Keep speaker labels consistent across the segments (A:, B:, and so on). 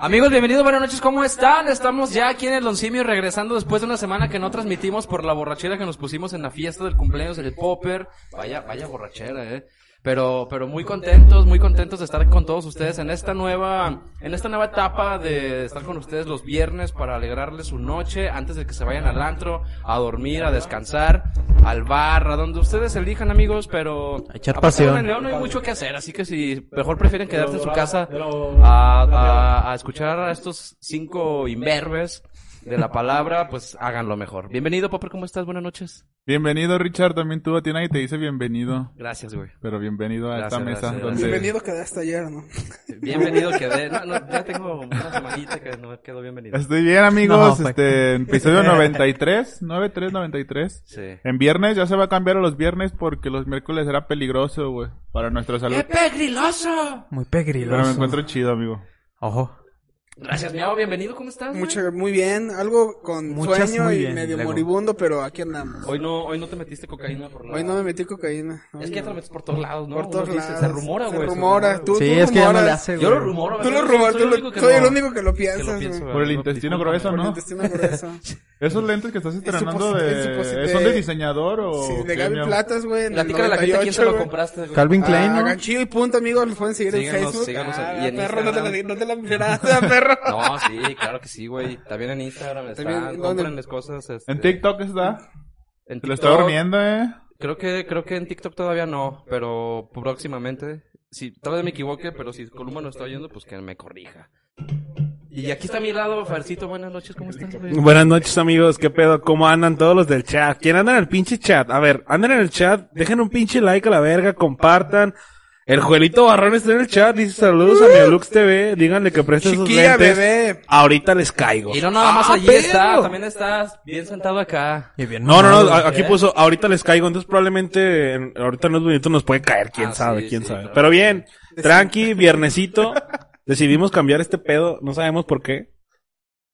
A: Amigos, bienvenidos, buenas noches, ¿cómo están? Estamos ya aquí en el Oncimio regresando después de una semana que no transmitimos por la borrachera que nos pusimos en la fiesta del cumpleaños del Popper. Vaya, vaya borrachera, eh. Pero, pero muy contentos, muy contentos de estar con todos ustedes en esta nueva, en esta nueva etapa de estar con ustedes los viernes para alegrarles su noche antes de que se vayan al antro, a dormir, a descansar, al bar, a donde ustedes elijan amigos, pero
B: A echar
A: aparte de
B: pasión.
A: en León no hay mucho que hacer, así que si mejor prefieren quedarse en su casa
C: Pero-
A: a, a- a escuchar a estos cinco imberbes de la palabra, pues háganlo mejor. Bienvenido, Popper, ¿cómo estás? Buenas noches.
D: Bienvenido, Richard. También tú a ti nadie te dice bienvenido.
A: Gracias, güey.
D: Pero bienvenido a
A: Gracias,
D: esta mesa.
A: gracias,
D: donde...
A: Sí.
E: Bienvenido quedé hasta ayer, ¿no?
A: Pues Bienvenido quedé. No, no, ya tengo una semanita que no quedó bienvenido.
D: Estoy bien, amigos.
B: No, fue-
D: este, en episodio 93, 9393.
A: pues. Sí.
D: En viernes ya se va a cambiar a los viernes porque los miércoles era peligroso, güey. Para nuestra salud.
A: pegriloso!
B: Muy
D: Pero me
B: pegriloso.
D: encuentro chido, amigo.
B: Ojo.
A: Gracias, Miao, bienvenido, ¿cómo estás? güey?
E: Mucho, muy bien, algo con
B: Muchas
E: sueño
B: muy
E: y
B: bien,
E: medio
B: luego.
E: moribundo, pero aquí andamos.
A: Hoy no, hoy no te metiste cocaína por nada.
E: Hoy no me metí cocaína. no,
A: Es que ya te
E: no.
A: lo metes por todos lados, ¿no?
E: Por
A: Uno
E: todos
A: dice,
E: lados.
A: Se rumora,
E: Se
A: güey.
E: rumora,
A: rumora.
E: tú-
B: Sí, es que ya me
E: rumoras.
B: la hace, güey.
A: Yo lo rumoro.
E: Tú lo
A: güey, soy
E: rumas, tú
A: el
E: lo-
A: único que
E: soy el
A: lo-
E: único que lo
A: que
E: piensas.
A: lo
E: güey.
A: pienso, güey.
D: Por el
A: Lo
D: intestino
A: discúlpame.
D: grueso,
E: Por el
D: ¿no?
E: intestino grueso. Sí,
D: Esos lentes que estás estrenando
E: suposite-
D: de...
E: el suposite-
D: ¿Son de diseñador o...?
E: de
D: qué,
E: Gaby
D: miau?
E: Platas, güey. en el
A: Platícale a la gente quién se lo
E: 98, güey.
A: compraste, güey.
B: Calvin Klein,
E: Ah,
B: ¿no?
E: ganchillo y punto, amigos. Los pueden seguir en
A: Síganos,
E: Facebook.
A: síganos
E: Ah,
A: y en
E: perro, no te la,
A: Instagram.
E: no te la miraste, perro.
A: No, sí, claro que sí, güey. También en Instagram están,
E: También, ¿dónde?
A: cómprenles cosas. este,
D: En TikTok está.
A: en
D: Se lo está
A: TikTok.
D: durmiendo, eh.
A: Creo que, creo que en TikTok todavía no, pero próximamente. Si tal vez me equivoque, pero si Columba no está oyendo, pues que me corrija. Y aquí está a mi lado, Farcito. Buenas noches, ¿cómo estás, güey?
C: Buenas noches amigos, qué pedo, cómo andan todos los del chat. ¿Quién anda en el pinche chat? A ver, andan en el chat, dejen un pinche like a la verga, compartan. El Juelito Barrón está en el chat, dice saludos a mi Lux TV, díganle que preste sus
E: Chiquilla,
C: lentes.
E: bebé.
C: Ahorita les caigo.
A: Y no nada más
C: ¡Ah,
A: allí
C: perro!
A: está, también estás bien sentado acá.
B: Y bien
C: No, no, no,
B: mamado.
C: a- aquí puso, ahorita les caigo, entonces probablemente en- ahorita en los minutos nos puede caer, quién
A: Ah,
C: sabe,
A: sí,
C: quién
A: sí,
C: sabe.
A: claro.
C: Pero bien, tranqui, viernesito, decidimos cambiar este pedo, no sabemos por qué.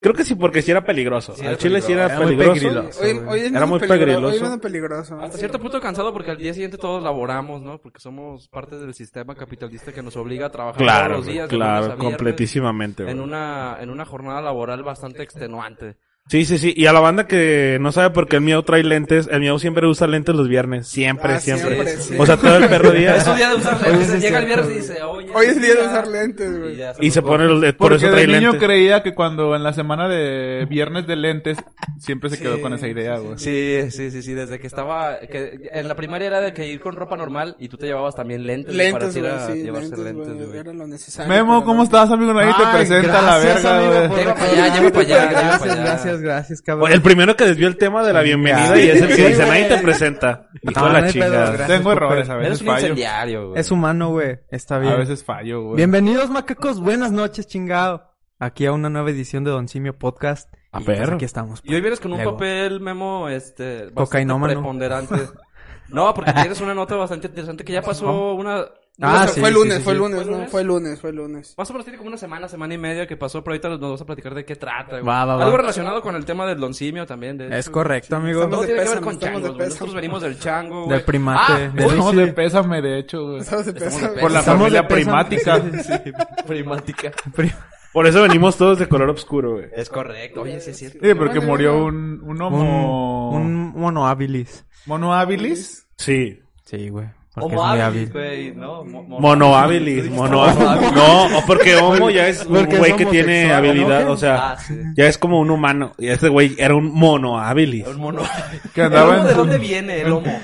C: Creo que sí, porque sí era peligroso.
A: Sí
C: Al
A: era
C: chile sí era
B: peligroso. Era muy
C: peligroso.
B: peligroso.
E: Hoy,
B: güey.
E: hoy es
C: Era muy
E: menos peligro- Hoy es
C: peligroso.
E: menos peligroso.
A: Hasta cierto punto cansado porque al día siguiente todos laboramos, ¿no? Porque somos parte del sistema capitalista que nos obliga a trabajar
C: Claro,
A: todos los días. de lunes a
C: claro,
A: viernes,
C: completísimamente. güey.
A: En una, en una jornada laboral bastante extenuante.
C: Sí, sí, sí. Y a la banda que no sabe por qué el mío trae lentes, el mío siempre usa lentes los viernes. Siempre,
E: Ah,
C: siempre.
A: siempre,
E: sí.
C: O sea, todo el perro día.
A: Es un día de usar
B: Hoy
A: lentes.
B: sí es
A: Llega el
B: cierto,
A: viernes y dice, oye.
E: Hoy es día de
A: ya".
E: usar lentes, güey.
A: Y ya
C: y se
A: los
C: pone los lentes. Por
D: Porque
C: eso
D: de
C: trae
D: niño
C: lentes.
D: creía que cuando en la semana de viernes de lentes siempre se quedó con esa idea, güey.
A: Sí, sí, sí, sí, desde que estaba, que en la primaria era de que ir con ropa normal y tú te llevabas también lentes, güey,
E: Lentes,
A: para ir
E: güey,
A: a
E: sí,
A: llevarse
E: lentes,
A: lentes,
E: güey,
A: güey.
E: era lo necesario.
D: Memo,
E: pero
D: ¿cómo
E: no.
D: estás, amigo? Nadie te
B: Ay,
D: presenta la
B: gracias,
D: verga,
B: amigo,
D: güey.
B: por
A: Lleva para
B: recordar.
A: allá, lleva para allá, lleva
B: Gracias,
A: para allá.
B: gracias, gracias, cabrón.
C: Bueno, el primero que desvió el tema de la bienvenida y es el que dice, nadie te presenta. Hijo
B: No, no
C: de la
B: hay pedo,
C: chingada.
B: gracias,
D: Tengo
B: Popper.
D: errores, a
A: Eres
D: veces
A: un
D: fallo.
A: incendiario, güey.
B: Es humano, güey. Está bien.
D: A veces fallo, güey.
B: Bienvenidos, macacos. Buenas noches, chingado. Aquí a una nueva edición de Don Simio Podcast.
C: A
B: Y, pues,
C: perro.
B: aquí estamos.
A: Y hoy vienes con un
B: Luego.
A: papel, Memo, este, bastante
B: Cocainómano.
A: preponderante. No, porque tienes una nota bastante interesante que ya pasó una...
B: Ah,
A: una-
E: O sea,
B: sí,
E: fue
B: sí,
E: lunes,
B: sí,
E: fue
B: sí.
E: lunes,
A: ¿Fue
E: ¿no?
A: lunes?
E: Fue lunes, fue lunes.
A: Más o menos tiene como una semana, semana y media que pasó, pero ahorita nos vamos a platicar de qué trata, güey.
B: Va, va, va.
A: Algo relacionado con el tema del doncimio también, de
B: Es
A: hecho.
B: correcto, amigo.
A: Todo
E: Estamos de
A: tiene que ver
E: pésame,
A: con
E: estamos de
A: changos, güey.
E: pésame.
A: Nosotros venimos del chango, güey.
B: Del primate.
A: Ah,
B: de
A: uy,
D: Estamos
B: Lucy.
D: de pésame, de hecho, güey.
E: Estamos de peso.
A: de
D: Por la
B: Estamos de
D: familia
B: pésame.
D: primática.
A: primática.
B: Pri-
C: Por eso venimos todos de color oscuro, güey.
A: Es correcto, oye, sí es cierto.
D: Sí, porque murió un, un homo...
B: Un, un mono habilis.
D: ¿Mono habilis?
C: Sí.
B: Sí, güey. Porque es muy
A: Homohabilis,
B: hábil.
A: güey, no. Mo- mo-
C: Mono habilis, mono
A: Mono habilis.
C: No, o porque homo ya es un
B: Porque es
C: güey que tiene
B: homosexual,
C: habilidad,
B: ¿no?
C: o sea,
A: Ah, sí.
C: ya es como un humano. Y este güey era un mono habilis.
A: Un mono.
D: Que
A: ¿El
D: andaba
A: homo
D: en
A: de
D: su-
A: dónde viene el homo?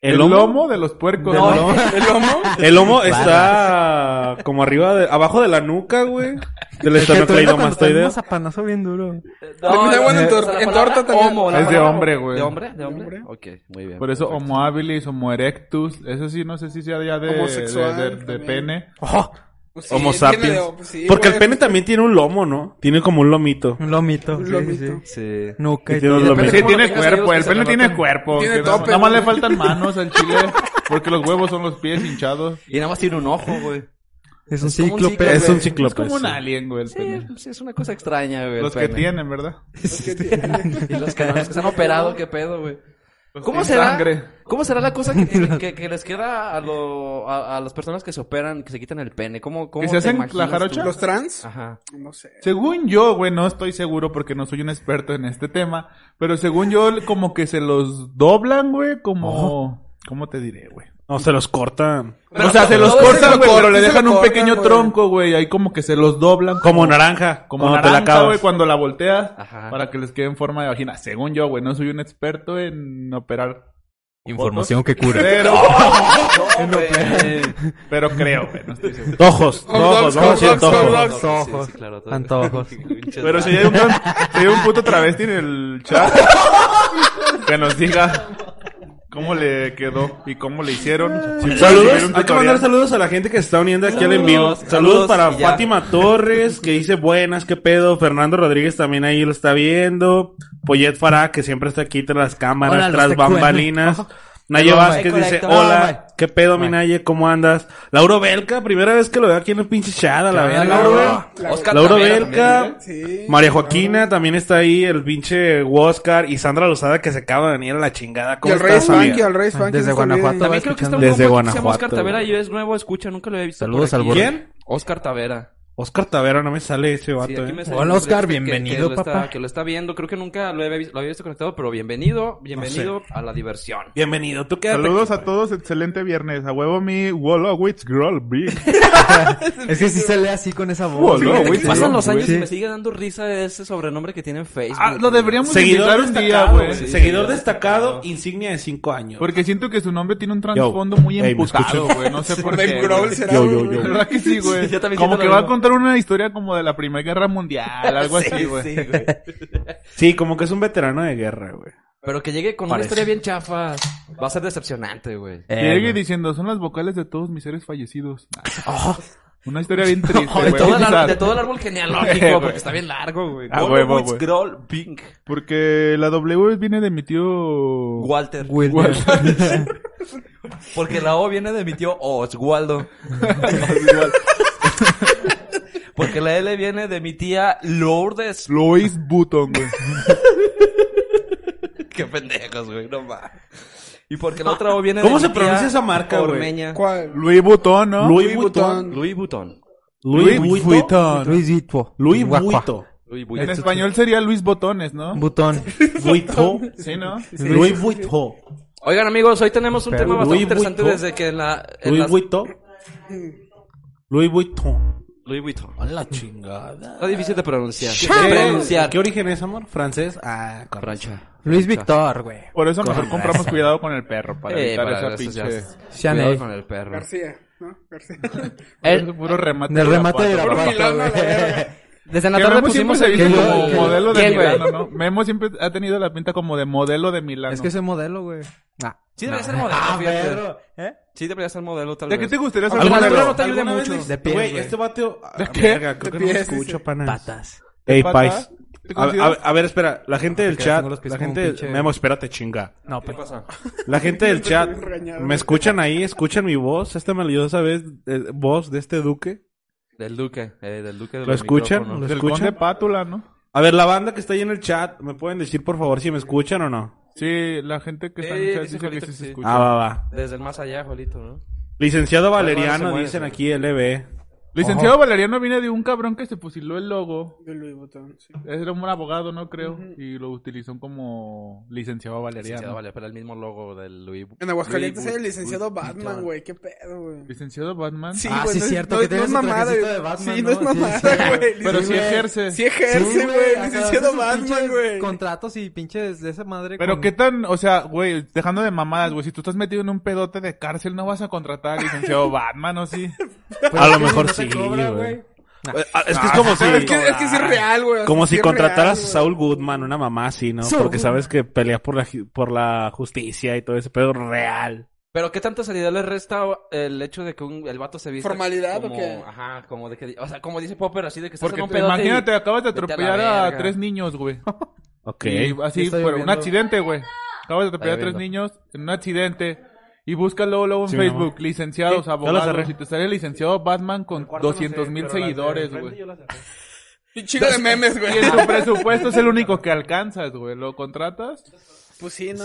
D: El lomo de los puercos.
A: No,
D: ¿no?
A: el homo.
C: El lomo está como arriba, de, abajo de la nuca, güey. Del
B: Es que tú eres cuando te das
C: esternocleidomastoideo.
B: un zapanazo bien duro.
E: También es bueno en tor-
A: la
E: en
A: palabra
E: torta también.
A: homo, la
D: Es de
A: palabra-
D: hombre, güey.
A: ¿De hombre? ¿De
E: hombre?
A: hombre? Ok, muy bien.
D: Por eso homo habilis, homo erectus. Eso sí, no sé si sea ya de,
E: Homosexual
D: de, de- de
E: también.
D: pene.
C: Ojo,
E: Pues sí,
C: Oh, Homo
E: tiene
C: sapiens.
E: de- pues sí,
C: Porque el
E: güey.
C: pene también tiene un lomo, ¿no? Tiene como un lomito.
B: Un lomito.
E: Un
B: sí,
E: lomito.
B: sí.
A: Sí.
B: Nuca
C: Y
B: y
C: tiene
B: todo.
C: un lomito.
D: Sí,
A: Como
D: tiene
A: los
D: cuerpo,
A: amigos
D: el
A: que se
D: pene tiene
A: levantan.
D: cuerpo.
E: Tiene
D: que no-
E: tope,
D: Nada más
E: güey.
D: le faltan manos al chile, porque los huevos son los pies hinchados.
A: Y nada más tiene un ojo, güey.
B: Es un
A: Es como un
B: cíclope.
A: cíclope.
C: Es un
D: Es
C: ciclope.
D: como un
C: sí.
D: alien, güey, el
A: Sí,
D: pene.
A: pues, es una cosa extraña, güey. el
D: Los que
A: pene.
D: tienen, ¿verdad?
A: Y los que, no, los que se han operado, qué pedo, güey. ¿Cómo
D: en
A: será,
D: Pues sangre.
A: ¿Cómo será la cosa que, tiene- que, que les queda a, lo, a, a las personas que se operan, que se quitan el pene? ¿Cómo, cómo
D: se
A: te
D: hacen
A: imaginas
D: la jarocha?
A: tú?
E: ¿Los trans?
A: Ajá.
E: No sé.
D: Según yo, güey, no estoy seguro porque no soy un experto en este tema, pero según yo, como que se los doblan, güey, como...
C: Oh.
D: ¿Cómo te diré, güey?
C: No, se los cortan.
A: Pero
D: o sea, se
A: todo
D: los
A: eso
D: cortan,
E: lo
D: güey, pero
E: cortan,
D: le
E: sí se
D: dejan
E: lo
D: un
E: cortan,
D: pequeño
E: güey.
D: tronco, güey, ahí como que se los doblan.
C: Como naranja. Como
D: Como
C: te la
D: naranja,
C: acabas.
D: güey, cuando la volteas
A: Ajá.
D: para que les quede en forma de vagina. Según yo, güey, no soy un experto en operar.
B: Información que cura.
D: Pero,
A: No, güey.
D: pero creo, güey, no estoy seguro.
C: Tojos.
E: Hot dogs,
C: Tojos. Vamos a
E: hot
C: decir
E: dogs, hot
C: tojos.
E: dogs.
A: Sí, sí, claro, todo.
B: Antojos.
A: Pinches
D: Pero si hay, un, si hay un puto travesti en el chat que nos diga cómo le quedó y cómo le hicieron. Si pueden seguir un
C: Saludos, hay que mandar
D: tutorial.
C: saludos a la gente que se está uniendo aquí al
A: Saludos,
C: envío. Saludos,
A: saludos,
C: para
A: y ya.
C: Fátima Torres, que dice buenas, qué pedo. Fernando Rodríguez también ahí lo está viendo. Poyet Farah, que siempre está aquí tras las cámaras,
B: Hola, los
C: tras
B: de
C: bambalinas. Nayo
B: Hola,
C: Vázquez
B: bye.
C: dice,
B: Correcto. Hola,
C: hola,
B: bye.
C: qué pedo, mi
B: Bye.
C: Naye, ¿cómo andas? Lauro Belca, primera vez que lo veo aquí en el pinche chat, a la verga,
A: Lauro,
C: güey.
A: Oscar
C: Lauro
A: Tavera ¿eh?
C: Belca,
E: Sí.
C: María Joaquina, también está ahí el pinche Oscar y Sandra Lozada, que se acaba de venir a la chingada.
E: Y
C: ¿Cómo
E: al Rey
C: estás,
E: Spanky,
C: amiga?
E: al Rey Spanky.
B: Desde
E: no se olviden.
B: Guanajuato.
A: También creo que está un
C: Desde
A: compa que se llama
C: Guanajuato,
A: Oscar Tavera
C: güey.
A: y es nuevo, escucha, nunca lo había visto.
B: Saludos
A: por
B: al
A: aquí.
B: borre.
C: ¿Quién?
A: Oscar Tavera.
C: Oscar Tavera, no me sale ese vato.
A: Sí, aquí me
C: eh.
A: sale
B: Hola,
A: un
B: Oscar,
A: texto que-
B: bienvenido,
A: que lo está-
B: papá.
A: que lo está viendo, creo que nunca lo había, vis- lo había visto conectado, pero bienvenido, bienvenido a la diversión.
C: Bienvenido, tú quédate.
D: Saludos a todos, excelente viernes. A huevo mi Wolowitz Girl Big.
B: Es que sí se lee así con esa
D: Wow,
B: voz.
D: no,
B: güey.
D: güey.
B: Sí.
A: Pasan los años
B: Sí.
A: y me sigue dando risa ese sobrenombre que tiene en Facebook.
D: Ah, lo deberíamos
C: Seguidor
D: invitar un día,
C: destacado,
D: güey.
C: güey. Seguidor destacado, insignia de 5 años.
D: Porque siento que su nombre tiene un trasfondo muy
C: Ey, ¿me
D: emputado,
C: escuchas?
D: güey. No sé por
E: Dave
D: qué.
E: Grohl
D: güey.
E: será
C: Yo,
E: un-
C: yo, yo.
D: ¿Verdad que sí, güey?
A: Sí, yo también
D: como
A: siento
D: que
A: lo
D: va a
A: mismo.
D: contar una historia como de la Primera Guerra Mundial, algo así, güey.
A: Sí, güey.
C: Sí, como que es un veterano de guerra, güey.
A: Pero que llegue con una
C: Parece.
A: historia bien chafa. Va a ser decepcionante, güey.
B: Eh,
D: Que llegue diciendo, son las vocales de todos mis seres fallecidos.
B: oh,
D: Una historia bien triste,
A: De
D: güey.
A: Ah, todo, el, ar-
D: Bizarra.
A: de todo el árbol genealógico,
D: güey.
A: porque está bien largo, güey.
D: A huevo,
A: Wolowitz,
D: güey.
A: Grohl, Pink,
D: Porque la W viene de mi tío...
A: Walter.
B: Wilder.
A: Porque la O viene de mi tío Oswaldo. Porque la L viene de mi tía Lourdes.
D: Lois Button, güey.
A: Qué pendejos, güey, no más. Y porque la otra O viene
C: ¿Cómo
A: de
C: se
A: mi tía
C: pronuncia esa marca, güey?
A: Ormeña.
E: ¿Cuál?
D: Louis Vuitton, ¿no?
C: Louis
E: Louis
C: Vuitton.
E: Vuitton.
A: Louis Vuitton.
C: Louis Vuitton.
B: Luis Vito.
C: Louis
B: Guacua.
C: Vuitton.
A: Louis
D: En
A: Vuitton.
D: español sería Luis Botones, ¿no?
B: Butón.
C: Vuitton.
D: Sí, ¿no?
C: Louis Vuitton.
A: Oigan, amigos, hoy tenemos un
B: Pero
A: tema bastante
C: Louis
A: interesante
C: Vuitton.
A: desde que en la... en
C: Louis
A: las-
C: Vuitton. Louis Vuitton.
A: Louis Vuitton.
C: A la chingada.
A: Está difícil de pronunciar.
C: ¿Qué-
A: De pronunciar.
C: ¿Qué origen es, amor? ¿Francés? Ah, correcto.
A: Rancha.
B: Luis Víctor, güey.
D: Por eso mejor compramos cuidado con el perro, para
A: Eh,
D: evitar
A: para
D: esa
A: eso
D: pinche...
A: ya-
B: Sean
A: Cuidado
B: ahí.
A: con el perro.
E: García, ¿no? García.
A: El-
D: Puro remate.
B: Del remate de
D: Irapuato.
E: Puro milano, la verga.
A: desde la
D: Que
A: tarde
D: Memo siempre
A: pusimos
D: se viste
A: el-
D: pues, como
A: ¿Qué?
D: modelo de
A: ¿Quién, güey?
D: Milano, ¿no? Memo siempre ha tenido la pinta como de modelo de Milano.
B: Es que ese modelo, güey. Ah. ¿Eh?
A: Sí debería ser modelo, fíjate. Sí debería ser modelo, tal
D: ¿De
A: vez.
D: qué te gustaría ser
A: Alguna-
D: modelo?
A: Pero no te ayuda
C: ¿Alguna vez
A: mucho.
C: les-
B: De pies,
C: Güey,
B: güey.
C: este vato... ah,
D: ¿De qué?
C: verga, creo que
E: De
C: no me
E: pies,
C: escucho, panas.
B: Patas.
C: Ey,
D: ¿Pata?
C: pais.
D: ¿Te
C: A, a-
D: consideras?
C: a ver, espera. La gente del
B: quedas
C: chat...
B: tengo los pies
C: La
B: como un
C: gente...
B: pinche-
C: Memo, espérate, chinga.
B: No, pero.
A: pasa?
C: La gente del chat,
E: Estoy regañado.
C: ¿me escuchan ahí? ¿Escuchan mi voz? Esta maravillosa vez, eh, voz de este duque.
A: Del Duque, eh, del Duque de
C: ¿Lo
A: los
C: escuchan?
A: micrófonos.
C: ¿Lo
D: Del conde
C: escuchan?
D: Pátula, ¿no?
C: A ver, la banda que está ahí en el chat, ¿me pueden decir por favor si me escuchan o no?
D: Sí, la gente que está
A: Eh,
D: en
A: dice
D: chat dice que
A: Juanito
D: sí
A: que
D: se
A: sí.
D: escucha.
C: Ah, va, va.
A: Desde el más allá, Jolito, ¿no?
C: Licenciado Valeriano,
A: se mueve,
C: dicen
A: se
C: aquí LB.
D: Licenciado Valeriano viene de un cabrón que se fusiló el logo.
E: De Louis Vuitton, sí.
D: Era un abogado, no creo. Y lo utilizó como licenciado Valeriano.
A: Licenciado, vale, pero el mismo logo del Louis
E: En Aguascalientes
A: Louis
E: hay el licenciado
A: Vuitton.
E: Batman, güey. ¿Qué pedo, güey?
D: Licenciado Batman.
B: Ah,
E: güey,
B: sí,
E: no es-
B: cierto,
E: no
B: que
E: es-
B: tiene
E: no es
B: su
E: mamada,
B: trajecito
E: güey.
B: de Batman,
E: Sí, no es
B: ¿no? Sí,
E: mamada,
B: sí, sí.
E: güey.
D: Pero sí
E: Licenciado-
D: ejerce.
E: Sí ejerce, güey. Licenciado Batman, güey.
B: Contratos y pinches de esa madre.
D: Pero
B: con-
D: qué tan, o sea, güey, dejando de mamadas, güey, si tú estás metido en un pedote de cárcel, no vas a contratar al licenciado Batman, ¿o sí?
B: Pero
C: A lo
B: pues, es que
C: mejor
B: no te
C: sí,
B: cobra,
C: güey.
B: güey.
C: Eh, ah, Es que es como si...
E: Pero es que, es que sí es real, güey. o sea,
C: Como
E: sí
C: si
E: es
C: contrataras a
E: real,
C: Saul Goodman, una mamá así, ¿no?
B: Saul
C: Porque
B: Goodman.
C: sabes que peleas por la, ju- por la justicia y todo ese pedo real.
A: Pero qué tanta seriedad le resta el hecho de que un, el vato se vista
E: ¿Formalidad o
A: como,
E: qué?
A: Ajá, como de que o sea, como dice Popper así de que estás
D: Porque
A: en un
D: te-
A: pedote y-
D: imagínate, acabas de
A: vete a la
D: atropellar a,
A: verga.
D: tres niños, güey.
C: Ok.
D: Y así,
B: Está
D: pero un
B: lloviendo.
D: accidente, güey. Acabas de atropellar a tres
A: lloviendo.
D: niños en un accidente. Y busca luego, luego en
C: Sí, mi amor.
D: Facebook, licenciados,
C: Sí, ya las
D: abogados.
C: cerré.
D: Y te sale licenciado Batman con 200 mil seguidores, güey.
E: Y chico de memes,
D: Y en
E: güey.
D: tu presupuesto es el único que alcanzas, güey. ¿Lo contratas?
E: Pues sí, ¿no?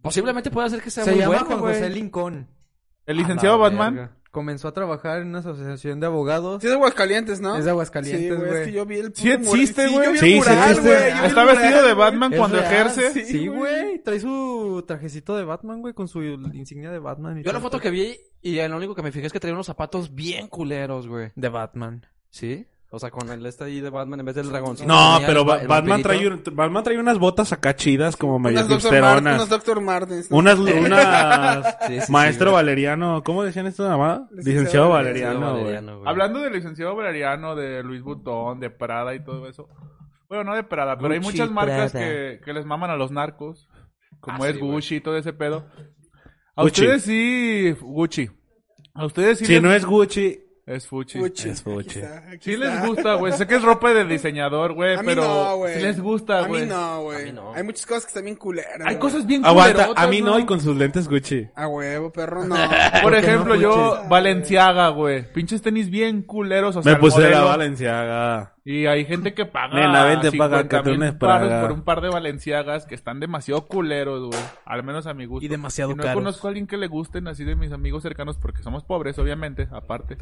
A: Posiblemente pueda ser que sea
B: Se
A: muy
B: llama
A: bueno,
B: Juan
A: güey.
B: José Lincoln.
D: El licenciado
A: la
D: Batman.
A: verga.
B: Comenzó a trabajar en una asociación de abogados.
E: Sí, es de Aguascalientes, ¿no?
B: Es de Aguascalientes,
E: Sí,
B: güey.
E: Es que yo vi el puto
D: Sí existe, güey.
E: Sí, yo vi el
C: Sí, sí
E: mural,
C: existe.
E: güey.
B: Este
E: yo vi el
D: Está
E: mural,
D: vestido de
E: güey.
D: Batman cuando
B: real,
D: ejerce.
E: sí,
B: Sí,
E: güey.
B: güey. Trae su trajecito de Batman, güey, con su insignia de Batman. y
A: Yo la
B: todo.
A: foto que vi y en lo único que me fijé es que traía unos zapatos bien culeros, güey.
B: De Batman.
A: ¿Sí? O sea, con el este ahí de Batman en vez del dragoncito.
C: No,
A: tenía
C: pero
A: el ba-
C: Ba-
A: el
C: Batman
A: vampirito.
C: trae, un- Batman trae unas botas acá chidas, como medio
E: Unas Dr. Mar- unas
C: hipsteronas.
E: Dr. Martens. ¿no?
C: Unas, unas...
A: Sí, sí, sí,
C: Maestro
A: güey.
C: Valeriano, ¿cómo decían esto llamada?
E: Licenciado
A: Licenciado
C: Licenciado Valeriano, güey.
A: Valeriano, güey.
D: Hablando del licenciado Valeriano, de Luis Butón, de Prada y todo eso. Bueno, no de Prada, pero hay
B: Gucci,
D: muchas marcas
B: Prada.
D: que, que les maman a los narcos. Como
A: Ah,
D: es
A: sí, güey.
D: Gucci y todo ese pedo. A
C: Gucci.
D: ustedes sí, Gucci. A ustedes sí
C: Si
D: les-
C: no es Gucci,
D: es Fuchi.
E: Fuchi.
C: Es
E: Aquí
C: fuchi.
E: está, aquí
D: Sí les
E: está.
D: gusta, güey. Sé que es ropa de diseñador, güey,
E: Ah. A mí
D: pero
E: no, güey.
D: sí les gusta,
E: A
D: güey.
E: mí no,
A: A mí
E: güey.
A: no.
E: Hay muchas cosas que están bien culeras.
D: Hay
E: güey.
D: cosas bien
C: aguanta,
D: culerotas,
C: a mí no y con sus lentes Gucci.
E: A huevo, perro, no.
D: Por
B: ¿Por qué
D: ejemplo,
B: no,
D: yo,
E: Fuchis?
D: Valenciaga, güey. Pinches tenis bien culeros. O sea,
C: Me
D: el
C: puse la
D: modelo.
C: Valenciaga.
D: Y hay gente que paga.
C: Nena, vente pa' acá,
D: 50
C: que tú
D: mil
C: no es
D: baros
C: Praga.
D: por un par de Valenciagas que están demasiado culeros, güey. Al menos a mi gusto.
B: Y demasiado
D: no
B: caros.
D: conozco a alguien que le gusten así de mis amigos cercanos porque somos pobres, obviamente, aparte.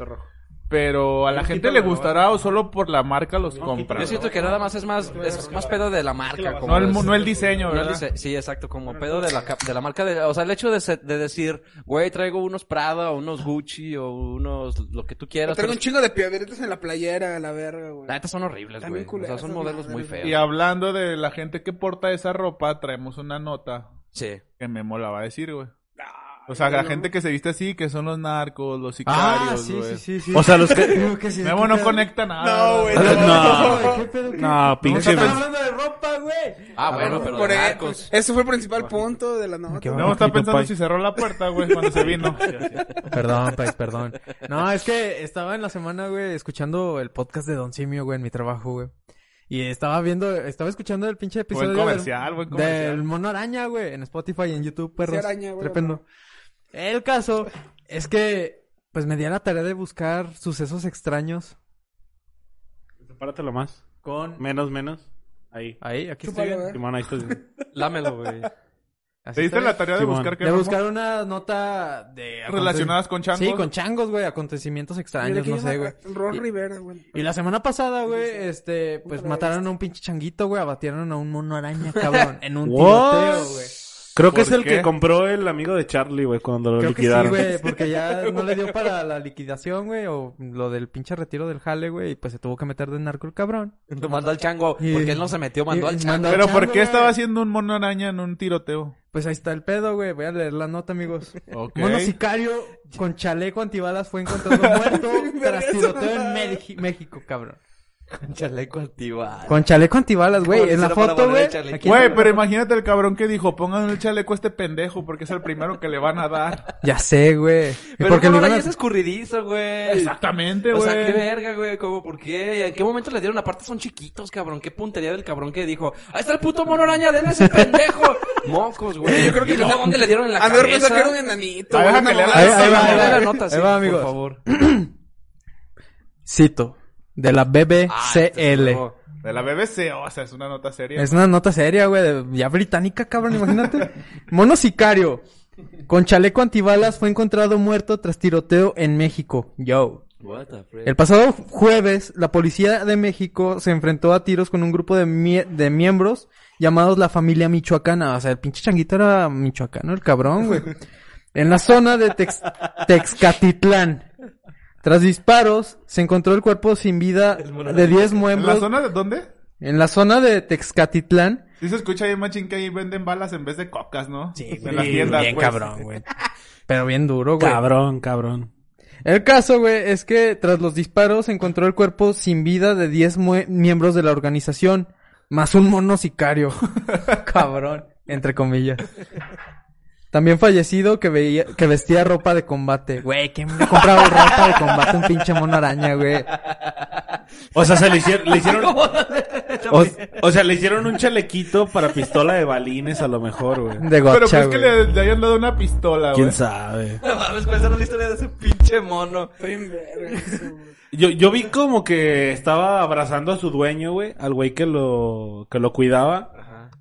D: Pero a la gente le gustará o solo por la marca los compra.
A: Yo siento que nada más es más, es más pedo de la marca. Como
D: No el, mu-
A: es-
D: no el diseño,
A: no el
D: ¿verdad?
A: dise- sí, exacto, como pedo de la, cap- de la marca. De, o sea, el hecho de, se- de decir, güey, traigo unos Prada o unos Gucci o unos lo que tú quieras.
E: Traigo
A: pero
E: un chingo de piedritas en la playera, a la verga, güey.
A: La neta son horribles,
E: Están
A: güey.
E: bien
A: O sea,
E: culeras,
A: son
E: esas
A: modelos muy
E: madres, güey.
A: feos.
D: Y hablando de la gente que porta esa ropa, traemos una nota
A: Sí.
D: que me molaba decir, güey.
E: Ah,
D: O sea,
E: güey,
D: la
E: no.
D: gente que se viste así, que son los narcos, los sicarios,
B: Ah, sí,
D: güey.
B: sí, sí, sí.
C: O sea, los que...
B: Creo que sí,
D: Memo no
B: ¿qué pedo?
D: conecta nada.
E: Ah, No, güey.
C: No.
B: ¿Qué pedo? ¿Qué-
C: No, pinche...
B: Estamos hablando de ropa, güey.
A: Ah, bueno, pero
E: Por
A: de
E: e-
A: Marcos.
E: Eso fue el principal punto de la nota.
B: va.
D: No, está
C: Poquito,
D: pensando
C: pai.
D: si cerró la puerta, güey, cuando se vino.
B: Perdón, Pais, perdón. No, es que estaba en la semana, güey, escuchando el podcast de Don Simio, güey, en mi trabajo, güey. Y estaba viendo, estaba escuchando el pinche episodio
D: Buen
B: del-
D: comercial, buen
B: del,
D: comercial.
B: Mono Araña, güey, en Spotify y en YouTube, perros.
E: Sí, araña, güey,
B: trependo. El caso es que, pues me di a la tarea de buscar sucesos extraños
C: Sepáratelo más.
B: con...
C: Menos, menos. Ahí.
B: Ahí, aquí
E: Chúpalo,
B: estoy.
E: güey.
C: Simón, ahí estás.
A: Lámelo, güey.
B: Así
D: ¿Te diste
B: está.
D: la tarea de
C: Simón.
D: buscar qué
B: De
D: Memo?
B: buscar una nota de...
D: relacionadas con changos?
B: Sí, con changos, güey, acontecimientos
E: Mira
B: extraños,
E: que
B: no
E: llama-
B: sé, güey.
E: Ron
B: Y-
E: Rivera, güey.
B: Y la semana pasada, güey, este, pues
E: Nunca lo
B: mataron
E: viste.
B: a un pinche changuito, güey, abatieron a un mono araña, cabrón, en un
C: What?
B: tiroteo, güey.
C: Creo que es
D: ¿Por
C: el
D: qué?
C: que compró el amigo de Charlie, güey, cuando lo
B: Creo que sí,
C: liquidaron.
B: güey, porque ya no le dio para la liquidación, güey, o lo del pinche retiro del jale, güey, y pues se tuvo que meter de narco el cabrón.
A: Te Mandó al chango.
B: Y-
A: Porque él no se metió, mandó
B: y-
A: al
B: y
A: chango.
B: mandó al
D: Pero
B: chango,
D: ¿por qué
B: güey.
D: estaba haciendo un mono araña en un tiroteo?
B: Pues ahí está el pedo, güey, voy a leer la nota, amigos.
D: Ok.
B: Mono sicario con chaleco antibalas fue encontrado muerto tras tiroteo en Melgi- México, cabrón.
A: Chaleco activado.
B: Con chaleco antibalas, güey,
A: Como
B: en la
A: quisiera para
B: foto,
A: poner el
B: güey.
A: chaleco.
B: aquí-
D: Güey, pero imagínate el cabrón que dijo, pongan el chaleco a este pendejo porque es el primero que le van a dar.
B: Ya sé, güey.
A: Pero
B: Porque
A: no,
B: le
A: no,
B: iban a-
A: es escurridizo, güey.
D: Exactamente,
A: O
D: güey.
A: sea, qué verga, güey, ¿cómo? ¿Por qué? ¿En qué momento le dieron? Aparte son chiquitos, cabrón. Qué puntería del cabrón que dijo, ahí está el puto mono araña, denle ese pendejo. Mocos, güey. Yo creo que no. dónde le dieron en la
E: A ver,
A: cabeza?
E: pensaba Ah, que era un enanito.
D: Ah,
E: güey,
D: déjame
E: una
D: leer la-
E: mamada
B: Ahí- ahí
E: así,
B: va,
E: güey.
A: Ahí va
B: ahí
A: la
B: va.
A: nota, sí,
B: Ahí va,
A: por
B: amigos.
A: favor.
B: Cito. De la
A: Ah, este es
B: BBCL.
A: nuevo.
D: De la BBC, o sea, es una nota seria.
B: es una nota seria, güey. de- Ya británica, cabrón, imagínate. Mono sicario. Con chaleco antibalas fue encontrado muerto tras tiroteo en México. Yo.
A: What the frick.
B: El pasado jueves, la policía de México se enfrentó a tiros con un grupo de, mie- de miembros llamados la familia michoacana. O sea, el pinche changuito era michoacano, el cabrón, güey. En la zona de Tex- Texcatitlán. Tras disparos, se encontró el cuerpo sin vida de 10
D: ¿En la
B: miembros.
D: zona de dónde?
B: En la zona de Texcatitlán.
D: Sí se escucha bien machín que ahí venden balas en vez de cocas, ¿no? En
B: güey,
D: las tiendas,
B: bien
D: pues.
B: cabrón, güey. Pero bien duro, güey.
C: Cabrón, cabrón.
B: El caso, güey, es que tras los disparos se encontró el cuerpo sin vida de 10 mue- miembros de la organización, más un mono sicario. Cabrón, entre comillas. También fallecido que veía, que vestía ropa de combate. Güey, ¿quién le compraba ropa de combate a un pinche mono araña, güey?
C: O sea, se le hicieron... Le hicieron o, o sea, le hicieron un chalequito para pistola de balines a lo mejor, güey.
B: De
D: Pero
B: gocha,
D: pues que
B: güey.
D: le, le hayan dado una pistola, güey.
C: ¿Quién sabe?
A: No mames, pensaron la historia de ese pinche mono.
E: Está bien verga eso, güey.
C: Yo, yo vi como que estaba abrazando a su dueño, güey, al güey que lo, que lo cuidaba.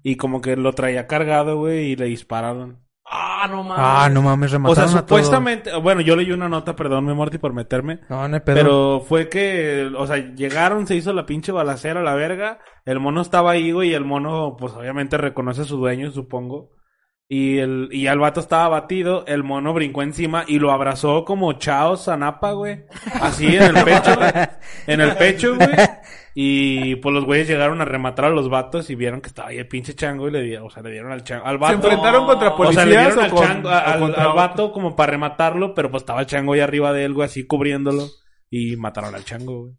C: Y como que lo traía cargado, güey, y le dispararon.
A: Ah, no mames.
B: Ah, no mames,
C: O
B: remataron
C: sea,
B: a todo.
C: supuestamente, bueno, yo leí una nota, perdón, me Morty por meterme.
B: No, no hay pedo.
C: Pero fue que, o sea, llegaron, se hizo la pinche balacera a la verga. El mono estaba ahí, güey, y el mono, pues obviamente reconoce a su dueño, supongo. Y el, y ya el vato estaba abatido, el mono brincó encima y lo abrazó como chao Sanapa, güey. Así en el pecho, güey. En el pecho, güey. Y pues los güeyes llegaron a rematar a los vatos y vieron que estaba ahí el pinche chango y le dieron, o sea, le dieron al chango, al
D: ¿Se
C: vato.
D: enfrentaron contra
C: O sea,
D: policías
C: le dieron
D: o
C: al,
D: con-
C: chango,
D: o
C: al,
D: contra-
C: al vato como para rematarlo, pero pues estaba el chango ahí arriba de él, güey, así cubriéndolo. Y mataron al chango, güey.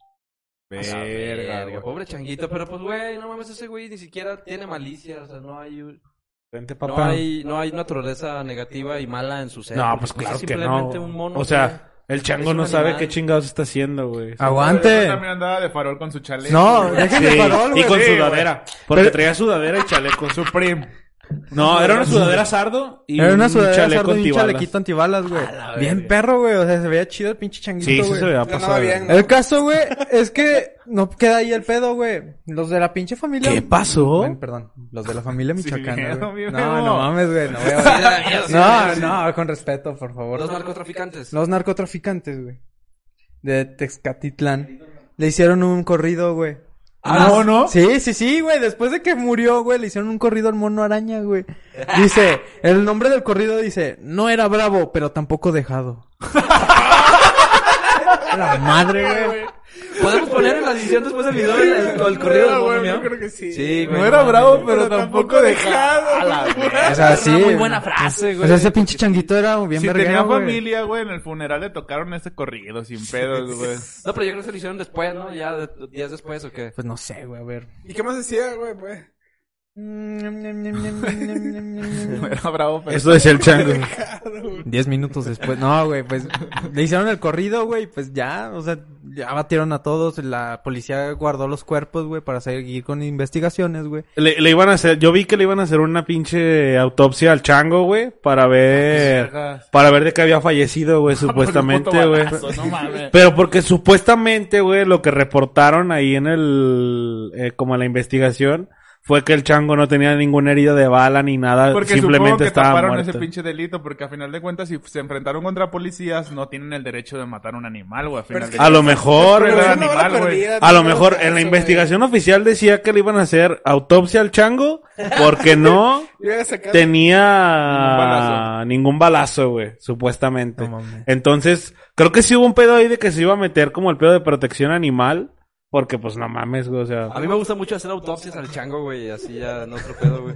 A: Verga,
D: Verga, güey.
A: pobre changuito, pero pues güey, no mames, ese güey ni siquiera tiene malicia, o sea, no hay un-
C: Vente, papá.
A: no hay no hay naturaleza negativa y mala en su ser.
C: No, pues
A: Es
C: claro que no.
A: simplemente un mono.
C: o sea, el chango
A: es
C: no
A: un
C: sabe
A: animal.
C: qué chingados está haciendo, güey.
D: Yo
B: Ah, Aguante.
D: también andaba de farol con su chaleco.
B: No,
D: güey.
B: dejen de
C: Sí,
B: farol,
C: y
B: güey.
C: con
D: Sí,
C: sudadera. Porque traía sudadera y chaleco.
D: Supreme.
C: No, era una sudadera sardo y
B: Era una sudadera
C: un chaleco
B: sardo y un
C: antibalas.
B: chalequito antibalas, güey. Bien perro, güey. O sea, se veía chido el pinche changuito,
C: Sí,
B: güey.
C: sí se veía
E: Ganaba
C: pasado.
E: bien,
B: El caso, güey, es que no queda ahí el pedo, güey. Los de la pinche familia.
C: ¿Qué pasó?
B: Bueno, perdón. Los de la familia michoacana,
D: miedo,
B: güey.
D: mi
B: No,
D: miedo.
B: no mames, güey. No, voy a- no, no, con respeto, por favor.
A: los narcotraficantes.
B: Los narcotraficantes, güey. De Texcatitlán. Le hicieron un corrido, güey.
A: Ah,
B: Unos-
A: ¿no?
B: Sí, sí, sí, güey. Después de que murió, güey, le hicieron un corrido al mono araña, güey. Dice, el nombre del corrido dice, no era bravo, pero tampoco dejado. La madre, güey.
A: Podemos poner en la edición después del video el, el, el correo del mono
E: güey,
A: miau?
E: yo creo que sí.
A: Sí, güey.
D: No era bravo,
E: Pero
D: pero
E: tampoco
D: tampoco dejado.
B: O sea,
A: Es
B: sí.
A: una muy buena frase,
B: O
A: güey.
B: sea, ese pinche changuito era bien
D: Si
B: verguero,
D: tenía
B: güey.
D: familia, güey, en el funeral le tocaron ese corrido sin pedos, güey.
A: No, pero yo creo que se lo hicieron después, ¿no? Ya de- días después o qué.
B: Pues no sé, güey, a ver.
E: ¿Y qué más decía, güey? Pues?
D: No era bravo, pero...
C: Eso es el chango.
B: Diez minutos después. No, güey, pues le hicieron el corrido, güey, pues ya, o sea, ya batieron a todos. La policía guardó los cuerpos, güey, para seguir con investigaciones, güey.
C: Le, le iban a hacer, yo vi que le iban a hacer una pinche autopsia al chango, güey, para ver,
D: Ah, pues,
C: para ver de qué había fallecido, güey, supuestamente, güey.
D: No mames.
C: Pero porque supuestamente, güey, lo que reportaron ahí en el, eh, como en la investigación, fue que el chango no tenía ninguna herida de bala ni nada,
D: Porque supongo
C: simplemente
D: que
C: estaba
D: taparon
C: muerto.
D: ese pinche delito, porque a final de cuentas, si se enfrentaron contra policías, no tienen el derecho de matar a un animal, güey. A final de
C: A lo mejor,
D: Pero
C: güey,
D: era animal, güey.
C: a lo mejor en la investigación oficial decía que le iban a hacer autopsia al chango, porque no tenía
D: balazo.
C: ningún balazo, güey, supuestamente.
B: No mames.
C: Entonces, creo que sí hubo un pedo ahí de que se iba a meter como el pedo de protección animal, porque pues no mames, güey, o sea.
A: A mí me gusta mucho hacer autopsias al chango, güey, así ya en otro pedo, güey.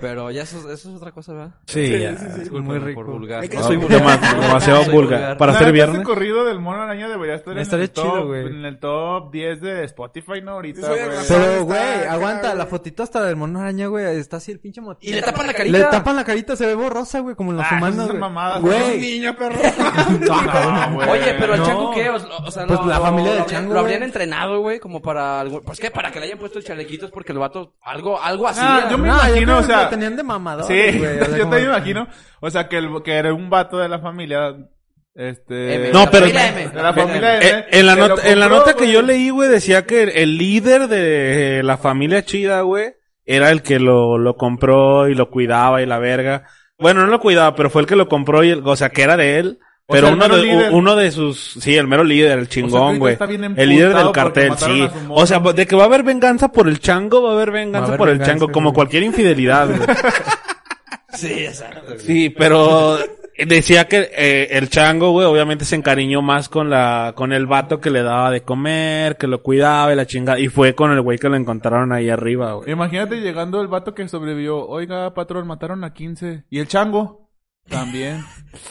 A: Pero ya eso, eso es otra cosa, ¿verdad?
C: Sí, ya.
A: Muy rico. Por vulgar.
E: Hay que-
A: No, soy
C: No,
A: vulgar.
C: demasiado- demasiado
A: Soy
C: vulgar. Para
D: La
C: hacer
D: neta,
C: viernes.
D: Ese corrido del mono araña debería estar en
B: Estaría
D: el,
B: chido,
D: top,
B: güey.
D: en el top 10 de Spotify, ¿no? Ahorita,
E: Soy
D: güey.
E: aguasado.
B: Pero,
E: está
B: güey,
E: acá,
B: aguanta,
E: güey.
B: la fotito hasta del mono araña, güey, está así el pinche
A: Y
B: motito.
A: le tapan la carita.
B: Le tapan la carita, se ve borrosa, güey, como en las
D: Ah, esas
B: humanas,
D: son
B: güey.
D: mamadas,
E: Güey.
B: Güey,
E: niño, perro.
D: No, Ah, güey.
A: Oye, pero el
B: Pues, No.
A: chango qué? O, o sea,
B: Pues
A: lo-
B: la
A: lo-
B: familia
A: lo
B: del
A: habrían-
B: chango,
A: Lo
B: güey.
A: habrían entrenado, güey, como para algo, pues que para que le hayan puesto el chalequito es porque el vato algo algo así.
D: Ah,
A: era.
D: yo me
B: No, yo
D: imagino,
B: creo
D: o
B: que
D: sea-
B: lo tenían de mamador,
D: Sí,
B: güey, o sea,
D: yo
B: como-
D: te imagino. O sea, que, el, que era un vato de la familia. Este.
A: M,
C: No,
A: la
C: pero-
A: familia M.
D: De la familia M.
C: Eh, en, la
D: que lo
C: nota, en la
D: compró,
C: nota que
D: güey.
C: yo leí, güey, decía que el, el líder de eh, la familia chida, güey, era el que lo, lo compró y lo cuidaba y la verga. Bueno, no lo cuidaba, pero fue el que lo compró y, el- o sea, que era de él.
D: O sea,
C: Pero
D: el
C: uno,
D: mero
C: de,
D: líder.
C: u- uno de sus, sí, el mero líder, el
D: O sea,
C: chingón,
D: ahorita
C: güey.
D: está bien
C: el líder del
D: emputado porque
C: cartel,
D: mataron
C: sí.
D: a su morra.
C: O sea, de que va a haber venganza por el chango, va a haber venganza
B: haber
C: por
B: venganza,
C: el chango, como
B: güey.
C: cualquier infidelidad, güey.
A: Sí, exacto.
C: Sí, pero decía que eh, el chango, güey, obviamente se encariñó más con la, con el vato que le daba de comer, que lo cuidaba y la chingada. Y fue con el güey que lo encontraron ahí arriba, güey.
D: Imagínate llegando el vato que sobrevivió. Oiga, patrón, mataron a 15. ¿Y el chango? También.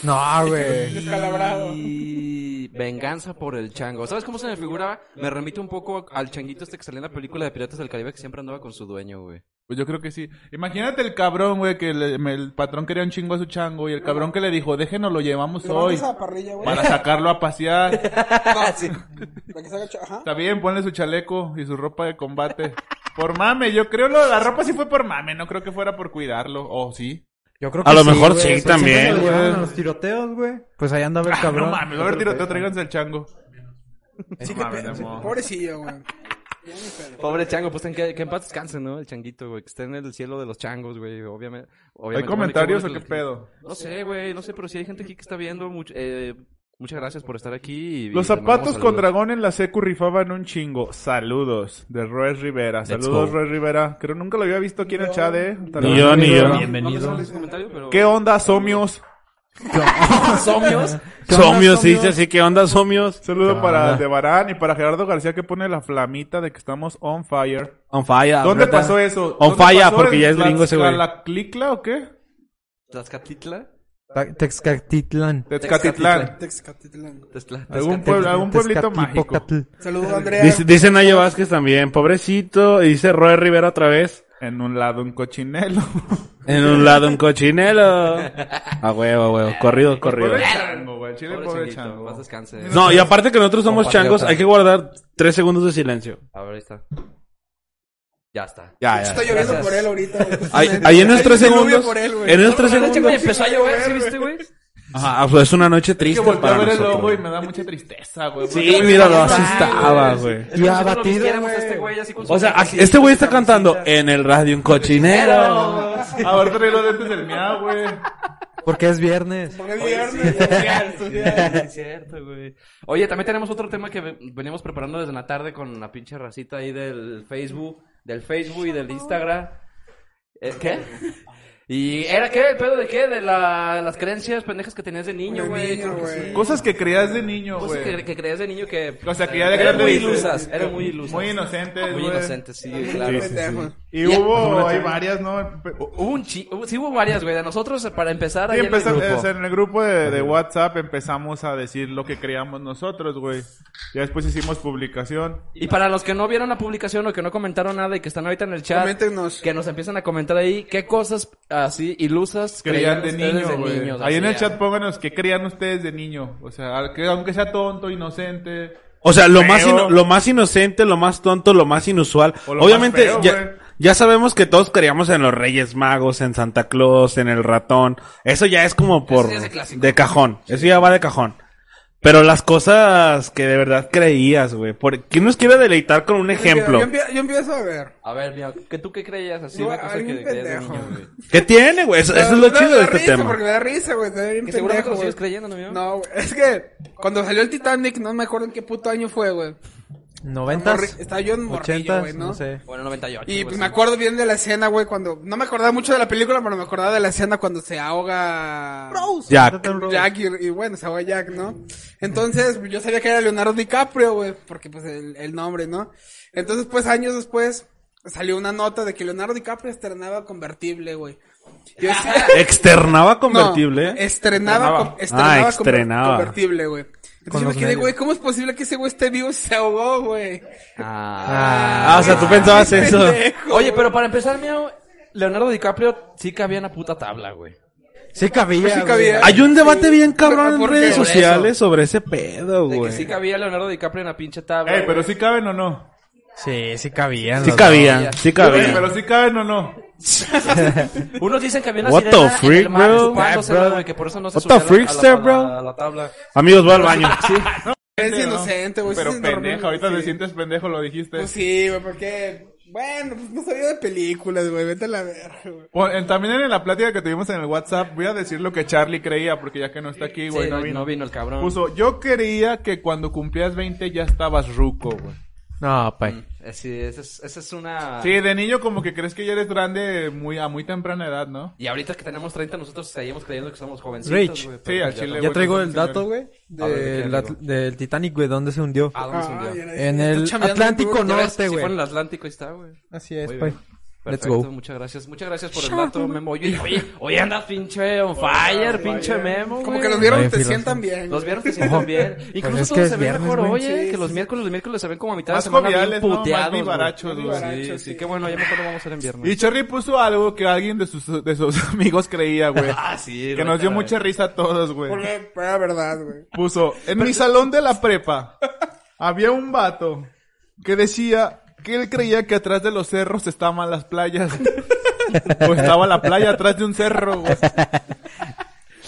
B: No, güey.
E: Descalabrado.
A: Y venganza por el chango. ¿Sabes cómo se me figura? Me remite un poco al changuito este que salió en la película de Piratas del Caribe que siempre andaba con su dueño, güey.
D: Pues yo creo que sí. Imagínate el cabrón, güey, que le- me- el patrón quería un chingo a su chango y el cabrón que le dijo, déjenos lo llevamos
E: Hoy.
D: hoy
E: Esa parrilla, güey.
D: para sacarlo a pasear.
C: Ah,
E: Para que se haga cho- Ajá.
D: Está bien, ponle su chaleco y su ropa de combate. Por mame, yo creo lo, la ropa sí fue por mame, no creo que fuera por cuidarlo. O sí.
B: Yo creo
C: A lo mejor
B: güey.
C: sí,
B: Pues siempre
C: también,
B: lo llevaban
D: güey.
B: a los tiroteos, güey. Pues ahí andaba el
D: No
B: cabrón.
D: mames, va a haber tiroteo, tráiganse al chango.
E: Sí,
D: No
E: qué
D: mames,
E: pedo.
D: amor.
E: Pobrecillo, güey. Ya ni pedo.
A: Pobre chango, pues en que, que en paz descanse, ¿no? El changuito, güey, que esté en el cielo de los changos, güey, obviamente.
D: ¿Hay
A: obviamente.
D: comentarios o
A: Bueno,
D: qué
A: bueno que-
D: pedo?
A: No sé, güey, no sé, pero si hay gente aquí que está viendo, much- eh, muchas gracias por estar aquí. y-
D: Los
A: y les mandamos
D: zapatos con
A: saludos.
D: dragón en la secu rifaban un chingo. Saludos de Roy Rivera.
A: Let's
D: Saludos,
A: go.
D: Roy Rivera. Creo nunca lo había visto aquí en el chat, eh. Hasta
C: Ni
D: la-
C: yo, ni yo.
A: No
F: Bienvenido.
A: me sale su comentario, pero-
D: ¿Qué onda, somios?
A: ¿Somios?
C: Somios, sí, dice así, ¿qué onda, somios?
D: Saludo
C: ¿Qué
D: para
C: onda?
D: Debarán y para Gerardo García que pone la flamita de que estamos on fire.
C: On
A: Ah,
C: fire.
D: ¿Dónde
C: ¿verdad?
D: pasó eso?
C: On
D: ¿Dónde
C: fire,
D: pasó?
C: porque
D: ¿En
C: ya es gringo ese güey.
D: ¿Tlaxcalaclicla o qué?
A: ¿Tlaxcatitla?
B: Ta- Texcatitlán.
D: Tezcatitlán.
E: Texcatitlán.
A: Tezcla-
D: Algún pueblo- algún pueblito
B: Tezcatipocatl.
E: Saludos, Andrea.
C: Dice, dice Naye Vázquez también, pobrecito. Y dice Roy Rivera otra vez.
D: En un lado un cochinelo.
C: En un lado un cochinelo. A huevo, a huevo. Corrido, corrido.
D: Pobre chango, güey. Chile,
A: Pobre
D: pobre
A: changuito,
D: chango.
A: paz descanse.
C: No,
D: pues,
C: y aparte que nosotros somos
A: Compatriota.
C: changos, hay que guardar tres segundos de silencio.
A: A ver, ahí está. Ya está.
C: Ya, ya.
E: Está lloviendo
A: Gracias.
E: por él ahorita. güey.
C: Ahí, ahí en esos tres
E: diluvio
C: segundos.
E: por él, güey.
C: En esos tres
A: Anoche,
C: segundos.
A: güey, empezó a llover, ¿sí viste, güey?
C: Ajá, ah, pues es una noche
D: Es que
C: triste
D: volteo a
C: para
D: ver el
C: nosotros.
D: lobo y me da mucha tristeza, güey.
C: Sí, míralo, así estaba, güey.
A: Es como si no lo
B: abatido,
A: vistiéramos a
B: güey.
A: este güey así con su
C: O sea,
A: camisita.
C: aquí- este güey está cantando en el radio un cochinero.
D: Ahora traigo los dientes del miau, güey.
B: Porque es viernes.
E: Porque es viernes, güey.
A: Sí, es cierto, güey. Oye, también tenemos otro tema que ve- veníamos preparando desde la tarde con la pinche racita ahí del Facebook, del Facebook y del Instagram. Eh, ¿Qué? ¿Y era qué? ¿El pedo de qué? De la- las creencias pendejas que tenías de niño,
E: De
A: güey.
E: niño,
A: creo que
E: güey.
A: sí.
D: Cosas que creías de niño,
A: Cosas que,
D: güey.
A: que creías de niño que...
D: O sea, que ya de
A: Eran
D: grande
A: muy
D: dices-
A: ilusas, eran muy ilusas.
D: Muy inocentes,
A: Muy
D: güey.
A: inocentes, sí, claro.
E: Pendejo.
D: Y
A: Ya.
D: hubo, hay varias, ¿no? Pe-
A: Hubo un chi... hubo- Sí hubo varias, güey. De nosotros, eh, para empezar...
D: Sí,
A: ahí en el
D: empezó-
A: grupo.
D: es, en el grupo de, de WhatsApp empezamos a decir lo que creíamos nosotros, güey. Ya después hicimos publicación.
A: Y para los que no vieron la publicación o que no comentaron nada y que están ahorita en el chat,
E: Coméntenos.
A: que nos empiezan a comentar ahí qué cosas así ilusas
D: Creían de
A: ustedes
D: niño, güey.
A: niños,
D: Ahí
A: así,
D: en el
A: ah.
D: chat pónganos qué creían ustedes de niño. O sea, al- que aunque sea tonto, inocente.
C: O sea, lo
D: Feo.
C: más, ino- lo más inocente, lo más tonto, lo más inusual.
D: O lo
C: Obviamente,
D: más feo, güey.
C: ya, ya sabemos que todos creíamos en los Reyes Magos, en Santa Claus, en el ratón. Eso ya es como por...
A: ya es de clásico.
C: de cajón. Eso ya va de cajón. Pero las cosas que de verdad creías, güey. Por... ¿Quién nos quiere deleitar con un ejemplo?
E: Yo empie- Yo empiezo a ver.
A: A ver, mira, ¿qué tú qué creías así?
E: No,
A: una cosa que
E: algún
A: creías de
E: pendejo,
A: niño, güey.
E: güey.
C: ¿Qué tiene, güey? Eso, eso es lo
E: No, no,
C: chido
E: me
C: de
E: da
C: este
E: risa,
C: tema.
E: Porque me da risa, güey. Está bien
A: Que seguramente
E: pendejo,
A: lo sigues
E: güey.
A: creyendo, ¿no, mío?
E: No, güey. Es que cuando salió el Titanic, no me acuerdo en qué puto año fue, güey. Morri-
B: ¿Noventas?
E: Estaba yo en morrillo,
B: ¿Ochentas?
E: güey, ¿no?
B: No sé.
A: Bueno, 98.
E: Y
A: güey,
E: pues
A: sí.
E: me acuerdo bien de la escena, güey, cuando... No me acordaba mucho de la película, pero me acordaba de la escena cuando se ahoga...
C: Jack.
E: Jack y, y bueno, se ahoga Jack, ¿no? Entonces, pues, yo sabía que era Leonardo DiCaprio, güey, porque pues el, el nombre, ¿no? Entonces, pues años después, salió una nota de que Leonardo DiCaprio estrenaba convertible, güey. Yo decía-
B: Ah.
C: Externaba convertible.
E: No, estrenaba, com- estrenaba,
C: Ah,
E: com-
C: estrenaba.
E: convertible, güey. Entonces yo
B: Con
E: me
B: los
E: quedé,
B: medios.
E: güey, ¿cómo es posible que ese güey esté vivo y se ahogó, güey?
A: Ah.
C: Ah, o sea, tú pensabas eso.
E: Pendejo,
A: Oye,
E: güey.
A: pero para empezar, mío, Leonardo DiCaprio sí cabía en la puta tabla, güey.
B: Sí cabía.
E: Sí
B: güey.
E: cabía.
C: Hay un debate bien cabrón en
E: ¿Por qué?
C: redes
E: Por
C: sociales sobre ese pedo,
A: De que
C: güey.
A: sí cabía Leonardo DiCaprio en la pinche tabla.
D: Ey, Eh, pero
A: güey.
D: si caben o no.
B: Sí, sí cabía.
C: Sí cabía, sí
D: Ey,
C: cabía.
D: pero si caben o no.
A: Unos dicen que había una
C: What
A: sirena
C: the freak,
A: en el mar
C: bro?
A: escupándosela,
C: Yeah, bro.
A: güey, que por eso no se
C: What
A: subía
C: the
A: a la-
C: freakster,
A: a la-
C: bro?
A: a la- a la tabla.
C: Amigos, voy al baño.
E: Es inocente, güey.
D: Pero
E: sí es normal,
D: pendejo, ahorita
E: sí.
D: te sientes pendejo, lo dijiste.
E: Pues sí, güey, porque... Bueno, pues no sabía de películas, güey, vete a la verga, güey.
D: Bueno, en- también en la plática que tuvimos en el WhatsApp, voy a decir lo que Charlie creía, porque ya que no está aquí,
A: Sí,
D: güey,
A: no,
D: no vino.
A: el cabrón.
D: Puso, yo creía que cuando cumplías 20 ya estabas ruco, güey.
B: No, pues. pay.
A: Eh, Sí, esa es, esa es una...
D: Sí, de niño como que crees que ya eres grande muy, a muy temprana edad, ¿no?
A: Y ahorita que tenemos 30, nosotros seguimos creyendo que somos jovencitos,
B: Rich.
A: güey,
D: Sí,
A: pero
D: al
A: ya
D: chile,
A: no.
B: Ya traigo el
D: Bueno,
B: dato, güey.
A: A ver, ¿de qué,
B: del at-
A: amigo?
B: Del Titanic, güey. Ah, ¿Dónde se hundió?
A: ¿A dónde se hundió?
E: ya, ya,
B: En
E: ya,
B: el
E: estoy chambeando
B: Atlántico
E: duro.
A: Ya ves,
B: Norte,
A: Si fue en
B: güey.
A: el Atlántico, ahí está, güey.
B: Así es, pues,
A: Muy
E: pues.
B: pay.
A: bien.
B: Let's
A: Perfecto,
B: go.
A: muchas gracias. Muchas gracias por el dato, Memo. Oye, oye, oye, andas pinche on fire, pinche Memo,
E: Como
A: güey.
E: que los vieron
B: Oye,
E: te
B: filoso.
E: sientan
A: Los
E: bien. güey.
A: viernes pues se sienten bien. Incluso
B: es que
A: todos
B: es
A: se ven
B: viernes,
A: mejor,
B: güey.
A: oye,
E: Sí,
A: que
E: sí,
A: los
E: sí.
A: miércoles, los miércoles se ven como a mitad de
D: Más
A: semana bien
D: joviales, ¿no? Más
A: puteados. güey.
D: vivarachos, güey.
A: Sí,
E: Vivarachos,
A: sí,
E: sí.
A: qué bueno, ya mejor lo vamos a hacer en
D: Y
A: viernes.
D: Charlie puso algo que alguien de sus, de sus amigos creía, güey.
A: Ah, sí.
D: que nos dio mucha risa a todos, güey.
E: Porque fue la verdad, güey.
A: Eh,
D: Puso, en mi salón de la prepa había un vato que decía que él creía que atrás de los cerros estaban las playas. o estaba la playa atrás de un cerro, güey.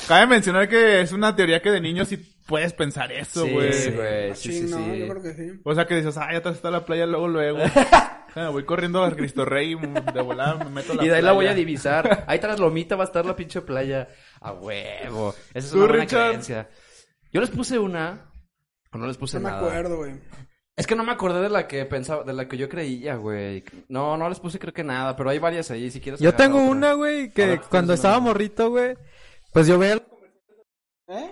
D: Cabe mencionar que es una teoría que de niños sí puedes pensar eso,
A: Sí,
D: güey.
A: güey. Ah, Sí, sí,
E: Machín, ¿no?
A: sí.
E: Yo creo que sí.
D: O sea, que dices, ah, ya atrás está la playa, luego, luego. Ah, voy corriendo a Cristo Rey, de volada me meto a la
A: Y de ahí la
D: playa.
A: voy a divisar. Ahí tras Lomita va a estar la pinche playa. A huevo. Esa es
D: Tú,
A: una buena
D: Richard.
A: creencia. Yo les puse una. O no les puse
E: No me
A: nada.
E: acuerdo, güey.
A: Es que no me acordé de la que pensaba, de la que yo creía, güey. No, no les puse creo que nada, pero hay varias ahí, si quieres.
B: Yo
A: agarra
B: tengo
A: otra.
B: una, güey,
A: A
B: que
A: ver, tienes
B: cuando
A: una.
B: estaba morrito, güey, pues yo veía...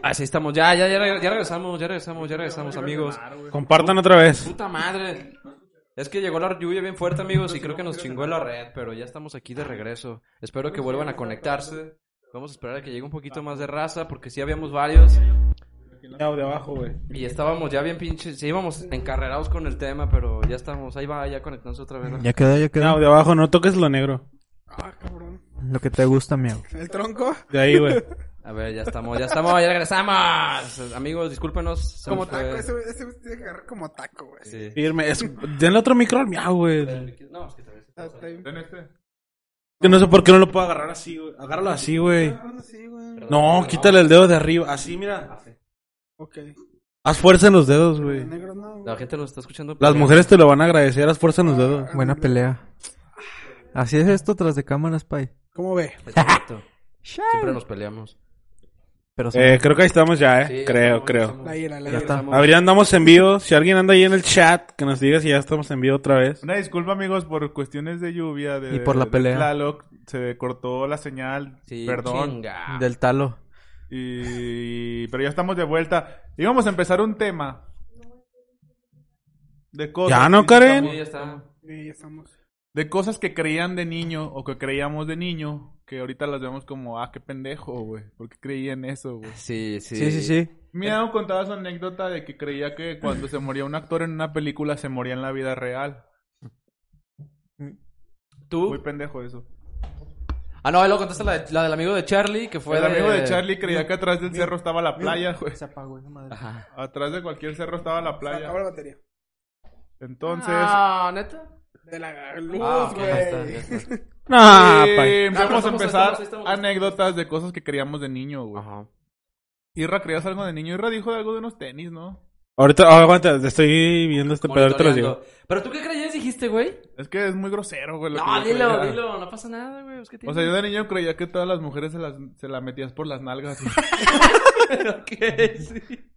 A: Así estamos, ya, ya, ya, reg- ya regresamos, ya regresamos, ya regresamos, amigos.
C: Compartan otra vez.
A: Puta madre. Es que llegó la lluvia bien fuerte, amigos, y creo que nos chingó la red, pero ya estamos aquí de regreso. Espero que vuelvan a conectarse. Vamos a esperar a que llegue un poquito más de raza, porque sí habíamos varios.
C: de abajo, güey.
A: Y estábamos ya bien pinches, sí, íbamos encarrerados con el tema, pero ya estamos, ahí va, ya conectándose otra vez. ¿no?
B: quedó, ya
C: de abajo, no toques lo negro.
E: Ah, cabrón.
B: Lo que te gusta, amigo.
E: El tronco.
C: De ahí, güey.
A: A ver, ya estamos, ya estamos, ya regresamos. Amigos, discúlpenos. se
E: Como
A: nos fue.
E: taco. Ese güey ese güey tiene que agarrar como taco, güey.
A: Sí.
C: Firme. Es... Denle otro micro al miau, güey.
A: No, es que te ves.
E: Ah, Está- está bien.
D: ¿Ten este?
C: Que no sé por qué no lo puedo agarrar así, güey. Agárralo así, güey.
E: Ah, sí, güey.
C: No, quítale el dedo de arriba. Así, mira.
E: Ok.
C: Haz fuerza en los dedos, güey.
E: Negro no, güey.
A: La gente nos está escuchando.
C: Las mujeres te lo van a agradecer. Haz fuerza en los dedos.
B: Buena pelea. Así es esto tras de cámaras, pay.
E: ¿Cómo ve?
A: Es correcto. Siempre nos peleamos.
B: Pero sí.
C: Eh, creo que ahí estamos ya, eh.
A: Sí,
C: creo,
A: estamos,
C: creo.
A: estamos.
E: La ira, la
A: Ya
E: ira.
A: está.
C: A ver, ya andamos en vivo. Si alguien anda ahí en el chat, que nos diga si ya estamos en vivo otra vez.
D: Una disculpa, amigos, por cuestiones de lluvia. De,
B: Y por la
D: de
B: pelea.
D: Tlaloc, se cortó la señal.
A: Sí,
D: perdón.
A: chinga.
B: Del talo.
D: Y... Pero ya estamos de vuelta. Íbamos a empezar un tema. De cosas.
C: ¿Ya no,
D: y
C: Karen?
D: estamos-
A: Sí, ya está.
E: Sí, ya estamos.
D: De cosas que creían de niño o que creíamos de niño. Que ahorita las vemos como, ah, qué pendejo, güey. ¿Por qué creía en eso, güey?
A: Sí, sí.
B: Sí, sí, sí.
D: Miau contaba su anécdota de que creía que cuando se moría un actor en una película, se moría en la vida real. Muy
A: ¿Tú?
D: pendejo eso.
A: Ah, no, ahí lo contaste la, de- la del amigo de Charlie, que fue
D: El amigo de Charlie creía que atrás del cerro estaba la playa, güey.
B: apagó esa madre.
A: Ajá.
D: Atrás de cualquier cerro estaba la
E: Se acabó
D: playa.
E: la batería.
D: Entonces.
A: Ah, ¿neta?
E: De la luz,
A: Ah, ok,
E: güey.
A: ya está, ya está.
C: No,
D: eh,
C: pay.
A: Ah, pero
D: vamos a
A: estamos,
D: empezar
A: estamos, estamos.
D: anécdotas de cosas que creíamos de niño, güey.
A: Ajá.
D: Irra, creías algo de niño. Irra dijo algo de unos tenis, ¿no?
C: Ahorita, ah, aguanta, te estoy viendo este pedo, ahorita los digo.
A: Monitoreando. ¿Pero tú qué creías dijiste, güey?
D: Es que es muy grosero, güey. lo que
A: No,
D: yo
A: dilo,
D: creía.
A: dilo, no pasa nada, güey. pues, ¿qué
D: O sea, yo
A: tiene?
D: de niño creía que todas las mujeres se las, se la metías por las nalgas. güey.
A: Ok, sí.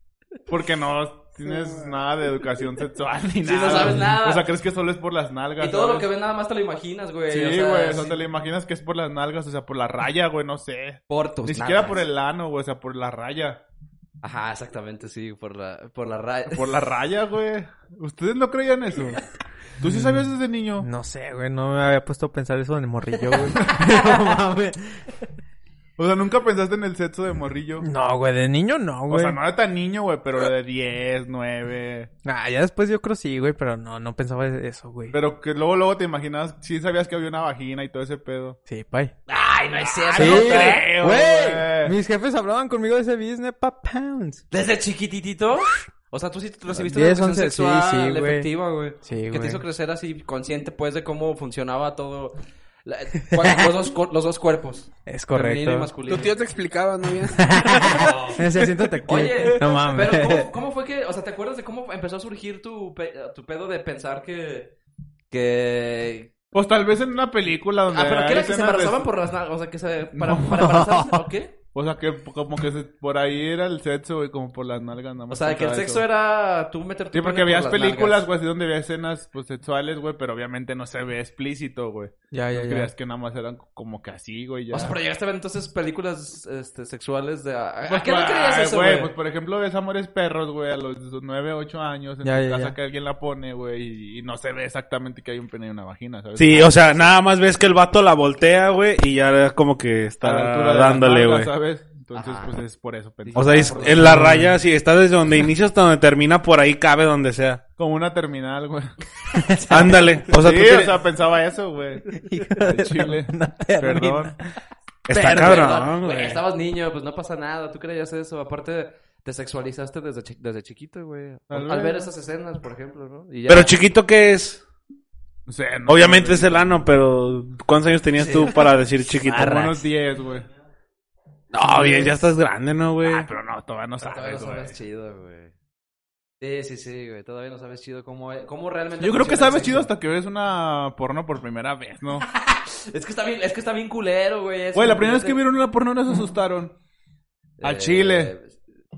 D: Porque no tienes nada de educación sexual ni
A: Sí,
D: nada.
A: no sabes
D: güey.
A: nada.
D: O sea, crees que solo es por las nalgas.
A: Y todo lo
D: ¿sabes?
A: que ves nada más te lo imaginas, güey.
D: Sí,
A: o
D: güey.
A: sea,
D: o sea,
A: sí.
D: te lo imaginas que es por las nalgas, o sea, por la raya, güey, no sé.
A: Por tus
D: Ni siquiera
A: nalgas.
D: por el ano, güey, o sea, por la raya.
A: Ajá, exactamente, sí, por la, por la raya.
D: Por la raya, güey. ¿Ustedes no creían eso? ¿Tú sí sabías desde niño?
A: Mm.
B: No sé, güey, no me había puesto a pensar eso en el morrillo, güey. no mames.
D: O sea, nunca pensaste en el sexo de morrillo.
B: No, güey, de niño no,
D: O
B: güey.
D: sea, no era tan niño, güey, pero de 10, 9.
B: Ah, ya después yo creo sí, güey, pero no, no pensaba eso, güey.
D: Pero que luego, luego te imaginabas, sí sabías que había una vagina y todo ese pedo.
B: Sí, pay.
A: Ay, no es cierto.
B: Sí,
A: Ah, no creo.
D: creo, güey.
B: güey. Mis jefes hablaban conmigo de ese business, pa pounds.
A: Desde chiquititito. O sea, tú sí te recibiste
B: Diez,
A: una educación
B: once, sí,
A: sexual
B: sí, güey.
A: efectiva, güey.
B: Sí,
A: que te
B: güey.
A: hizo crecer así consciente, pues, de cómo funcionaba todo. la- cuál- los, dos, cu- los dos cuerpos.
B: Es
A: Femenino y
B: correcto.
A: masculino.
E: Tu tío te explicaba, ¿no? Bien.
B: Ese siéntate aquí.
A: Oye,
B: no mames.
A: Pero ¿cómo, cómo fue que, o sea, ¿te acuerdas de cómo empezó a surgir tu, pe- tu pedo de pensar que... que...
D: Pues tal vez en una película donde...
A: Ah, pero ¿qué era
D: hay
A: que se
D: escenas de-
A: embarazaban por las... nal- O sea, que se... Para, para embarazarse, ¿o qué?
D: O sea, que como que se- por ahí era el sexo, güey, como por las nalgas nada
A: O
D: más.
A: sea, que el
D: pensaba
A: sexo
D: eso.
A: era tú meter tu
D: Sí,
A: pene
D: porque
A: por
D: veías
A: las
D: películas,
A: nalgas.
D: güey, así donde había escenas pues, sexuales, güey, pero obviamente no se ve explícito, güey.
B: Ya, ya, ya.
D: Creías que nada más eran como que así, güey, ya.
A: O sea, pero llegaste a ver entonces películas este, sexuales de... ¿A,
D: Pues,
A: ¿a qué no
D: pues,
A: creías
D: ay,
A: eso,
D: güey?
A: güey?
D: Pues, por ejemplo, ves Amores Perros, güey, a los 9, 8 años en
B: Ya,
D: tu
B: ya,
D: casa
B: ya.
D: que alguien la pone, güey, y, y no se ve exactamente que hay un pene y una vagina, ¿sabes?
C: Sí, o sea, nada más ves que el vato la voltea, güey, y ya como que
D: A la altura
C: está
D: de la
C: dándole,
D: nalga,
C: güey.
D: ¿sabes? Entonces,
A: Ajá.
D: pues es por eso, pendejo.
C: O sea, es, en la raya, si está desde donde inicia hasta donde termina, por ahí cabe donde sea.
D: Como una terminal, güey.
C: Ándale. O sea,
D: sí,
C: tú tienes-
D: o sea, pensaba eso, güey. De Chile. Perdón.
C: está
A: Pero,
C: cabrón,
A: perdón,
C: güey.
A: Estabas niño, pues no pasa nada. Tú creías eso. Aparte, te sexualizaste desde, chi- desde chiquito, güey.
D: Tal
A: Al,
D: vez.
A: al ver esas escenas, por ejemplo, ¿no? Y ya.
C: Pero chiquito, ¿qué es?
D: O sea, no,
C: Obviamente es el ano, pero ¿cuántos años tenías tú para decir chiquito?
D: Como unos 10, güey. Ah,
C: No, bien, ya estás grande, ¿no, güey?
D: Pero no,
C: todavía no
A: Todavía no
C: sabes, güey.
A: sabes chido, güey. Sí, sí, sí, güey. Todavía no sabes chido cómo, cómo realmente.
D: Yo creo que
A: funciona el
D: sabes chido
A: sexo.
D: hasta que ves una porno por primera vez, ¿no?
A: Es que está bien, es que está bien culero, güey. es
D: Güey, la
A: como
D: primera vez
A: te-
D: que vieron una porno no se asustaron. Al
A: Eh,
D: chile.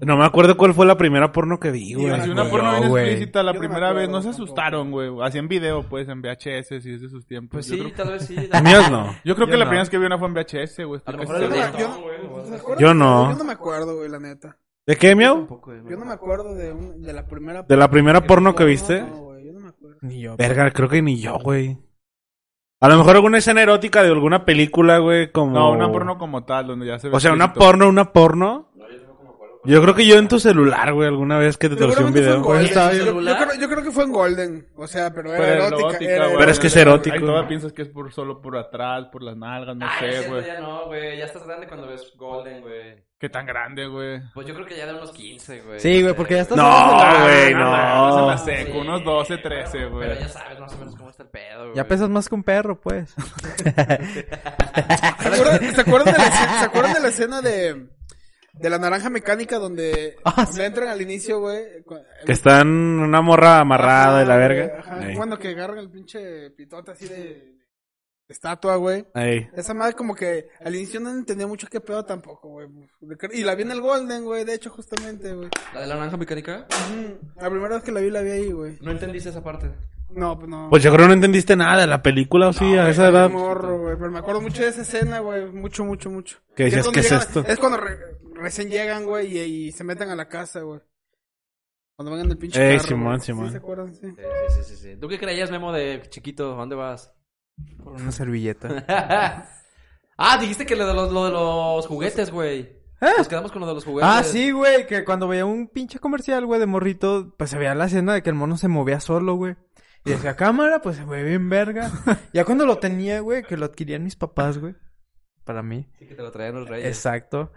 C: No me acuerdo cuál fue la primera porno que vi,
D: Y
C: güey.
D: así una
E: güey.
D: porno
B: No,
D: bien
B: güey.
D: explícita la
E: Yo no me
D: primera
E: acuerdo
D: vez, no se
E: tampoco.
D: asustaron, güey. Así en video, pues, en VHS, si es de sus tiempos.
A: Pues
D: yo
A: sí,
D: creo,
A: tal vez sí.
C: Las mías no.
D: yo creo que
B: Yo
D: la
B: no.
D: primera vez que vi una fue en VHS, güey.
A: A lo
D: porque
A: mejor
D: sí,
A: el
D: güey.
A: de-
E: Yo,
A: No, güey, no.
E: ¿se acuerdan?
C: Yo no.
E: Yo no me acuerdo, güey, la neta.
C: ¿De qué, Miau?
A: Tampoco, güey,
E: Yo no me acuerdo de, un- de la primera
C: ¿De la primera porno que
E: No,
C: viste?
E: No, güey, yo no me acuerdo.
B: Ni yo.
C: Verga, creo que ni yo, güey. A lo mejor alguna escena erótica de alguna película, güey, como...
D: No, una porno como tal, donde ya se ve.
C: O sea, una
D: explícito.
C: porno, una porno. Yo creo que yo en tu celular, güey, alguna vez que te torció un
E: Seguramente fue en
C: video.
B: Pues
E: Golden.
B: estaba-
E: Yo, yo creo, yo creo que fue en Golden. O sea, pero era
D: Pero
E: erótica.
D: erótica,
E: era
D: güey.
C: Pero es que es erótico.
D: Ahí todavía piensas que es por solo por atrás, por las nalgas, no
A: Ay, es
D: sé,
A: cierto,
D: güey.
A: Ah, ya no, güey. Ya estás grande cuando ves Golden, güey.
D: Qué tan grande, güey.
A: Pues yo creo que ya de unos 15, güey.
B: Sí, güey, porque ya estás.
C: No,
B: hablando de-
C: güey,
D: No se me
E: Ah,
C: no.
D: hace,
A: Sí,
D: con unos 12, 13,
A: pero-
D: güey.
A: Pero ya sabes más o menos cómo está el pedo, güey.
B: Ya pesas más que un perro, pues.
E: ¿Se acuerdan, se acuerdan de la escena, ¿se acuerdan de la escena de, de la naranja mecánica donde donde entran al inicio, güey? cu-
C: Ah, Que están una morra amarrada y la
E: Ajá,
C: verga.
E: ajá.
C: Ey,
E: Bueno, que agarran el pinche pitote así de, de estatua, güey.
C: ey.
E: Esa madre como que al inicio no entendía mucho qué pedo tampoco, güey. Y la vi en el Golden, güey, de hecho, justamente, güey.
A: ¿La de la naranja mecánica?
E: Ujú, La primera vez que la vi, la vi ahí, güey.
A: No entendiste esa parte.
E: No, pues no.
C: Pues yo creo que no entendiste nada de la película, o sí, a esa edad.
E: Morro, güey. Pero me acuerdo mucho de esa escena, güey. Mucho, mucho, mucho.
C: Que
E: Y
C: decías,
E: cuando
C: "¿Qué es
E: llegan-
C: esto?"
E: Es cuando re- recién llegan, güey, y, y se meten a la casa, güey. Cuando vengan del pinche
C: Ey,
E: carro,
C: Simón,
E: güey.
C: Simón.
E: ¿Sí se acuerdan? Sí.
A: Sí, sí, sí, sí, sí. ¿Tú qué creías, Memo, de chiquito? ¿A dónde vas?
B: Por una servilleta.
A: ah, dijiste que lo de los, lo de los juguetes, güey. Nos quedamos con lo de los juguetes.
B: ¿Eh? Ah, sí, güey, que cuando veía un pinche comercial, güey, de morrito, pues se veía la escena de que el mono se movía solo, güey. Y decía, cámara, pues se mueve bien verga. ya cuando lo tenía, güey, que lo adquirían mis papás, güey. Para mí.
A: Sí, que te lo traían los reyes.
B: Exacto.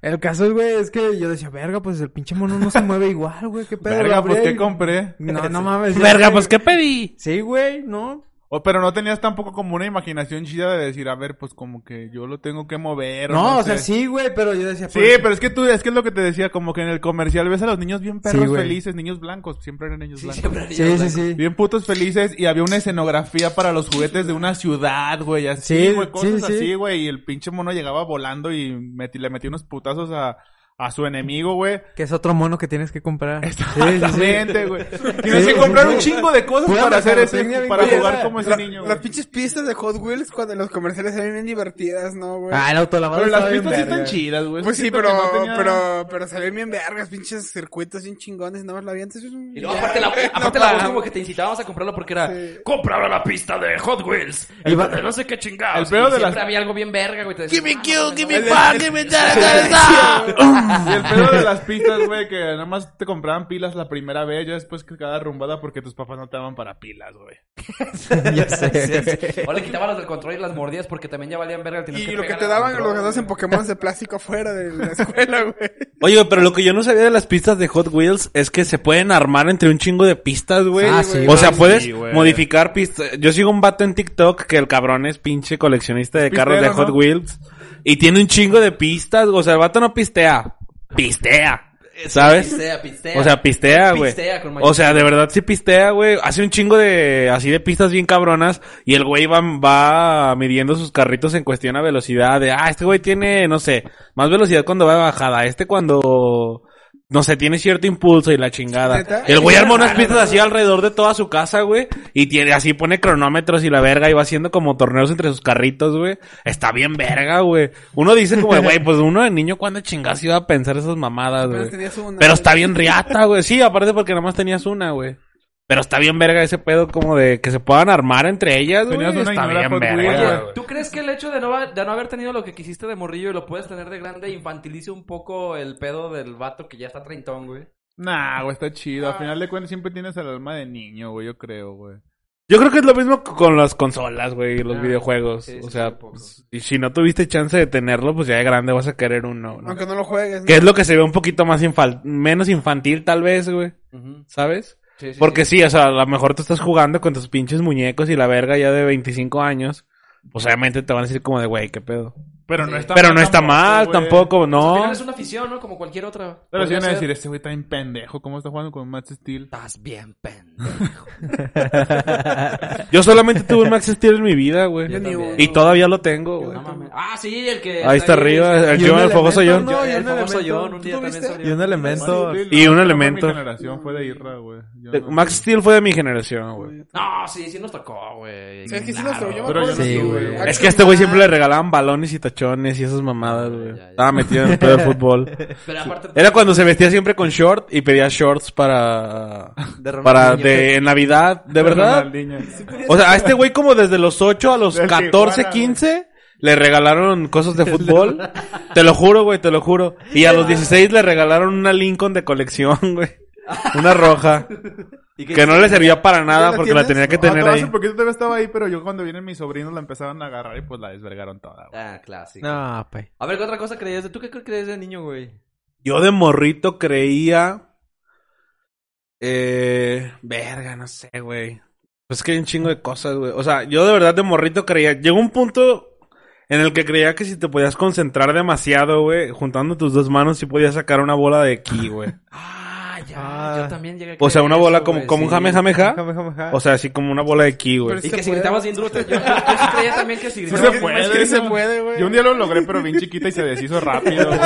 B: El caso, güey, es que yo decía, verga, pues el pinche mono no se mueve igual, güey, qué pedo.
D: Verga,
B: lo
D: pues
B: abría
D: qué
B: y-
D: compré.
B: No, no mames. ya
C: Verga,
B: sé, güey.
C: pues qué pedí.
B: Sí, güey, no.
D: O, Oh, pero no tenías tampoco como una imaginación chida de decir, a ver, pues como que yo lo tengo que mover.
B: No, o sea,
D: sé.
B: sí, güey, pero yo decía,
D: Sí,
B: pues,
D: pero es que tú, es que es lo que te decía, como que en el comercial ves a los niños bien
B: Sí,
D: perros
B: güey.
D: felices, niños blancos, siempre eran niños
A: Sí,
D: blancos.
A: siempre había
B: Sí,
A: los
B: sí,
A: blancos.
B: sí.
D: Bien putos felices y había una escenografía para los juguetes de una ciudad, güey, así,
B: Sí,
D: güey,
B: sí,
D: cosas
B: sí.
D: así, güey, y el pinche mono llegaba volando y meti- le metía unos putazos a, a su enemigo, güey.
B: Que es otro mono que tienes que comprar.
D: Exactamente, güey. Tienes
B: Sí,
D: que comprar
B: sí.
D: un chingo de cosas
B: Pura
D: para hacer
B: mercadotecnia
D: ese,
B: bien
D: para
B: culera.
D: jugar como ese
E: La-
D: niño, güey.
E: las pinches pistas de Hot Wheels cuando en los comerciales eran bien divertidas, ¿no, güey?
B: Ah, el autolavado
D: Pero las
B: estaba bien
D: pistas sí
B: verga.
D: están chidas, güey.
E: pues sí,
D: Siento
E: pero,
D: que no tenía-
E: pero, pero se ven bien vergas, pinches circuitos bien chingones, nada más la vi antes.
A: Y luego, aparte, la, aparte la voz como que te incitábamos a comprarlo porque era compra ahora la pista de Hot Wheels.
B: Y
A: Y
B: va-
A: no sé qué chingados.
D: El pedo
A: Y
D: de
A: siempre
D: las-
A: había algo bien verga, güey.
C: Give
A: Decían,
C: me
A: "Ah,
C: kill,
A: no,
C: give
A: no,
C: me
A: no".
C: fuck, give me that, that, that.
D: Y el pedo de las pistas, güey, que nada más te compraban pilas la primera vez, ya después que cada rumbada porque tus papás no te daban para pilas, güey.
B: ya sé.
A: O le quitaban las del control y las mordías porque también ya valían verga. tenías
E: Y lo que
A: pegar
E: te
A: al
E: daban
A: control.
E: los gatos en Pokémon de plástico afuera de la escuela, güey.
C: Oye, pero lo que yo no sabía de las pistas de Hot Wheels es que se pueden armar entre un chingo de pistas, güey.
B: Ah, sí,
C: o sea,
B: güey.
C: puedes
D: Sí, güey.
C: modificar pistas. Yo sigo un vato en TikTok que el cabrón es pinche coleccionista de
D: Pistero,
C: carros de
D: ¿no?
C: Hot Wheels y tiene un chingo de pistas. O sea, el vato no pistea, pistea. ¿Sabes?
A: Pistea, pistea.
C: O sea, pistea, güey.
A: Pistea con
C: O sea, de verdad sí pistea, güey. Hace un chingo de así de pistas bien cabronas y el güey va, va midiendo sus carritos en cuestión a velocidad. De, ah, este güey tiene, no sé, más velocidad cuando va de bajada. Este cuando, no sé, tiene cierto impulso y la chingada.
E: ¿Neta?
C: El güey arma unas pistas así alrededor de toda su casa, güey. Y tiene, así pone cronómetros y la verga y va haciendo como torneos entre sus carritos, güey. Está bien verga, güey. Uno dice como, güey, pues uno de niño cuando chingas iba a pensar esas mamadas,
E: Apenas
C: güey.
E: tenías una,
C: Pero
E: güey.
C: está bien riata, güey. Sí, aparte porque nada más tenías una, güey. Pero está bien verga ese pedo como de que se puedan armar entre ellas, güey.
D: Tenías una y
C: Está
D: no era
C: bien
D: Hot
C: verga,
D: Wheels,
A: Oye,
D: güey.
C: güey.
A: ¿tú crees que el hecho de no, va- de no haber tenido lo que quisiste de morrillo y lo puedes tener de grande infantilice un poco el pedo del vato que ya está treintón, güey?
D: Nah, güey, está chido.
E: Ah.
D: Al final de cuentas siempre tienes el alma de niño, güey, yo creo, güey.
C: Yo creo que es lo mismo c- con las consolas, güey, y los
A: Ah,
C: videojuegos.
A: sí, sí,
C: o
A: un
C: sea,
A: poco.
C: pues, y si no tuviste chance de tenerlo, pues ya de grande vas a querer uno, ¿no?
E: Aunque no lo juegues, ¿no?
C: Que es lo que se ve un poquito más infal- menos infantil, tal vez, güey.
A: Ujú.
C: ¿Sabes?
A: Sí, sí,
C: Porque
A: sí.
C: sí, o sea, a lo mejor tú estás jugando con tus pinches muñecos y la verga ya de 25 años. Pues obviamente te van a decir como de, güey, qué pedo.
D: Pero no está
C: Pero no está mal tampoco,
A: Al
C: no.
A: final es una afición, ¿no? Como cualquier otra.
D: Pero si
A: Podría
D: van a
A: ser.
D: decir, este güey está en pendejo. ¿Cómo está jugando con Max Steel?
A: Estás bien pendejo.
C: Yo solamente tuve un Max Steel en mi vida, güey.
A: Yo ni uno.
C: Y todavía lo tengo, güey.
A: No mames. Ah, sí, el que.
C: Ahí está arriba, el
B: Y un
C: John, el famoso
B: elemento,
C: John.
B: ¿no?
A: el
B: y un
A: famoso
B: elemento.
A: John, un día
E: ¿Tú
A: también
E: tuviste?
A: salió.
B: Y un elemento.
C: Y un elemento.
D: Mi generación fue de Irra, güey. Yo
C: De-
D: no.
C: Max Steel fue de mi generación, güey.
A: No, sí, sí nos tocó, güey.
E: Sí, es que sí nos tocó, yo me
A: Pero-
D: Pero yo no
B: Sí,
D: estuve,
B: güey.
C: Es que a este güey siempre le regalaban balones y tachones y esas
B: Ah,
C: mamadas, güey.
A: ya.
C: Estaba metido en el pedo del fútbol.
A: Pero aparte.
C: Era cuando se vestía siempre con short y pedía shorts para...
B: De Ronaldinho.
C: para de en Navidad, de verdad.
D: Ronaldinho.
E: pues,
C: O sea, a este güey como desde los 8 a los
D: Del
C: 14,
D: Tijuana,
C: 15 le regalaron cosas de fútbol. Te lo juro, güey, te lo juro. Y a los 16 le regalaron una Lincoln de colección, güey. Una roja.
A: ¿Y qué-
C: Que no le servía para nada
E: la
C: porque la tenía
E: tienes?
C: que
D: Ah,
C: tener
D: todo hace
C: ahí.
D: poquito todavía estaba ahí, pero yo cuando vienen mis sobrinos la empezaron a agarrar y pues la desvergaron toda, güey.
A: Ah, clásico.
B: No, pues. pe.
A: A ver, ¿qué otra cosa creías? de- ¿Tú qué creías de niño, güey?
C: Yo de morrito creía. Eh. Verga, no sé, güey. Pues que hay un chingo de cosas, güey. O sea, yo de verdad de morrito creía. Llegó un punto en el que creía que si te podías concentrar demasiado, güey, juntando tus dos manos, sí podías sacar una bola de ki, güey.
A: Ah, ya.
B: Ah.
A: Yo también llegué a
C: O sea,
A: creer
C: una
A: eso,
C: bola
A: güey,
C: como, como un
A: sí.
C: jame jame ja.
B: Jame, jame, ja.
C: O sea, así como una bola de ki, güey.
E: Pero
A: Y
E: ¿Se
A: que si
E: puede?
A: gritabas bien duro, te- yo, yo, yo sí creía también que si
D: Sí
A: gritabas.
D: se
E: es
D: puede,
E: que sí
D: ¿no?
E: se puede, güey.
D: Yo un día lo logré, pero bien chiquita y se deshizo rápido. güey.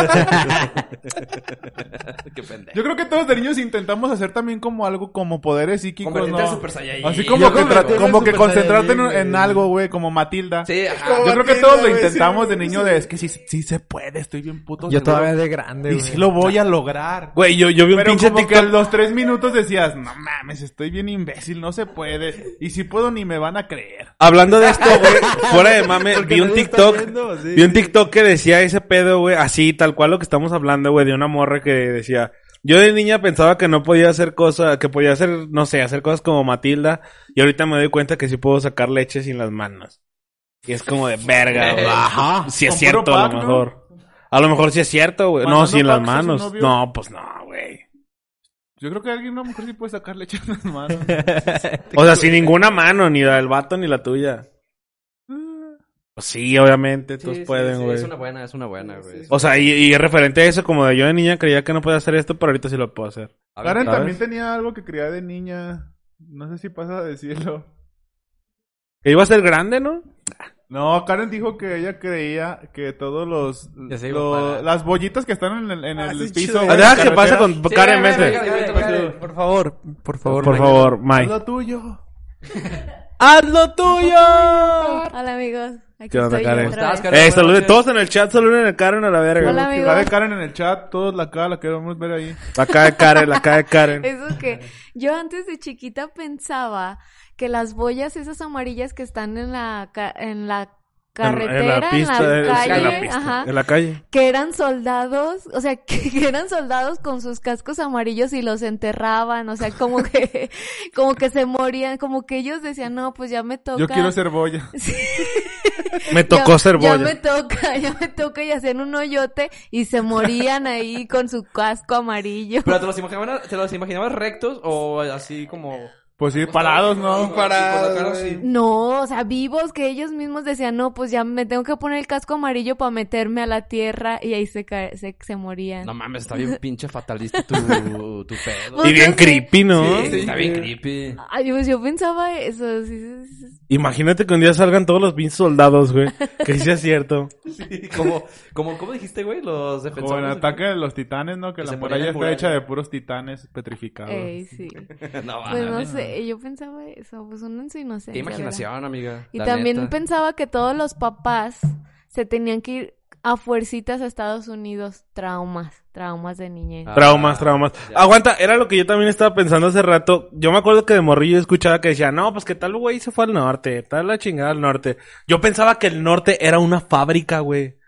A: Qué pendejo.
D: Yo creo que todos de niños intentamos hacer también como algo como poderes psíquicos,
A: Convertirte
D: ¿no?
A: en Super Saiyajin.
D: Así como
B: Yo
D: que,
B: convertirme
D: tra-
B: en
D: como que
B: Super
D: concentrarte en,
B: Saiyajin,
D: en
B: güey.
D: algo, güey, como Matilda.
A: Sí, ajá.
D: Yo creo que
E: Matilda,
D: todos lo
E: güey, sí,
D: intentamos de
E: sí,
D: niño
E: sí.
D: de es que sí, sí se puede, estoy bien puto.
B: Yo
D: seguro.
B: todavía de grande,
D: Y
B: güey.
D: sí lo voy a lograr.
C: Güey, yo, yo vi un
D: Pero
C: pinche
D: como que a
C: TikTok.
D: los tres minutos decías, no mames, estoy bien imbécil, no se puede. Y si puedo ni me van a creer.
C: Hablando de esto, güey, fuera de mame, vi un
B: nadie está
C: TikTok,
B: viendo, sí,
C: vi un TikTok que decía ese pedo, güey, así, tal cual lo que estamos hablando, güey, de una morra que decía, yo de niña pensaba que no podía hacer cosas, que podía hacer, no sé, hacer cosas como Matilda, y ahorita me doy cuenta que sí puedo sacar leche sin las manos. Y es como de verga, güey. Si es
D: Con
C: cierto,
D: puro
C: a
D: pack,
C: lo
D: ¿no?
C: mejor. A lo mejor sí es cierto, güey. No,
D: Mandando
C: sin las
D: packs a su
C: manos.
D: novio.
C: No, pues no, güey.
D: Yo creo que alguien, una mujer, sí puede sacar leche en las manos.
C: O sea, sin ninguna mano, ni la del vato ni la tuya. Pues sí, obviamente,
A: Sí,
C: todos
A: sí,
C: pueden,
A: sí,
C: güey.
A: es una buena, es una buena, güey.
C: O sea, y, y referente a eso, como de yo de niña creía que no podía hacer esto, pero ahorita sí lo puedo hacer.
A: A ver,
D: Karen
C: ¿sabes?
D: también tenía algo que creía de niña. No sé si pasa a decirlo.
C: Que iba a ser grande, ¿no?
D: No, Karen dijo que ella creía que todos los,
B: Ya se iba
D: lo-
B: para-
D: las bollitas que están en el, en
E: Ah,
D: el
E: sí,
D: piso.
E: chido.
D: güey,
E: Ah,
D: en
C: Deja que
D: carretera,
C: pase con
A: Sí,
C: Karen
A: a ver,
C: Mestre.
A: venga, venga, venga.
B: Por favor, por favor.
C: Por favor, Mike.
D: Haz lo tuyo.
B: ¡Haz lo tuyo!
F: Hola amigos, aquí
C: ¿Qué onda,
F: estoy
C: Karen?
F: otra
A: ¿Cómo
F: vez.
A: Buenas
C: Eh, saluden
A: noches.
C: todos en el chat, saluden en el Karen a la verga.
F: Hola, amigos.
D: La de Karen en el chat, todos la cara la queremos ver ahí.
C: La cara de Karen, la cara de Karen.
F: Eso que yo antes de chiquita pensaba que las boyas esas amarillas que están en la ca- en la carretera, en, la,
C: eh, sí,
F: calle,
C: en la pista,
F: ajá,
C: en la calle.
F: que eran soldados, o sea, que, que eran soldados con sus cascos amarillos y los enterraban, o sea, como que como que se morían, como que ellos decían, "No, pues ya me toca."
D: Yo quiero ser boya.
C: Me tocó
F: ya,
C: ser
F: Ya
C: boya.
F: me toca, ya me toca y hacían un hoyote y se morían ahí con su casco amarillo.
A: ¿Pero te los, imaginabas, te los imaginabas rectos o así como...
D: Pues sí, parados,
A: Sí,
D: ¿no?
A: con la
E: Parados,
A: cara
E: güey.
A: así?
F: No, o sea, vivos que ellos mismos decían, no, pues ya me tengo que poner el casco amarillo para meterme a la tierra y ahí se, ca- se, se morían.
A: No mames, está bien pinche fatalista tu, tu pedo.
F: Pues
C: Y bien
F: no sé.
C: creepy, ¿no?
A: Sí, está bien creepy.
F: Ay, pues yo pensaba eso. sí, sí, sí.
C: Imagínate que un día salgan todos los pinches soldados, güey. Que sí es cierto.
A: Como, como, ¿cómo dijiste, güey? Los defensores.
D: Como el ataque de los titanes, ¿no? Que,
A: Que se ponían
D: la muralla
A: en
D: está
A: muralla.
D: hecha de puros titanes petrificados.
F: Ey, sí.
A: Ah, No,
F: Pues no
A: mames.
F: sé, yo pensaba eso, pues uno en su inocencia.
A: Qué
F: ¿verdad?
A: imaginación, amiga.
F: Y
A: la
F: también
A: neta.
F: pensaba que todos los papás se tenían que ir a fuercitas a Estados Unidos. Traumas, traumas de niñez.
A: Ah.
C: Traumas, traumas.
A: ya.
C: Aguanta, era lo que yo también estaba pensando hace rato. Yo me acuerdo que de morrillo escuchaba que decía, no, pues que tal güey se fue al norte, tal la chingada al norte. Yo pensaba que el norte era una fábrica, güey.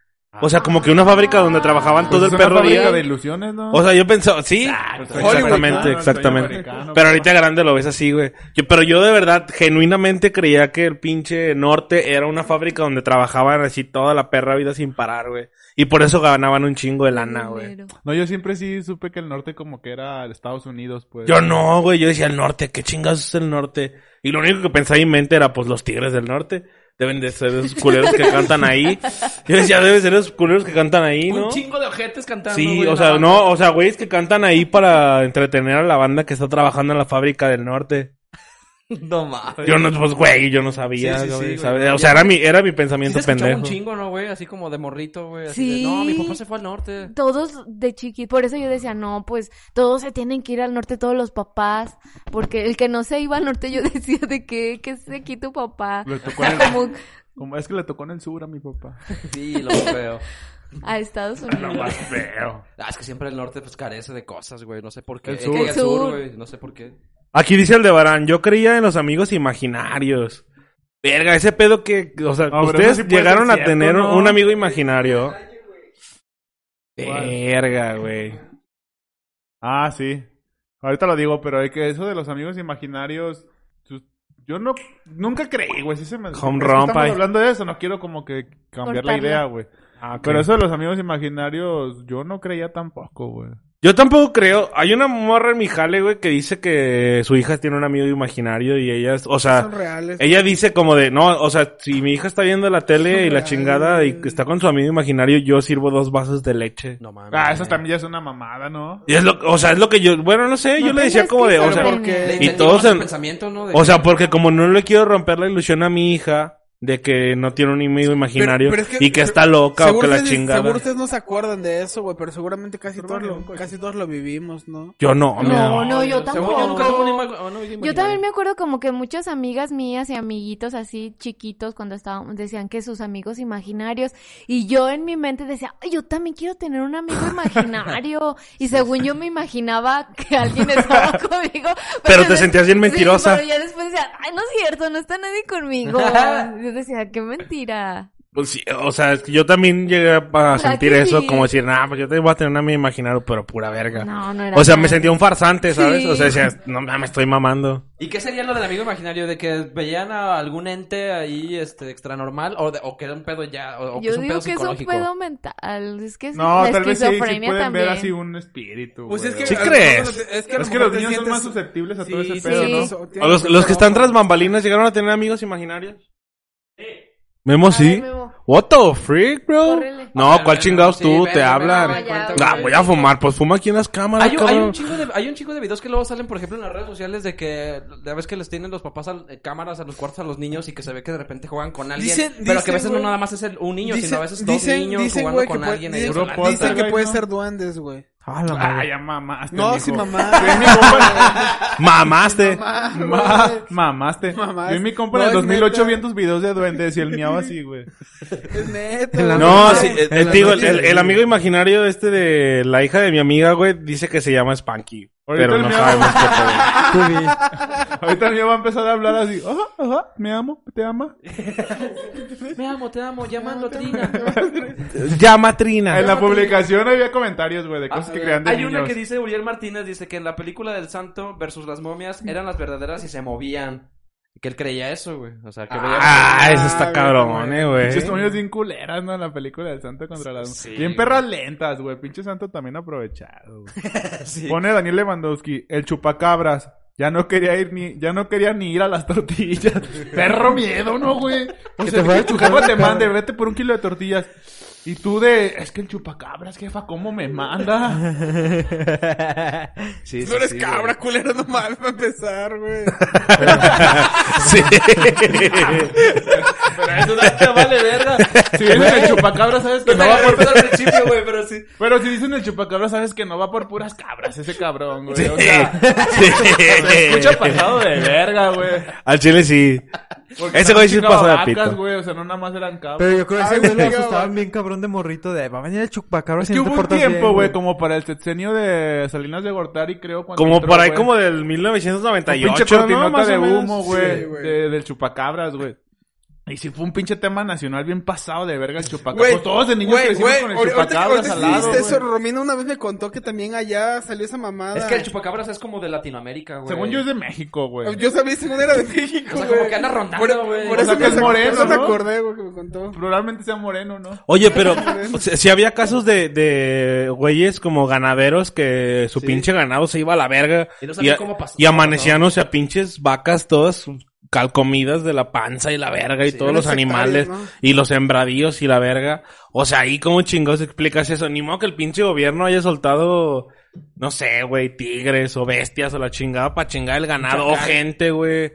C: O sea, como que una fábrica donde trabajaban todo
D: Pues es
C: el
D: una
C: perro
D: fábrica
C: día.
D: de ilusiones, ¿no?
C: O sea, yo pensaba, sí,
A: Ah,
D: Hollywood,
C: exactamente,
D: ¿no?
C: exactamente.
D: Americano,
C: Pero ahorita grande lo ves así, güey. Yo, pero yo de verdad, genuinamente creía que el pinche norte era una fábrica donde trabajaban así toda la perra vida sin parar, güey. Y por eso ganaban un chingo de lana, güey.
F: Dinero.
D: no, yo siempre sí supe que el norte como que era Estados Unidos, pues.
C: Yo no, güey. Yo decía el norte, qué chingados es el norte. Y lo único que pensaba en mi mente era, pues, los tigres del norte. Deben de ser esos culeros que cantan ahí. Yo decía, deben ser esos culeros que cantan ahí, ¿no?
A: Un chingo de ojetes cantando.
C: Sí,
A: güey,
C: o
A: la
C: sea,
A: banda.
C: no, o sea, güeyes que cantan ahí para entretener a la banda que está trabajando en la fábrica del norte.
A: No mames.
C: Yo no, pues, güey, yo no sabía,
A: Sí, sí, sí,
C: güey,
A: güey.
C: ¿sabes? O sea, era mi, era mi pensamiento
A: Sí se escuchaba
C: pendejo.
A: un chingo, ¿no, güey? Así como de morrito, güey. así
F: Sí.
A: de, no, mi papá se fue al norte.
F: Todos de chiquito, por eso yo decía, no, pues todos se tienen que ir al norte, todos los papás, porque el que no se iba al norte yo decía de que, que se aquí tu papá.
D: Le tocó en el-
F: Como
D: como es que le tocó en el sur a mi papá.
A: Sí, lo veo.
F: a Estados Unidos.
A: Ah, es que siempre el norte pues carece de cosas, güey. No sé por qué.
D: El
A: Eh,
D: sur.
A: que El
F: El
A: sur,
F: sur.
A: güey. No sé por qué.
C: Aquí dice el de Barán, yo creía en los amigos imaginarios. Verga, ese pedo que, o sea,
D: No, pero
C: ustedes
D: eso sí puede
C: llegaron
D: ser
C: a
D: cierto,
C: tener
D: ¿no?
C: un amigo imaginario.
D: ¿Cuál?
C: Verga, güey.
D: Ah, sí. Ahorita lo digo, pero es que eso de los amigos imaginarios. tú- Yo no. Nunca creí, güey. Sí se me.
C: Home
D: es que
C: run,
D: Estamos
C: pai.
D: hablando de eso. No quiero como que cambiar la
F: Cortarla.
D: idea, güey.
C: Ah,
D: Pero eso de los amigos imaginarios, yo no creía tampoco, güey.
C: Yo tampoco creo. Hay una morra en mi jale, güey, que dice que su hija tiene un amigo imaginario y ella, o sea,
E: Son reales.
C: ella dice como de, no, o sea, si mi hija está viendo la tele y la chingada y que está con su amigo imaginario, yo sirvo dos vasos de leche.
A: No mames.
D: Ah, eso también ya es una mamada, ¿no?
C: Y es lo, o sea, es lo que yo, bueno, no sé, yo
F: No
C: le decía
F: tengas
C: como
F: que
C: de, o sea,
E: Pero
F: sorprender.
E: porque-
A: Le
C: y
A: entendí
C: todos
A: más el
C: en-
A: pensamiento, ¿no? De
E: pues,
C: o sea, pues,
A: que-
C: porque como no le quiero romper la ilusión a mi hija de que no tiene un amigo imaginario
E: pero es que-
C: y que está loca o
E: Seguro
C: que la
E: ustedes-
C: chingada.
E: Seguro ustedes no se acuerdan de eso, güey, pero seguramente casi todos,
D: vale,
E: lo,
D: loco,
E: casi todos lo vivimos, ¿no?
C: Yo no, mi
F: No,
C: amor.
F: no, yo
A: Según yo nunca tuve un
F: tampoco.
A: ima- un amigo
F: Yo
A: imaginario.
F: también me acuerdo como que muchas amigas mías y amiguitos así chiquitos cuando estábamos decían que sus amigos imaginarios y yo en mi mente decía, "Ay, yo también quiero tener un amigo imaginario y según yo me imaginaba que alguien estaba conmigo.
C: Pero te
F: des-
C: sentías bien
F: sí,
C: mentirosa.
F: pero ya después decía, ay, no es cierto, no está nadie conmigo. Yo decía, qué mentira.
C: Pues sí, o sea, es que yo también llegué a a sentir
F: que
C: eso,
F: sí.
C: como decir, nah, pues yo te voy a tener un amigo imaginario, pero pura verga.
F: No, no era
C: o sea, me
F: nada.
C: sentía un farsante, ¿sabes?
F: Sí.
C: O sea, decía, no me estoy mamando.
A: ¿Y qué sería lo del amigo imaginario? ¿De que veían a algún ente ahí este, extranormal? ¿O, de- o que era un pedo ya? ¿O, o que
F: Yo
A: es pues, un
F: digo
A: pedo
F: que es un
A: psicológico?
F: pedo mental, es que es
D: No,
F: la
D: tal vez sí, sí pueden
F: esquizofrenia
D: ver
F: también.
D: así un espíritu.
E: Pues
D: güey.
E: es que,
C: ¿Sí
E: a lo
C: crees?
E: mejor te-
D: Es
E: a
D: que
E: lo
D: los
E: mejor te
D: niños son
E: sientes-
D: más susceptibles a todo
E: Sí,
D: ese
E: sí,
D: pedo,
F: sí.
D: ¿no?
E: eso,
C: O los,
E: tienes
C: los que están
E: razón.
C: tras bambalinas llegaron a tener amigos imaginarios. Memo,
F: A ver,
C: sí.
F: Memo.
C: What the freak, bro?
F: Córrele.
C: No, ¿cuál chingados
A: Ah, Sí,
C: tú?
A: ven,
C: te
A: ven,
C: hablan.
A: ven,
F: cuenta,
C: Ah,
A: güey.
C: voy a fumar. Pues fuma aquí en las cámaras,
A: Hay, un- hay
C: cabrón.
A: un chingo de, hay un chingo de videos que luego salen, por ejemplo, en las redes sociales de que la vez que les tienen los papás al- eh, cámaras a los cuartos a los niños y que se ve que de repente juegan con alguien.
E: Dicen-
A: pero que a
E: dicen,
A: veces no
E: güey.
A: nada más es el- un niño, sino a veces dos
E: dicen-
A: niños
E: dicen,
A: jugando
E: güey, que
A: con
E: puede-
A: alguien.
E: dicen-
A: ellos
D: Puro
A: solos.
E: Dicen que
D: Ay,
E: puede
D: no.
E: ser duendes, güey.
B: Ah, la
D: Ah,
B: madre.
D: ya mamaste.
E: No,
D: mijo.
E: sí, mamá.
D: Mi compa-
C: Mamaste.
D: Ma- mamaste.
E: Mamaste.
D: Yo y mi compa
E: No,
D: en el
E: es
D: 2008
E: neta.
D: viendo tus videos de duendes y el miau así, güey.
E: Es neto.
B: En la-
E: güey.
C: No,
B: noche.
C: sí,
B: En
C: eh,
B: la
C: eh, digo, el,
B: noche.
C: el- el amigo imaginario este de la hija de mi amiga, güey, dice que se llama Spanky.
D: Ahorita
C: Pero
D: el
C: no
D: mío-
C: sabemos qué pedo.
B: Tú di.
D: Ahorita el mío va a empezar a hablar así. Ajá, ajá, me amo, te ama.
A: Me amo, te amo, llamando a Tina.
C: Llama Trina.
D: En la publicación había comentarios, güey, de cosas que crean de
A: Ah, Hay
D: niños.
A: una que dice Uriel Martínez, dice que en la película del santo versus las momias eran las verdaderas y se movían. Y Que él creía eso, güey. O sea, que veía...
C: Ah, eso está
E: Ah,
C: cabrón, eh, güey.
D: Pinches momias bien culeras, ¿no? En la película del santo contra las...
A: Sí,
D: bien
A: güey.
D: perras lentas, güey. Pinche santo también aprovechado, güey.
A: Sí.
D: Pone Daniel Lewandowski, el chupacabras. Ya no quería ir ni, ya no quería ni ir a las tortillas. Perro miedo, ¿no, güey? O
B: Que
D: sea,
B: te fuera
D: que
B: el
D: tu jefa te
B: chupacabras.
D: mande, vete por un kilo de tortillas. Y tú de, es que el chupacabras, jefa, ¿cómo me manda?
A: Sí, sí,
E: No eres
A: sí,
E: cabra, culero, no mames, para empezar, güey.
C: Sí.
A: güey. Eso da- te vale verga.
D: Si dices el chupacabras, sabes que
A: No
D: no va por...
A: por al principio, güey, pero sí.
D: Pero si dicen el chupacabras, sabes que no va por puras cabras, ese cabrón, güey. O sea,
C: Eh.
D: se escucha
C: Sí.
D: pasado de verga, güey.
C: Al chile sí.
D: Porque
C: Ese güey sí
D: también
C: pasó de
D: chingaba vacas,
C: pito.
D: güey. O sea, no nada más eran cabras.
B: Pero yo creo que
E: Ay,
B: ese güey lo
E: güey,
B: asustaban
E: güey.
B: bien cabrón de morrito de va a venir el chupacabra
D: Es
B: si
D: que
B: no te
D: hubo un
B: portas bien,
D: tiempo, güey, como para el sexenio de Salinas de Gortari, creo. cuando
C: Como
D: entró,
C: por ahí,
D: güey.
C: como del
D: Un
C: 1998,
D: pinche
C: ¿no?
D: cortinota
C: Más
D: de
C: o menos.
D: humo, güey.
E: Sí, güey.
D: de- del chupacabras, güey. Y sí fue un pinche tema nacional bien pasado de verga el chupacabras.
E: Güey,
D: Pues todos de niños
E: güey,
D: crecimos
E: güey,
D: con el
E: ahorita- ahorita
D: chupacabras
E: que
D: al lado,
E: dijiste eso,
D: güey.
E: Romina una vez me contó que también allá salió esa mamada.
A: Es que el chupacabras es como de Latinoamérica, güey.
D: Según yo es de México, güey.
E: Yo sabía según era de México,
A: O sea,
E: güey.
A: como que anda rondando,
E: Por-
A: güey.
E: Por
A: O
E: eso
D: sea, que
E: me
D: es
E: sac-
D: moreno,
E: por eso me
D: ¿no?
E: acordé, güey, que me contó.
D: Probablemente sea moreno, ¿no?
C: Oye, pero si si había casos de, de güeyes como ganaderos que su pinche ganado se iba a la verga
A: Y no sabían
C: a-
A: cómo pasó.
C: y amanecían, o sea, pinches vacas todas calcomidas de la panza y la verga y todos los
E: Sectarios,
C: animales
E: ¿no?
C: y los sembradíos y la verga. O sea, ahí cómo chingados explicas eso. Ni modo que el pinche gobierno haya soltado, no sé, güey, tigres o bestias o la chingada para chingar el ganado o gente, güey.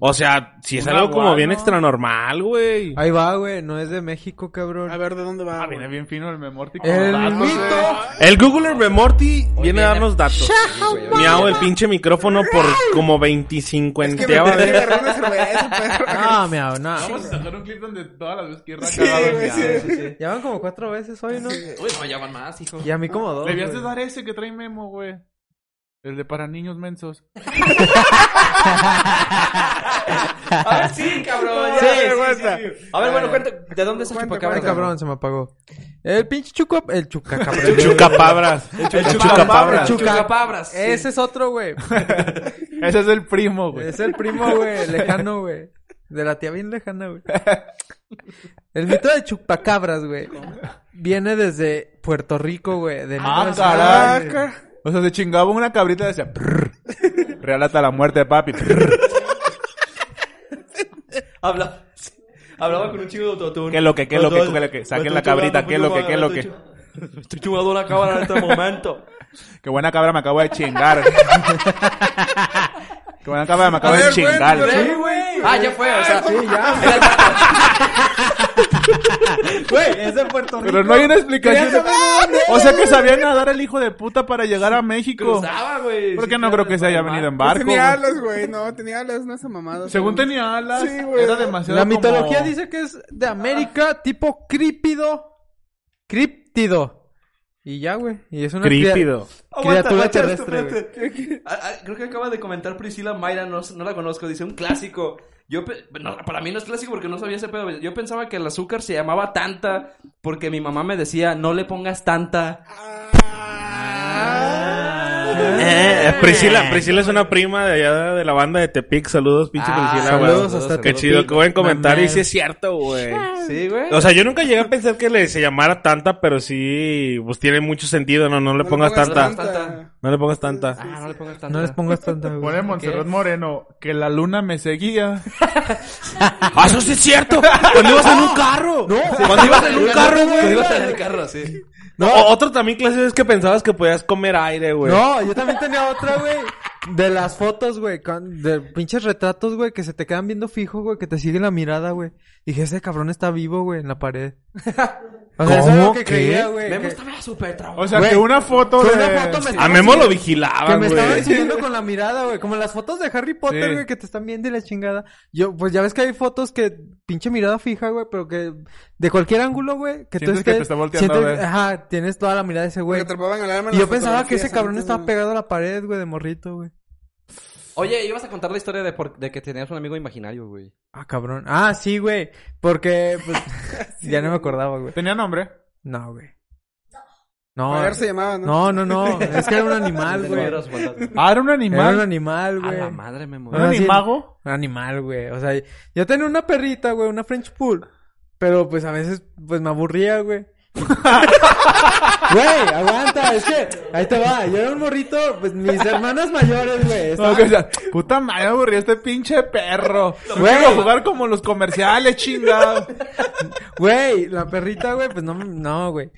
C: O sea, si es
D: Un
C: algo como
D: nahual,
C: bien
D: ¿no?
C: extra normal, güey.
B: Ahí va, güey. No es de México, cabrón.
E: A ver, ¿de dónde va?
D: Ah,
E: güey?
D: viene bien fino el memórtico.
B: El
D: Datos, eh.
B: mito.
C: El Google Remorty viene a darnos datos. Miau, el pinche micrófono por como
E: Es que me
C: veinticincuenteava
E: me
C: vez.
E: agarré una cerveza, perro.
B: No, miau, Ah, no.
D: Vamos a sacar un clip donde todas las veces que Raka
E: Sí, güey, sí.
B: Ya van como cuatro veces hoy, ¿no?
A: Uy, no, ya van más, hijo.
B: Y a mí como dos.
D: Debías de
B: güey.
D: dar ese que trae Memo, güey. El de para niños mensos.
A: Ah, sí, cabrón. ya,
B: Sí,
A: sí, Eh,
B: sí,
A: sí, sí. A ver, bueno, cuenta, ¿de dónde es el
E: Cuenta,
A: chupacabra?
B: Ay, cabrón, se me apagó. El pinche chuca... El chuca, cabrón.
C: Chucapabras.
B: Chucapabra.
A: Chucapabras. Chucapabras, sí.
B: Ese es otro, güey.
D: Ese es el primo, güey.
B: Es el primo, güey, lejano, güey. De la tía bien lejana, güey. El mito de chupacabras, güey. Viene desde Puerto Rico, güey. De
D: Ah,
B: 1900.
D: caray. O sea, se chingaba una cabrita y decía, "Prr". real hasta la muerte de papi. Prr.
A: Habla- Hablaba con un chico de autotune.
D: Que lo que, que lo que,
A: Entonces,
D: que lo que. Saquen
A: estoy
D: la cabrita,
A: chupando,
D: que lo que, que lo
A: estoy
D: que.
A: chu- Estoy chupando una cámara en este momento.
D: Qué buena cabra me acabo de chingar. Qué buena cabra me acabo
E: A
D: de
E: ver, güey,
D: chingar.
E: pero-
A: Sí, güey. Ah, ya fue, o sea. Sí, ya.
B: Güey, es de Puerto Rico.
D: Pero no hay una explicación. O sea que sabía nadar el hijo de puta para llegar a México.
A: Cruzaba, güey.
D: Porque no creo que se haya venido en
E: Pues
D: barco.
E: tenía
D: güey.
E: alas, güey. No, tenía alas, no esa mamada.
D: Según
E: güey.
D: tenía alas,
E: Sí, güey.
D: era demasiado
B: La mitología
D: como-
B: dice que es de América, tipo crípido. Críptido. Y ya, güey. Y es una cría-
C: Crípido.
B: criatura
A: aguanta,
B: terrestre, güey.
A: espérate. Ah, ah, Creo que acaba de comentar Priscila Mayra, no, no la conozco, dice un clásico. Yo pe- no, para mí no es clásico porque no sabía ese pedo. Yo pensaba que el azúcar se llamaba tanta porque mi mamá me decía, no le pongas tanta. Ah.
C: Eh, Priscila, Priscila es una prima de allá de la banda de Tepic. Saludos, pinche
A: Ah,
C: Priscila. güey.
B: Saludos hasta
C: Qué chido, qué buen comentario. Y sí es cierto, güey.
F: Ah.
A: Sí, güey.
C: O sea, yo nunca llegué a pensar que le se llamara tanta, pero sí, pues tiene mucho sentido. No, no le
E: No
C: pongas tanta.
A: tanta.
C: No le pongas tanta.
A: Ah, no le pongas tanta.
B: No les pongas tanta, güey.
D: Pone Montserrat Moreno, que la luna me seguía.
C: ¡Ah, eso sí es cierto! Cuando ibas en un carro. Cuando ibas en un carro,
A: Te
C: güey.
A: ibas en el carro, sí.
C: O- Otro también clásico es que pensabas que podías comer aire, güey.
B: No, yo también tenía otra, güey. De las fotos, güey. con- De pinches retratos, güey, que se te quedan viendo fijo, güey, que te sigue la mirada, güey. Dije, ese cabrón está vivo, güey, en la pared. O sea, eso es lo
C: ¿Cómo?
B: que
C: ¿Qué?
B: creía, güey.
A: Memo
B: que-
A: estaba súper traumado.
D: O sea,
B: Güey,
D: que una foto
B: que
D: de...
B: una foto me-
C: A Memo lo vigilaba,
B: Que me estaban
C: güey.
B: siguiendo con la mirada, güey. Como las fotos de Harry Potter,
D: Sí.
B: güey, que te están viendo y la chingada. Yo, pues ya ves que hay fotos que pinche mirada fija, güey, pero que de cualquier ángulo, güey, que tú
D: Sientes que
B: estés-
D: te está volteando a ver.
B: ajá, tienes toda la mirada de ese güey.
E: Porque atrapaban al arma en
B: Y yo
E: las
B: pensaba que ese
E: fotografías
B: cabrón
E: antes,
B: estaba
E: güey.
B: pegado a la pared, güey, de morrito, güey.
A: Oye, ibas a contar la historia de, por- de que tenías un amigo imaginario, güey.
B: Ah, cabrón. Ah, sí, güey. Porque, pues, ya no me acordaba, güey.
D: Tenía nombre.
B: No, güey. No.
E: A ver, se llamaba, ¿no?
B: No, no, no. Es que era un animal, güey.
A: Era su fantasma.
D: Ah, era un
B: Era un
D: animal.
B: animal,
A: A
B: güey.
A: la madre, Memo.
D: ¿Un
B: Ah, sí.
D: animago?
B: Un animal, güey. O sea, yo tenía una perrita, güey, una French Pool. Pero pues a veces, pues me aburría, güey. Güey, aguanta, es que ahí te va. Yo era un morrito, pues mis hermanas mayores, güey.
D: No,
B: estaban-
D: que decía, puta madre, aburrido este pinche perro.
B: Güey.
D: Quiero jugar como los comerciales, chingado.
B: Güey, la perrita, güey, pues no, no, güey.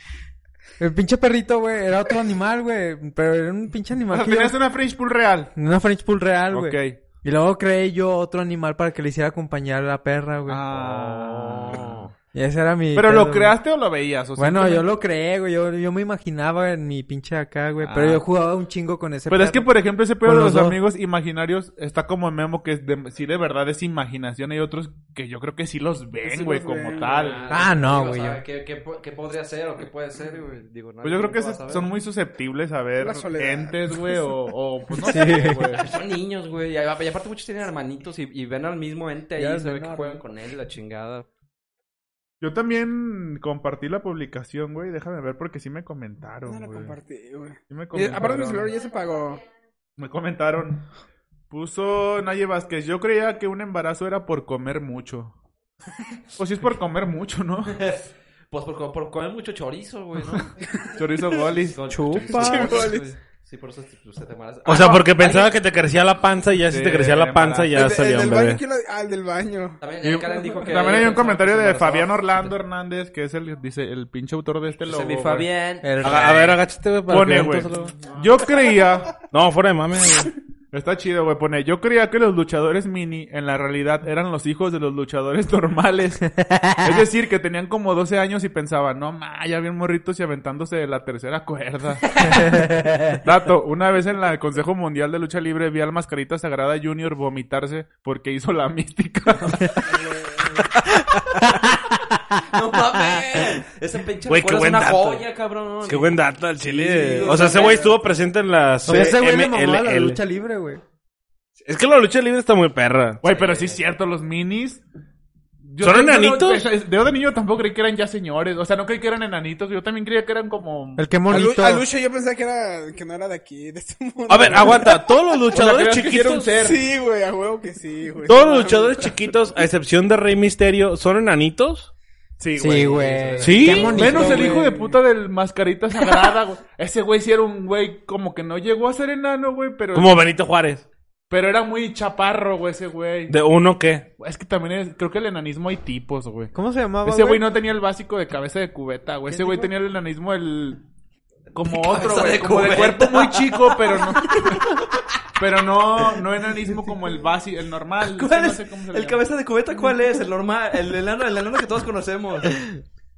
B: El pinche perrito, güey, era otro animal, güey. Pero era un pinche
D: O
B: animal.
D: sea,
B: que yo-
D: tenías una French Pool real.
B: Una French Pool real, güey.
D: Ah, Ok.
B: Y luego creé yo otro animal para que le hiciera acompañar a la perra, güey.
D: Ah.
B: Y ese era mi.
D: ¿Pero
B: pedo,
D: lo
B: güey.
D: creaste o lo veías? O
B: Bueno, yo
D: simplemente-
B: lo creé, güey. Yo, yo me imaginaba en mi pinche acá, güey. Pero
D: Ah.
B: yo jugaba un chingo con ese
D: Pero es que,
B: perro.
D: por ejemplo, ese pedo
B: Con
D: de
B: los
D: los
B: dos.
D: amigos imaginarios está como en Memo, que es de, sí de verdad es imaginación. Hay otros que yo creo que sí los
E: Sí
D: ven, güey,
E: los
D: como
E: ven,
D: tal.
B: Ah, no,
A: Digo,
B: güey,
A: sabe ¿Qué, qué, po- qué podría ser o qué puede ser, güey? Digo,
D: Pues yo creo que
A: nunca
D: se-
A: vas a ver.
D: son muy susceptibles a ver
E: La soledad.
D: entes, güey, o, o pues no sé, güey.
A: Son niños, güey. Y, a- y aparte muchos tienen hermanitos y, y ven al mismo ente
B: Ya
A: ahí y
B: es
A: se ve que
B: menor,
A: juegan
B: ¿no?
A: con él la chingada.
D: Yo también compartí la publicación, güey. Déjame ver porque sí me comentaron,
E: No lo
D: güey.
E: compartí, güey.
D: Sí me
E: Y Aparte, mi celular
D: comentaron.
E: ya se pagó.
D: Me comentaron. Puso Naye Vázquez. Yo creía que un embarazo era por comer mucho. Pues sí es por comer mucho, ¿no?
A: Pues por, co- por comer mucho chorizo, güey, ¿no?
D: Chorizo golis.
A: Con-
B: Chupa.
A: chorizo, güey. Sí, por eso te- usted te malas.
C: O sea, porque pensaba que te crecía la panza y ya si
D: Sí,
C: te crecía la panza ya
E: El de- el
C: salía un
E: del baño,
C: bebé.
E: ¿quién lo- Ah, el del baño.
A: También, eh,
D: Y-
A: Karen dijo que
D: también hay un comentario de
A: embarazada.
D: Fabián Orlando Hernández, que es el, dice, el pinche autor de este
A: Se
D: logo.
A: mi
D: güey.
A: Fabián.
C: Aga- A ver, agáchate, güey, para
D: Pone,
C: que
D: güey.
C: entonces lo-
D: Yo creía
C: No, fuera de mame, güey.
D: Está chido, güey. Pone, yo creía que los luchadores mini en la realidad eran los hijos de los luchadores normales. es decir, que tenían como 12 años y pensaban, no, ma, ya bien morritos y aventándose de la tercera cuerda. Dato, una vez en la- el Consejo Mundial de Lucha Libre vi al Mascarita Sagrada Junior vomitarse porque hizo la mística.
A: No mames. Ese pinche
C: Güey,
A: recuerdo
C: qué
A: es
C: buen
A: una
C: dato.
A: joya, cabrón.
C: Qué buen dato al chile.
A: Sí,
C: o sea, ese güey estuvo presente en la
B: Pero ese güey le mamó a la
C: CMLL.
B: lucha libre, güey.
C: Es que la lucha libre está muy perra.
D: Güey, pero sí es cierto, los minis... Yo-
C: ¿Son
D: yo no-
C: enanitos?
D: yo de niño tampoco creí que eran ya señores. O sea, no creí que eran enanitos. Yo también creía que eran como...
B: El que
E: A Lu-
B: monito.
E: A Lucha yo pensaba que era que no era de aquí, de este mundo.
C: A ver, aguanta. Todos los luchadores
D: ¿crees que hicieron
C: chiquitos.
D: ser?
E: Sí, güey, a huevo que sí, güey.
C: Todos los luchadores chiquitos, a excepción de Rey Misterio, ¿son enanitos?
B: Sí, güey.
C: Sí.
B: Qué monito,
D: Menos el
B: güey.
D: hijo de puta del mascarita sagrada, güey. Ese güey sí era un güey como que no llegó a ser enano, güey, pero,
C: Como Benito Juárez.
D: pero era muy chaparro, güey, ese güey.
C: ¿De uno qué?
D: Es que también es- creo que el enanismo hay tipos, güey.
B: ¿Cómo se llamaba,
D: Ese güey no tenía el básico de cabeza de cubeta, güey. Ese güey tenía el enanismo el... Como otro,
A: cabeza
D: güey.
A: de
D: Como de
A: cubeta.
D: cuerpo muy chico, pero no... pero no, no enanismo como el básico, el normal.
A: ¿Cuál
D: no
A: es?
D: sé cómo se le
A: el
D: llama.
A: cabeza de cubeta, ¿cuál es? El normal, el enano, el enano que todos conocemos.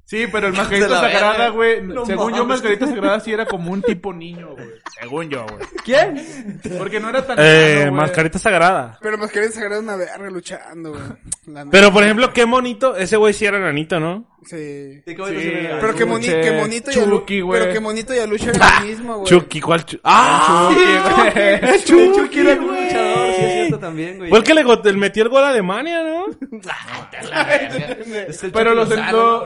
D: Sí, pero el mascarita
A: De la verga.
D: sagrada, güey.
A: No
D: según yo,
A: mames.
D: mascarita sagrada sí era como un tipo niño, güey. Según yo, güey.
B: ¿Quién?
D: Porque no era tan.
C: Eh,
D: enano, güey.
C: Mascarita Sagrada.
E: Pero más querían sacar una verga luchando, güey. La neta.
C: Pero, por ejemplo, qué monito. Ese güey sí era enanito, ¿no?
E: Sí.
A: Sí, ¿cómo se
D: Sí,
A: llama?
E: Pero que, moni
D: Che,
E: que monito y Alu-
D: Chucky, güey.
E: Pero que monito y Alucha era lo mismo, güey.
C: Ah, Chucky, ¿cuál Chucky? ¡Ah!
D: Sí,
A: El Chucky, era un luchador, sí es cierto también, güey.
C: Fue el que le go- le metió el gol a Alemania, ¿no?
A: Es el
D: Pero
A: Chucky
D: los,
A: Lozano.
D: lo-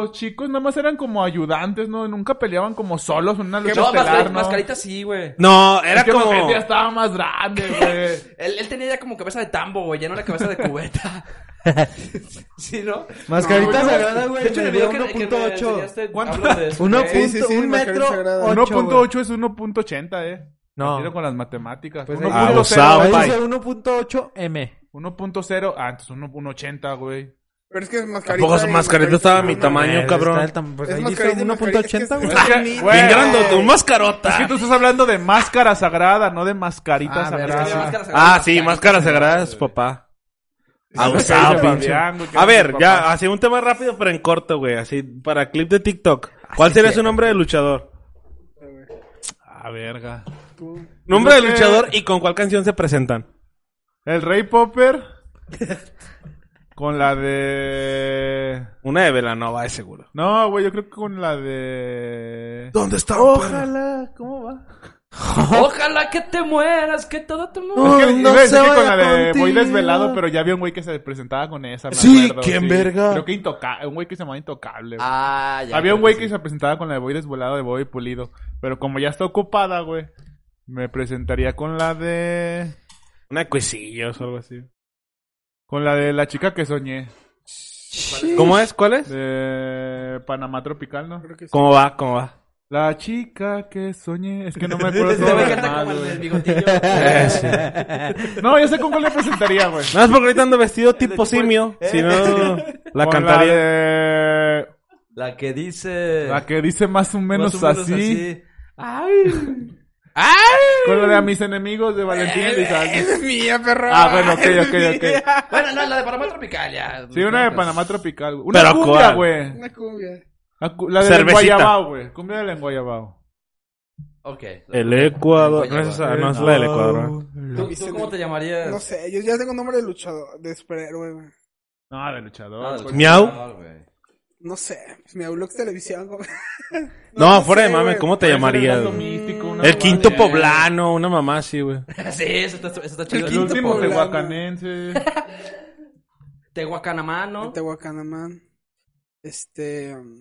D: los chicos nada más eran como ayudantes, ¿no? Nunca peleaban como solos en una lucha
A: No,
D: estelar,
A: mascarita,
D: ¿no?
A: mascarita sí, güey.
C: No, era
D: Es que
C: como...
D: Mascarita ya estaba más grande, güey.
A: Él, él tenía ya como cabeza de tambo, güey, ya no la cabeza de cubeta. ¿Sí, no?
B: Mascarita sagrada, güey.
A: De hecho, en el
B: medía
A: video que, que me
B: 1.8.
A: enseñaste,
D: ¿Cuánto?
A: hablo de eso,
B: Uno
A: güey.
B: punto-
E: Sí, sí, sí,
B: un
E: mascarita
B: metro
E: sagrada.
B: ocho,
D: 1.8 es 1.80, ¿eh?
B: No.
D: Tiro con las matemáticas.
B: Pues ahí-
D: 1.0.
C: Abusado.
B: güey.
C: Bye.
B: Ahí dice 1.8 M.
D: 1.0. Ah, entonces 1.80, güey.
E: Pero es que mascarita.
C: Tampoco
E: y
C: mascarita estaba a mi
E: no,
B: Eh,
C: tamaño, cabrón.
E: Es
B: pues ahí
E: mascarita, mascarita,
B: dice 1.80,
E: es que-
B: güey.
E: es que-
D: Bien
C: Bien
D: Güey.
C: grandote,
D: Es
C: un
D: que
C: mascarota.
D: tú estás hablando de máscara sagrada, no de mascarita
B: Ah,
D: sagrada.
B: verga.
A: Máscara sagrada,
C: Ah, sí, máscara sagrada es papá. Abusado,
D: Sí,
C: pinche.
D: Fabián, güey, que
C: A
D: no
C: ver,
D: sé,
C: ya,
D: papá.
C: así un tema rápido, pero en corto, güey. Así, para clip de TikTok. ¿Cuál sería su nombre de luchador?
D: Ah, verga.
C: Nombre de
D: Creo que-
C: luchador y con cuál canción se presentan.
D: El Rey Popper. con la de.
C: Una de Velanova, es seguro.
D: No, güey, yo creo que con la de.
C: ¿Dónde está?
D: Ojalá, ¿cómo va?
A: Ojalá que te mueras, que todo te muera.
D: Es que,
B: No
D: iba a decir
B: se
D: que con la
B: vaya
D: de Voy
B: contigo.
D: desvelado, pero ya había un güey que se presentaba con esa. me
C: Sí,
D: acuerdo,
C: ¿quién verga?
D: Creo que intocable. Un güey que se llamaba Intocable. güey.
A: Ah, ya.
D: había un güey que
A: hizo
D: se presentaba con la de Voy desvelado de Voy pulido. Pero como ya está ocupada, güey, me presentaría con la de.
C: Una de Cuisillos o algo así.
D: Con la de la chica que soñé.
C: ¿Cómo es? ¿Cuál es?
D: De Panamá Tropical, ¿no?
C: ¿Cómo va? ¿Cómo va?
D: La chica que soñé. Es que no me acuerdo. todo
A: Me
D: lo
A: encanta
D: demás,
A: como el
D: güey.
A: del bigotillo.
C: Eh, sí. Nada
D: No, yo sé con cuál le presentaría, güey.
C: más porque ahorita ando vestido tipo simio.
E: Eh.
C: Si no, la
D: Con
C: cantaría.
D: La, de-
A: La que dice.
D: la que dice más o menos,
A: más o menos
D: así.
A: Ay.
D: Con la de a mis enemigos de Valentín Elizalde.
E: Es mía, perro.
D: Ah, bueno, ok, ok, ok.
A: Bueno, no, la de Panamá Tropical, ya.
D: Sí, una de
A: No,
D: Panamá Tropical. güey. Una
C: Pero
D: cumbia,
C: ¿cuál?
D: güey.
E: Una cumbia.
D: La cu- La de
C: Cervecita.
D: Guayabao, güey. Cumbia de Guayabao.
A: Ok.
C: El Ecuador. No es esa, no es la del Ecuador.
A: ¿Tú, tú cómo te llamarías?
E: No sé, yo ya tengo nombre de luchador, de superhéroe, güey.
D: No, de luchador.
A: Ah,
C: Miau.
A: güey.
E: No sé, pues mi Aulux Televisión, güey.
C: No,
E: no
C: fuera de
E: sé,
C: mame,
E: güey.
C: ¿cómo te
D: Puede ser
C: llamarías?
D: algo
C: güey?
D: místico, una
C: El
D: mamá
C: quinto
D: de-
C: poblano, una mamá así, güey.
A: Sí, eso está, eso está chido.
E: El
D: El
E: quinto
D: último
E: poblano.
D: tehuacanense.
A: Tehuacanamá, ¿no?
E: Tehuacanaman. Este. um,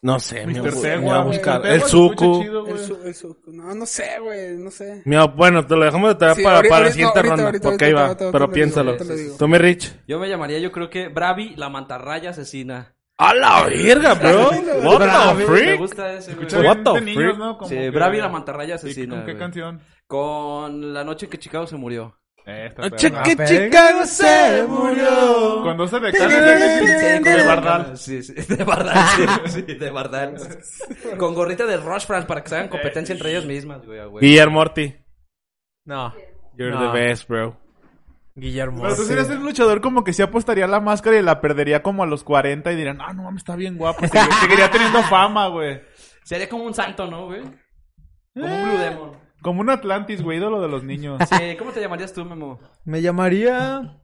C: No sé, mi
D: Mr.
C: abu-
D: Tegua,
C: mi abu-
D: güey.
C: buscar-
D: Tegua
C: El
D: se escucha
C: suco.
D: chido, güey.
E: El su, el su, no, no sé, güey, no sé.
C: Mi abu- Bueno, te lo dejamos de tarea
E: Sí,
C: para,
E: ahorita-
C: para la
E: ahorita-
C: siguiente
E: ahorita-
C: ronda,
E: ahorita-
C: porque ahí
E: ahorita-
C: va.
E: ahorita-
C: Pero
E: ahorita te lo digo,
C: piénsalo.
E: ahorita te lo digo.
C: Tommy Rich.
A: Yo me llamaría, yo creo que Bravi, la mantarraya asesina.
C: A la verga, bro. What the
A: Me
C: freak.
A: gusta ese, güey.
D: Escucha
C: What
D: bien
C: the
D: de niños,
C: freak?
D: ¿no? Como
A: Sí,
D: que-
A: Bravi la mantarraya
D: Sí,
A: asesina.
D: ¿Con qué
A: güey.
D: canción?
A: Con la noche que Chicago se murió.
D: Eh, esta
B: Ah,
D: perra.
C: Cheque Chicago se murió.
D: Cuando se
A: De
D: declara
A: Bardal. Sí, sí, de Bardal, sí, sí, de Bardal. Con gorrita de Rush France para que se hagan competencia entre ellas mismas, güey, a huevo.
C: Guillermo Morty.
B: No.
C: You're
B: No.
C: the best, bro.
B: Guillermo.
D: Pero tú serías un luchador como que sí apostaría la máscara y la perdería como a los 40 y dirán, ah, no mames, está bien guapo. Seguir- Seguiría teniendo fama, güey.
A: Sería como un santo, ¿no, güey? Como un Blue Demon.
D: Como un Atlantis, güey, ídolo de los niños.
A: Sí, ¿cómo te llamarías tú, Memo?
B: Me llamaría.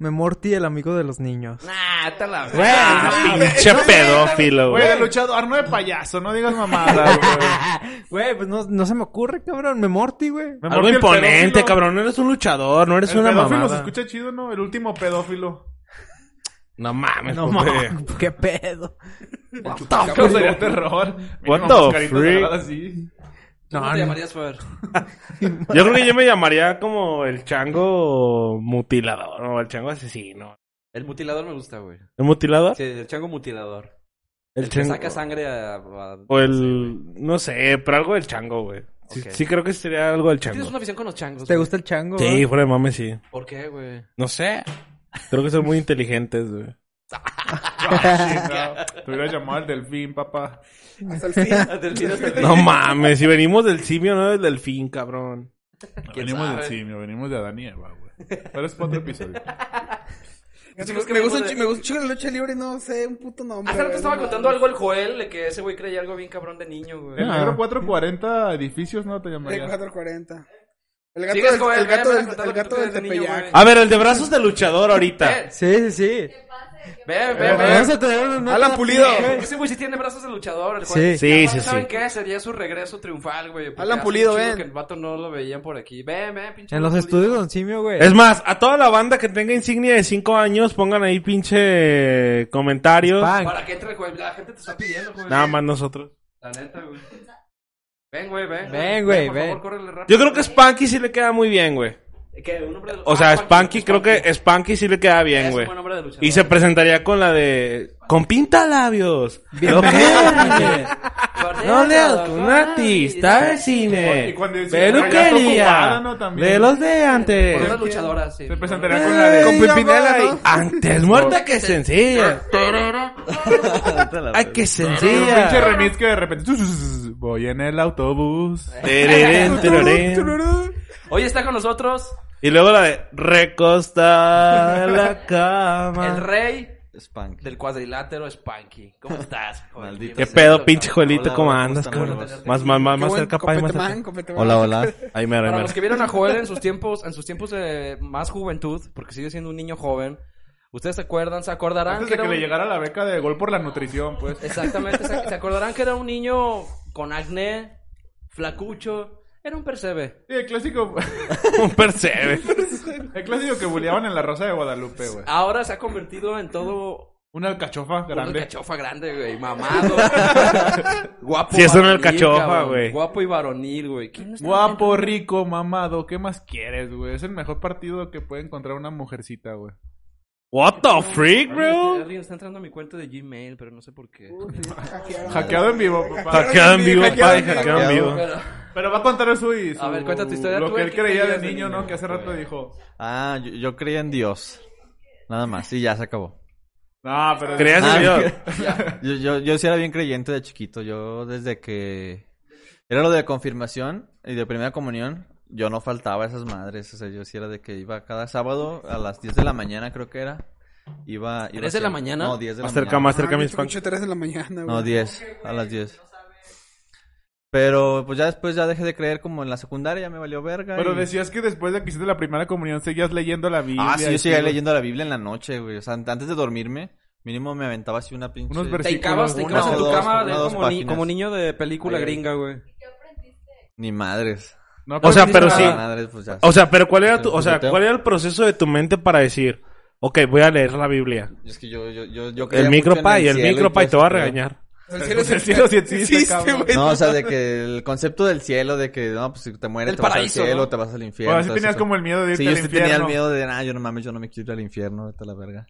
B: Memorti, el amigo de los niños.
A: Nah, está la
E: Ah,
C: Güey, pinche pedófilo,
D: Güey, de
C: güey.
D: luchador, no de payaso, no digas mamadas, güey.
B: Güey, pues no, no se me ocurre, cabrón. Memorti, güey.
D: Me
C: Algo
D: mordí el
C: imponente,
D: pedófilo.
C: cabrón. No eres un luchador, no eres
D: El
C: una
D: pedófilo se
C: mamada.
D: escucha chido, ¿no? El último pedófilo.
C: No mames,
B: No
C: Pues, güey.
B: mames, qué pedo.
D: Causaría terror.
C: What
D: Mínimo,
C: the
D: mascarita
C: freak?
D: dorada así.
A: ¿Cómo te llamarías, Fer?
C: Yo creo que yo me llamaría como el chango mutilador o el chango asesino.
A: El mutilador me gusta, güey.
C: ¿El mutilador?
A: Sí, el chango mutilador.
C: el
A: El que saca sangre a... a-
C: O el. No sé, pero algo del chango, güey. Sí,
A: Ok.
C: sí creo que sería algo del chango.
A: Tienes una afición con los changos.
B: ¿Te
A: güey.
B: gusta el chango?
C: Sí,
B: güey?
C: fuera de mames, sí.
A: ¿Por qué, güey?
C: No sé. Creo que son muy inteligentes, güey.
D: No, te hubiera llamado el delfín, papá.
E: Hasta el fin.
C: No mames, si venimos del simio, no del delfín, cabrón.
D: Venimos
A: sabe?
D: del simio, venimos de Adán y Eva, güey. Pero es para otro episodio.
E: Me gusta, me gusta, un chi- me gusta un chico la lucha libre, no sé, un puto nombre.
A: Hace rato
E: güey,
A: estaba
E: no
A: contando
E: mames.
A: algo el Joel de que ese güey creía algo bien cabrón de niño, güey.
D: El
C: Ah.
D: negro 440 edificios, ¿no? Te llamaría.
E: El 440. El gato,
A: Sigues,
E: del,
A: Joel,
E: el gato,
A: ve, me
E: del,
A: vas a contar
E: el
A: lo que
E: gato
A: tú
E: del
A: crees de niño,
E: Tepeyac.
A: güey.
C: A ver, el de brazos de luchador ahorita.
A: Ven,
B: Sí, sí, sí.
A: ven, ven, ven.
B: Vamos a tener una nota
E: Alan Pulido.
B: güey.
A: Ese güey sí tiene brazos de luchador, el
B: Sí.
A: Juan.
C: Sí,
A: Además,
C: sí,
A: ¿Saben
C: sí.
A: qué? Sería su regreso triunfal, güey. porque
E: Alan
A: hace
E: Pulido,
A: un chingo
E: ven.
A: Que el vato no lo veían por aquí. Ven, ven, pinche.
B: En los
A: Alan Pulido.
B: estudios Don Simio, güey.
C: Es más, a toda la banda que tenga insignia de 5 años, pongan ahí pinche comentarios.
B: Punk.
A: Para que entre el Joel. La gente te está pidiendo, güey.
C: Nada más nosotros.
A: La neta, güey. Ven, güey, ven.
B: Ven, güey,
A: Por
B: ven.
A: favor, córrele rápido.
C: Yo creo que Spanky sí le queda muy bien, güey.
A: Que un hombre de-
C: O sea,
A: Ah,
C: Spanky creo que Spanky sí le queda bien,
A: Es un
C: güey.
A: buen hombre de luchador.
C: Y se presentaría con la de... Con pinta labios. ¿Lo qué? No leas con un artista de
D: Y
C: cine.
D: cuando decía, "Ya está ocupada",
C: Peluquería.
D: ¿no? También.
C: De los de
A: Por
C: antes.
A: una luchadora, sí.
D: Se
C: Eh,
D: presentaría con la de.
E: Con Pimpinela,
C: Ay,
E: ¿no?
C: Antes muerta que sencilla. Ay, que
D: Un pinche
C: sencilla.
D: remix que de repente. Voy en el autobús.
A: Eh,
C: Tererén, tererén.
A: Hoy está con nosotros
C: Y luego la de recosta la
A: el
C: cama.
A: rey
G: Spank.
A: del cuadrilátero Spanky. ¿Cómo estás? Joel?
G: Maldito
C: Qué
A: Bienvenido,
C: pedo,
A: cabrón.
C: pinche Joelito,
G: Hola,
C: cómo
G: hola,
C: andas,
G: ¿cómo
C: cabrón.
G: están?
C: Más, más, más,
E: Qué
C: más
E: buen
C: cerca, pa, ahí más
E: copetemán,
C: cerca.
E: copetemán.
G: Hola, hola. Ahí me
A: Para los que vieron a Joel en sus tiempos, en sus tiempos de más juventud, porque sigue siendo un niño joven. Ustedes se acuerdan, se acordarán
D: Antes
A: que
D: de
A: era
D: que le
A: un-
D: llegara la beca de gol por la nutrición, pues.
A: Exactamente, se, se acordarán que era un niño con acné, flacucho, era un percebe.
D: Sí, el clásico.
C: Un percebe.
D: El clásico que buleaban en la Rosa de Guadalupe, güey.
A: Ahora se ha convertido en todo
D: Una alcachofa
A: una
D: grande.
A: cachofa grande, güey, mamado. guapo.
C: Sí, es una
A: varonil,
C: alcachofa,
A: cabrón.
C: güey.
A: Guapo y varonil, güey. ¿Quién está
D: Guapo, rico, mamado. ¿Qué más quieres, güey? Es el mejor partido que puede encontrar una mujercita, güey.
C: What the freak, bro?
A: Alguien está entrando a mi cuenta de Gmail, pero no sé por qué.
G: Pues
D: Hackeado en vivo, papá.
C: Hackeado en vivo, pa, hackeado en vivo.
A: Pero-
D: Pero va a contar su y su-
A: A ver, cuenta tu historia,
D: Lo
A: tú,
D: que
A: ¿eh?
D: él
A: ¿Qué
D: creía de
A: creías de
D: niño,
A: niño,
D: ¿no? Que hace rato dijo.
G: Ah, yo, yo creía en Dios. Nada más. Y ya se acabó.
D: No, pero.
C: Creas
G: Ah,
C: en Dios.
G: Yo, yo, yo sí era bien creyente de chiquito. Yo desde que... Era lo de confirmación y de primera comunión. Yo no faltaba a esas madres. O sea, yo sí era de que iba cada sábado a las 10 de la mañana, creo que era. Iba... iba
A: ¿Tres de la
G: siempre.
A: mañana?
G: No, 10 de la
C: Más cerca,
G: mañana.
C: más cerca, mi Spanky.
E: 3 de la mañana,
G: No,
E: güey.
G: 10, a las 10. Pero pues ya después ya dejé de creer como en la secundaria, ya me valió verga.
D: Pero
G: y-
D: decías que después de que hiciste la primera comunión seguías leyendo la Biblia.
G: Ah, sí,
D: y
G: yo seguía
D: todo.
G: leyendo la Biblia en la noche, güey. O sea, an- antes de dormirme, mínimo me aventaba así una pinche...
D: Unos
A: Te
D: versículos.
A: hincabas, te
G: Una
A: hincabas
G: o
A: en tu
G: dos,
A: cama de
G: una o dos
A: como, ni-
G: páginas.
A: como niño de película
G: Ahí.
A: gringa, güey.
G: Ni madres.
D: No,
C: O sea, pero
G: Ni
C: sí.
G: madres, pues ya.
C: O sea, pero ¿cuál era tu, o sea,
G: Tiroteo.
C: cuál era el proceso de tu mente para decir, ok, voy a leer la Biblia?
G: Es que yo, yo, yo, yo creía
C: El
G: mucho en
C: micropay, el
G: cielo y
C: micropay
G: todo
C: te va a
G: eso, pero-
C: regañar.
E: El cielo
D: El cielo sí existe, cabrón.
E: güey.
G: No, o sea, de que el concepto del cielo, de que, no, pues si te mueres
A: El
G: te vas
A: paraíso,
G: al cielo,
A: ¿no?
G: te vas al infierno.
D: Ahora sí
G: todo
D: tenías
G: eso.
D: como el miedo de irte
G: Sí, yo
D: al
G: sí
D: infierno.
G: tenía el miedo de, ah, yo no mames, yo no me quiero ir al infierno, vete a la verga.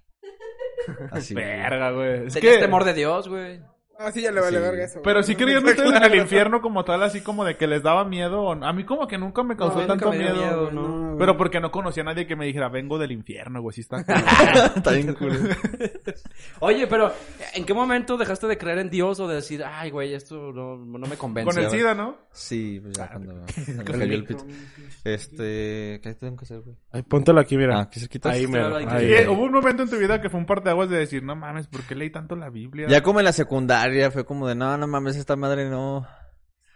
G: Así.
D: Verga, güey. Es
A: Tenías
D: que...
A: temor este de Dios, güey.
E: Ah, sí, ya le vale
G: Sí.
E: verga eso. güey.
D: Pero sí creían ustedes en el infierno como tal, así como de que les daba miedo. o no. A mí como que nunca me causó
A: No, nunca
D: tanto
A: me dio
D: miedo.
A: miedo,
D: güey.
A: no,
E: güey.
D: Pero porque no conocía a nadie que me dijera, vengo del infierno, güey, sí está. culero".
G: Está bien cool.
A: Oye, pero ¿en qué momento dejaste de creer en Dios o de decir, ay, güey, esto no, no me convence?
D: Con el SIDA, ¿no?
G: Sí, pues ya cuando cuando cayó el pito. Este, ¿qué tengo que hacer, güey?
C: Ay, póntelo aquí, mira.
G: Ah, aquí cerquita.
C: Ahí, mero,
A: Ahí.
D: Y,
C: ahí.
D: eh, hubo un momento en tu vida que fue un parteaguas de decir, no mames, ¿por qué leí tanto la Biblia?
G: Ya como en la secundaria fue como de, no, no mames, esta madre no.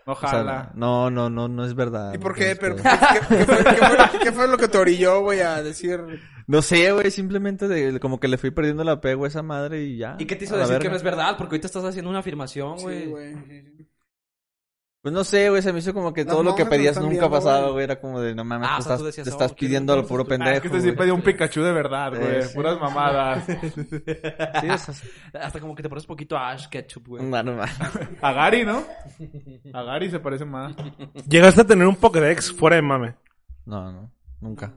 G: O sea,
D: Ojalá.
G: no, no, no, no es verdad.
E: ¿Y por
G: No
E: qué?
G: es
E: Pero,
G: verdad.
E: ¿qué, qué fue, qué fue- qué fue lo que te orilló, güey, a decir...
G: No sé, güey, simplemente de- como que le fui perdiendo el apego a esa madre y ya.
A: ¿Y qué te hizo
G: A la
A: decir que
G: verga.
A: no es verdad? Porque ahorita estás haciendo una afirmación, güey.
E: Sí, güey. sí,
G: Pues no sé, güey, se me hizo como que
E: Las
G: todo lo que
E: monjas nos
G: pedías
E: están
G: nunca
E: viendo,
G: pasaba,
E: güey.
G: güey. Era como de, no mames,
A: Ah,
G: te
A: o sea,
G: estás,
A: tú decías,
G: te
A: "Oh,
G: estás
A: quiero-
G: pidiendo al
A: quiero-
G: puro
D: Ah, es
G: pendejo,
D: que este sí
G: güey.
D: pedía un Pikachu de verdad,
G: Eh,
D: güey.
G: sí.
D: Puras mamadas.
G: Sí, o sea,
A: Hasta como que te pones poquito Ash Ketchup, güey.
G: no, no mames.
D: A Gary, ¿no? A Gary se parece más.
C: Llegaste a tener un Pokédex fuera de mame.
G: No, no,
D: Ah,
G: nunca.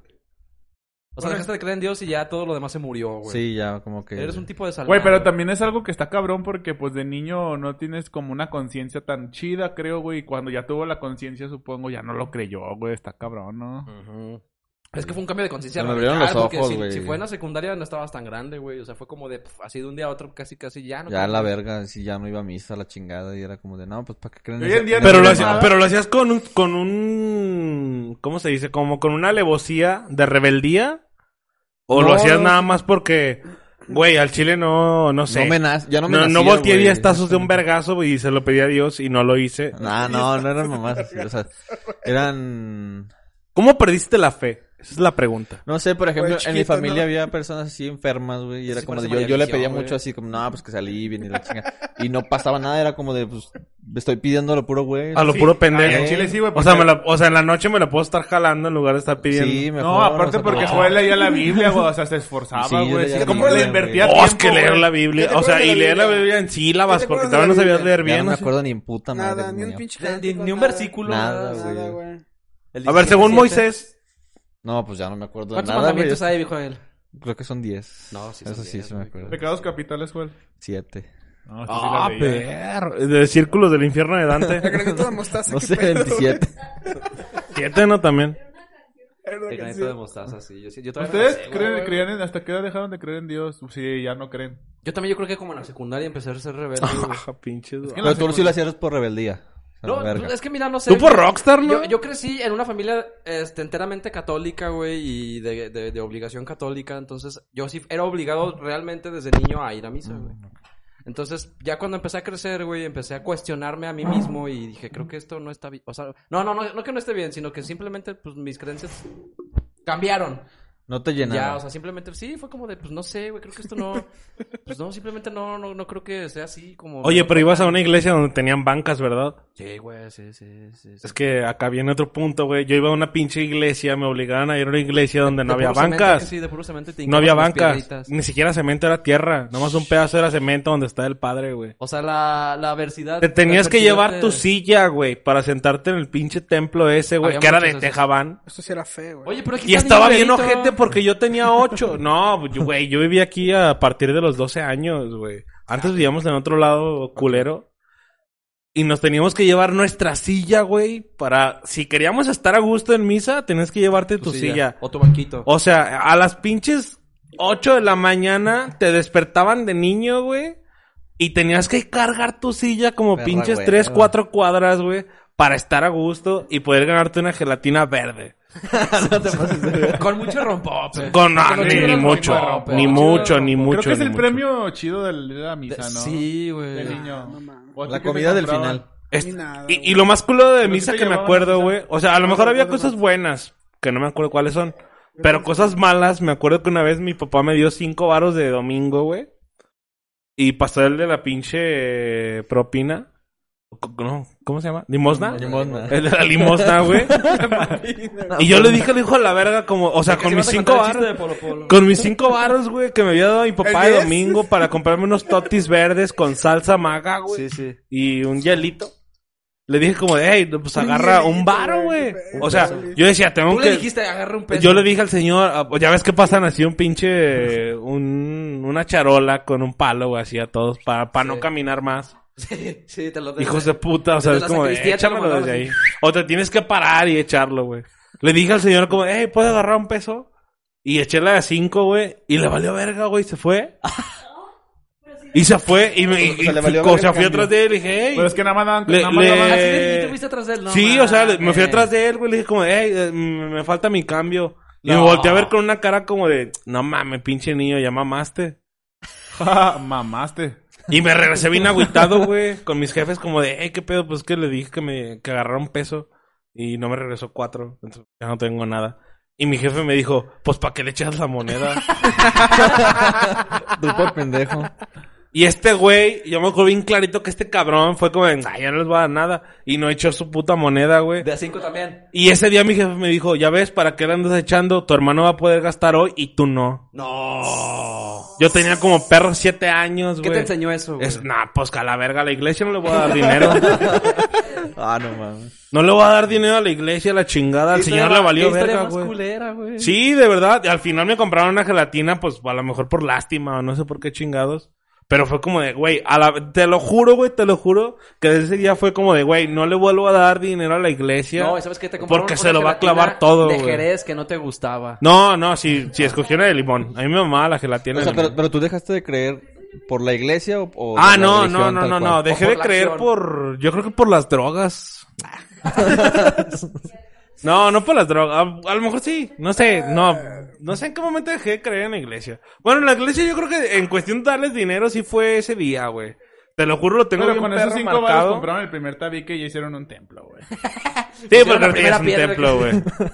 A: O sea, dejaste de creer en Dios y ya todo lo demás se murió, güey.
G: Sí, ya, como que...
A: Eres un tipo de salvado.
D: Güey, pero también es algo que está cabrón porque pues de niño no tienes como una conciencia tan chida, creo, güey. Y cuando ya tuvo la conciencia, supongo, ya no lo creyó, güey. Está cabrón, ¿no?
A: Ujú. Es que fue un cambio de conciencia.
G: Se me abrieron los
A: radical, porque
G: ojos,
A: si-
G: güey.
A: Si, fue en la secundaria no estabas tan grande, güey. O sea, fue como de, pf, así de un día a otro, casi, casi ya. No
G: Ya la verga, sí, ya no iba a misa, la chingada. Y era como de, no, pues, ¿para qué creen
D: Hoy en
G: esa-
D: día
G: en
D: no-
G: esa
C: Pero lo,
D: tiene
C: hacías,
D: nada.
C: pero lo hacías con un, con un, ¿cómo se dice? Como con una alevosía de rebeldía. O lo
G: No,
C: hacías
G: no.
C: nada más porque, güey, al chile no, no sé.
G: No me nas- ya no me
C: No, no
G: nacía,
C: volteé
G: güey.
C: 10 tazos de un vergazo güey, y se lo pedí a Dios y no lo hice.
G: No, no, no eran mamás así, o sea, eran...
C: ¿Cómo perdiste la fe? Esa es la pregunta.
G: No sé, por ejemplo,
E: Güey,
G: en mi
E: chiquito,
G: familia
E: ¿no?
G: había personas así enfermas, güey, y era
A: Sí,
G: como
A: parece
G: de, yo,
A: María
G: yo le
A: Visión,
G: pedía
A: güey.
G: mucho así, como, no, pues que se alivien y la chinga. Y no pasaba nada, era como de, pues, estoy pidiendo lo puro, güey.
C: A lo
D: Sí.
C: puro pendejo.
D: Ay, en Chile sí, güey,
C: o, sea,
D: porque-
C: me la- o sea, en la noche me la puedo estar jalando en lugar de estar pidiendo.
G: Sí, mejor.
D: no, aparte
G: o sea,
D: porque
G: como-
D: Joel leía la Biblia, güey. O sea, se esforzaba,
G: Sí, yo
D: güey.
G: leía
D: Sí,
G: la
D: ¿Cómo
G: Biblia,
D: le invertía
G: güey.
C: Oh,
D: tiempo,
C: es que leer
D: güey?
C: la Biblia.
E: ¿Qué te
C: O sea,
E: acuerdas
C: y
E: de la
C: leer la
E: Biblia?
C: Biblia en sílabas
E: ¿Qué te
C: porque
E: acuerdas de
C: todavía no
E: la
C: sabías
E: Biblia?
C: leer
G: Ya
C: bien.
G: no me
C: así.
G: acuerdo ni en puta madre.
E: Nada, ni
G: güey.
E: un pinche
A: Ni- Ni,
E: cántico,
A: ni un
E: nada.
A: versículo.
G: Nada,
A: nada.
E: Nada,
G: güey.
E: güey.
G: El
C: A ver, según
G: 17.
C: Moisés,
G: No, pues ya no me acuerdo de
A: ¿Cuántos
G: nada, güey.
A: mandamientos hay, viejo él?
G: Creo que son 10.
A: No, sí son
G: Eso sí,
A: 10,
G: sí me
A: güey.
G: acuerdo.
D: Pecados capitales, Joel.
G: 7.
D: No, sí, sí la
C: Ah,
D: leía.
C: perro. De Círculos del Infierno de
E: La
C: Dante.
E: granito de mostaza,
G: No
E: qué
G: sé,
E: pedo, güey.
G: 27.
C: Siete, ¿no? También.
E: Era una
A: El granito
E: canción.
A: de mostaza, sí. Yo, sí- yo todavía no
D: ¿Ustedes
A: la sé, güey.
D: creen, creían en- hasta qué edad dejaron de creer en Dios? Sí, ya no creen.
A: Yo también yo creo que como en la secundaria empecé a ser rebelde, güey.
C: Ah, pinche
D: que-
G: Pero tú sí lo hacías por rebeldía. A la
A: No,
G: verga.
A: es que mira, no sé.
C: Tú por
A: güey.
C: Rockstar, ¿no?
A: Yo, yo crecí en una familia este, enteramente católica, güey, y de, de- de obligación católica. Entonces, yo sí era obligado realmente desde niño a ir a misa, güey.
C: Mm.
A: Entonces, ya cuando empecé a crecer, güey, empecé a cuestionarme a mí mismo y dije, creo que esto no está bien. O sea, no, no, no, no que no esté bien, sino que simplemente, pues, mis creencias cambiaron.
G: No te
A: Ya, o
G: llenaba.
A: sea, simplemente, sí, fue como de, pues, no sé, güey, creo que esto no, pues, no, simplemente no, no, no creo que sea así como...
C: Oye, pero ibas a una iglesia donde tenían bancas, ¿verdad?
A: Sí, güey, sí, sí, sí. sí.
C: Es que acá viene otro punto, güey. Yo iba a una pinche iglesia, me obligaban a ir a una iglesia donde no
A: De
C: había
A: puro cemento, que
C: bancas.
A: sí, de puro cemento y te
C: No había
A: hincaban las
C: bancas.
A: piedritas.
C: Ni siquiera cemento era tierra. Nomás un pedazo era cemento donde está el padre, güey.
A: O sea, la, la adversidad.
C: Te tenías
A: la
C: que
A: adversidad
C: llevar
A: te-
C: tu silla, güey, para sentarte en el pinche templo ese, güey,
A: Había
C: que era
A: muchos
C: de
A: esos.
C: Tejabán.
E: Esto sí era fe, güey.
A: Oye, pero aquí
C: Y
A: está
C: estaba bien
A: nivelito.
C: ojete porque yo tenía ocho. No, yo- güey, yo viví aquí a partir de los 12 años, güey. Antes vivíamos en otro lado culero. Y nos teníamos que llevar nuestra silla, güey, para... Si queríamos estar a gusto en misa, tenías que llevarte tu, silla.
A: O tu banquito.
C: O sea, a las pinches 8 de la mañana te despertaban de niño, güey. Y tenías que cargar tu silla como
G: Perra
C: pinches
G: hueva.
C: 3, 4 cuadras, güey. Para estar a gusto y poder ganarte una gelatina verde.
G: No te pases de-
A: Con mucho rompope.
C: Con, ah,
A: Con
C: ni,
A: chido
C: ni
A: del
C: mucho,
A: rompope,
C: ni
A: con chido
C: mucho,
A: del
C: ni
A: rompope.
C: mucho.
D: Creo que es
C: ni
D: el
C: mucho. eh,
D: premio chido del- de la misa, ¿no?
A: Sí, güey.
D: De niño.
E: No mames.
D: O a ti
G: La
D: que te
G: comida del
D: compraban.
G: final.
C: Es-
E: Ni nada,
C: y, y
E: güey.
C: lo más culo de
D: Pero
C: misa
D: sí te
C: que me
D: llevaban
C: acuerdo,
D: misa.
C: güey. O sea, a lo
E: No
C: mejor había
E: recuerdo
C: cosas
E: más.
C: buenas, que no me acuerdo cuáles son. Pero cosas malas, me acuerdo que una vez mi papá me dio cinco varos de domingo, güey. Y pasó el de la pinche eh, propina. Co- No, ¿Cómo se llama? ¿Limosna?
G: Limosna.
C: El de la limosna, güey. y yo le dije al hijo de la verga, como, o sea,
A: Que
C: con
A: si
C: mis
A: vas a
C: cinco
A: contar el chiste
C: varos.
A: de Polo Polo.
C: Con mis cinco baros, güey, que me había dado mi papá
E: ¿El
C: de
E: diez?
C: domingo para comprarme unos totis verdes con salsa maga, güey.
G: Sí, sí.
C: Y un hielito. Le dije como, hey, no, pues agarra
E: hielito,
C: un varo,
E: güey,
C: güey.
E: qué pedo,
C: O sea,
E: güey.
C: yo decía, tengo
A: Tú le
C: que...
A: dijiste, agarra un peso.
C: pues, Yo le dije al señor, ah, ya ves que pasan así un pinche... Un, una charola con un palo, güey, así a todos para, para
A: Sí.
C: no caminar más.
A: Sí, sí, te lo
C: Hijos de puta, o sea,
A: Desde
C: es
A: la
C: como,
A: sacristía te lo
C: échamelo
A: mandaron
C: desde ahí.
A: así.
C: O te tienes que parar y echarlo, güey. Le dije al señor como, hey, ¿puedo agarrar un peso? Y eché la de cinco, güey. Y le valió verga, güey, se fue. y se fue. Y me, y-
G: sea, le
C: y-
G: valió
C: o sea,
G: verga el
C: fui
G: cambio.
C: atrás de él y dije, hey.
D: Pero es que nada más daban...
C: Le-
D: nada más
C: le-
D: daban-
A: Eh, ¿Y tú fuiste atrás de él? No,
C: sí, o sea, le- me fui
A: mames.
C: atrás de él, güey. Le dije como, hey, eh, mm, me falta mi cambio. Y
A: No.
C: me volteé a ver con una cara como de, no mames, pinche niño, ya mamaste.
D: Ja, Ah, Mamaste.
C: Y me regresé bien agüitado, güey, con mis jefes como de, hey, qué pedo, pues que le dije que me que agarrara un peso y no me regresó cuatro, entonces ya no tengo nada. Y mi jefe me dijo, pues ¿para qué le echas la moneda?
G: Tú por pendejo.
C: y este güey, yo me acuerdo bien clarito que este cabrón fue como, de, ay, ya no les voy a dar nada. Y no echó su puta moneda, güey.
A: De a cinco también.
C: Y ese día mi jefe me dijo, ya ves, ¿para qué le andas echando? Tu hermano va a poder gastar hoy y tú no.
A: No.
C: Yo tenía como perro siete años,
A: ¿Qué
C: güey.
A: te enseñó eso, güey?
C: Es, nah, pues que a la verga, a la iglesia no le voy a dar dinero.
G: Ah, no mames.
C: No le voy a dar dinero a la iglesia, la chingada. Al señor le valió verga, güey.
A: güey.
C: Sí, de verdad. Al final me compraron una gelatina, pues a lo mejor por lástima o no sé por qué chingados. Pero fue como de, güey, a la- te lo juro, güey, te lo juro, que desde ese día fue como de, güey, no le vuelvo a dar dinero a la iglesia.
A: No, ¿sabes qué? Te compraron
C: Porque
A: una
C: se lo va a
A: gelatina
C: clavar todo,
A: De
C: güey.
A: Jerez que no te gustaba.
C: No, no, si, si escogí una de limón. A mí me mamaba la gelatina
G: O sea,
C: de
G: pero,
C: limón.
G: pero tú dejaste de creer por la iglesia o, o
C: Ah,
G: por la
C: no,
G: religión,
C: no, no,
G: tal
C: no,
G: cual?
C: no. Dejé
A: por
C: de
A: la
C: creer
A: acción.
C: por. Yo creo que por las drogas. no, no por las drogas. A, a lo mejor sí. No sé, no. No sé en qué momento dejé de creer en la iglesia. Bueno, en la iglesia yo creo que en cuestión de darles dinero sí fue ese día, güey. Te lo juro, lo tengo
D: Pero
C: bien
D: con esos
C: perro
D: cinco varos
C: marcado.
D: compraron el primer tabique y ya hicieron un templo, güey.
C: Sí,
A: Pusieron
C: porque
A: la
C: no
A: primera
C: tenías un
A: piedra
C: templo,
A: que-
C: güey.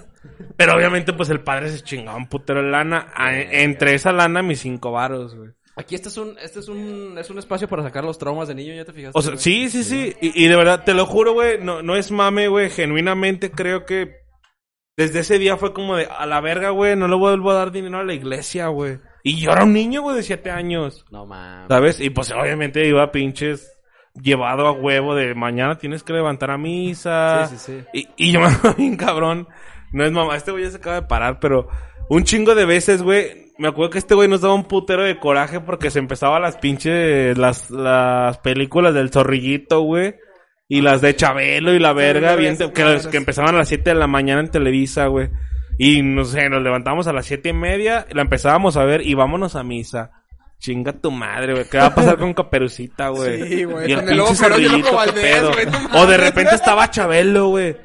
C: Pero obviamente, pues el padre se chingaba un putero de lana. A- entre esa lana, mis cinco varos, güey.
A: Aquí este es un, este es un, es un espacio para sacar los traumas de niño, ya te fijaste.
C: O sea,
A: güey?
C: sí, sí, sí. Y, y de verdad, te lo juro, güey, no, no es mame, güey. Genuinamente creo que desde ese día fue como de, a la verga, güey, no le vuelvo a dar dinero a la iglesia, güey. Y yo era un niño, güey, de siete años,
A: No mames.
C: ¿sabes? Y pues obviamente iba pinches llevado a huevo de mañana tienes que levantar a misa.
A: Sí, sí, sí.
C: Y, y yo me acuerdo bien cabrón. No es mamá, este güey ya se acaba de parar, pero un chingo de veces, güey. Me acuerdo que este güey nos daba un putero de coraje porque se empezaba las pinches, las, las películas del zorrillito, güey. Y las de Chabelo y la verga,
E: no,
C: bien,
E: esas
C: que,
E: madres.
C: que empezaban a las 7 de la mañana en Televisa, güey. Y no sé, nos levantábamos a las siete y media, la empezábamos a ver y vámonos a misa. Chinga tu madre, güey. ¿Qué va a pasar con Caperucita, güey?
E: Sí, güey,
C: Y el
E: con el lobo
C: pinche
E: feroz y el
C: zorrillito,
E: loco
C: qué
E: Valdés,
C: pedo.
E: güey, no mames.
C: O de repente estaba Chabelo, güey.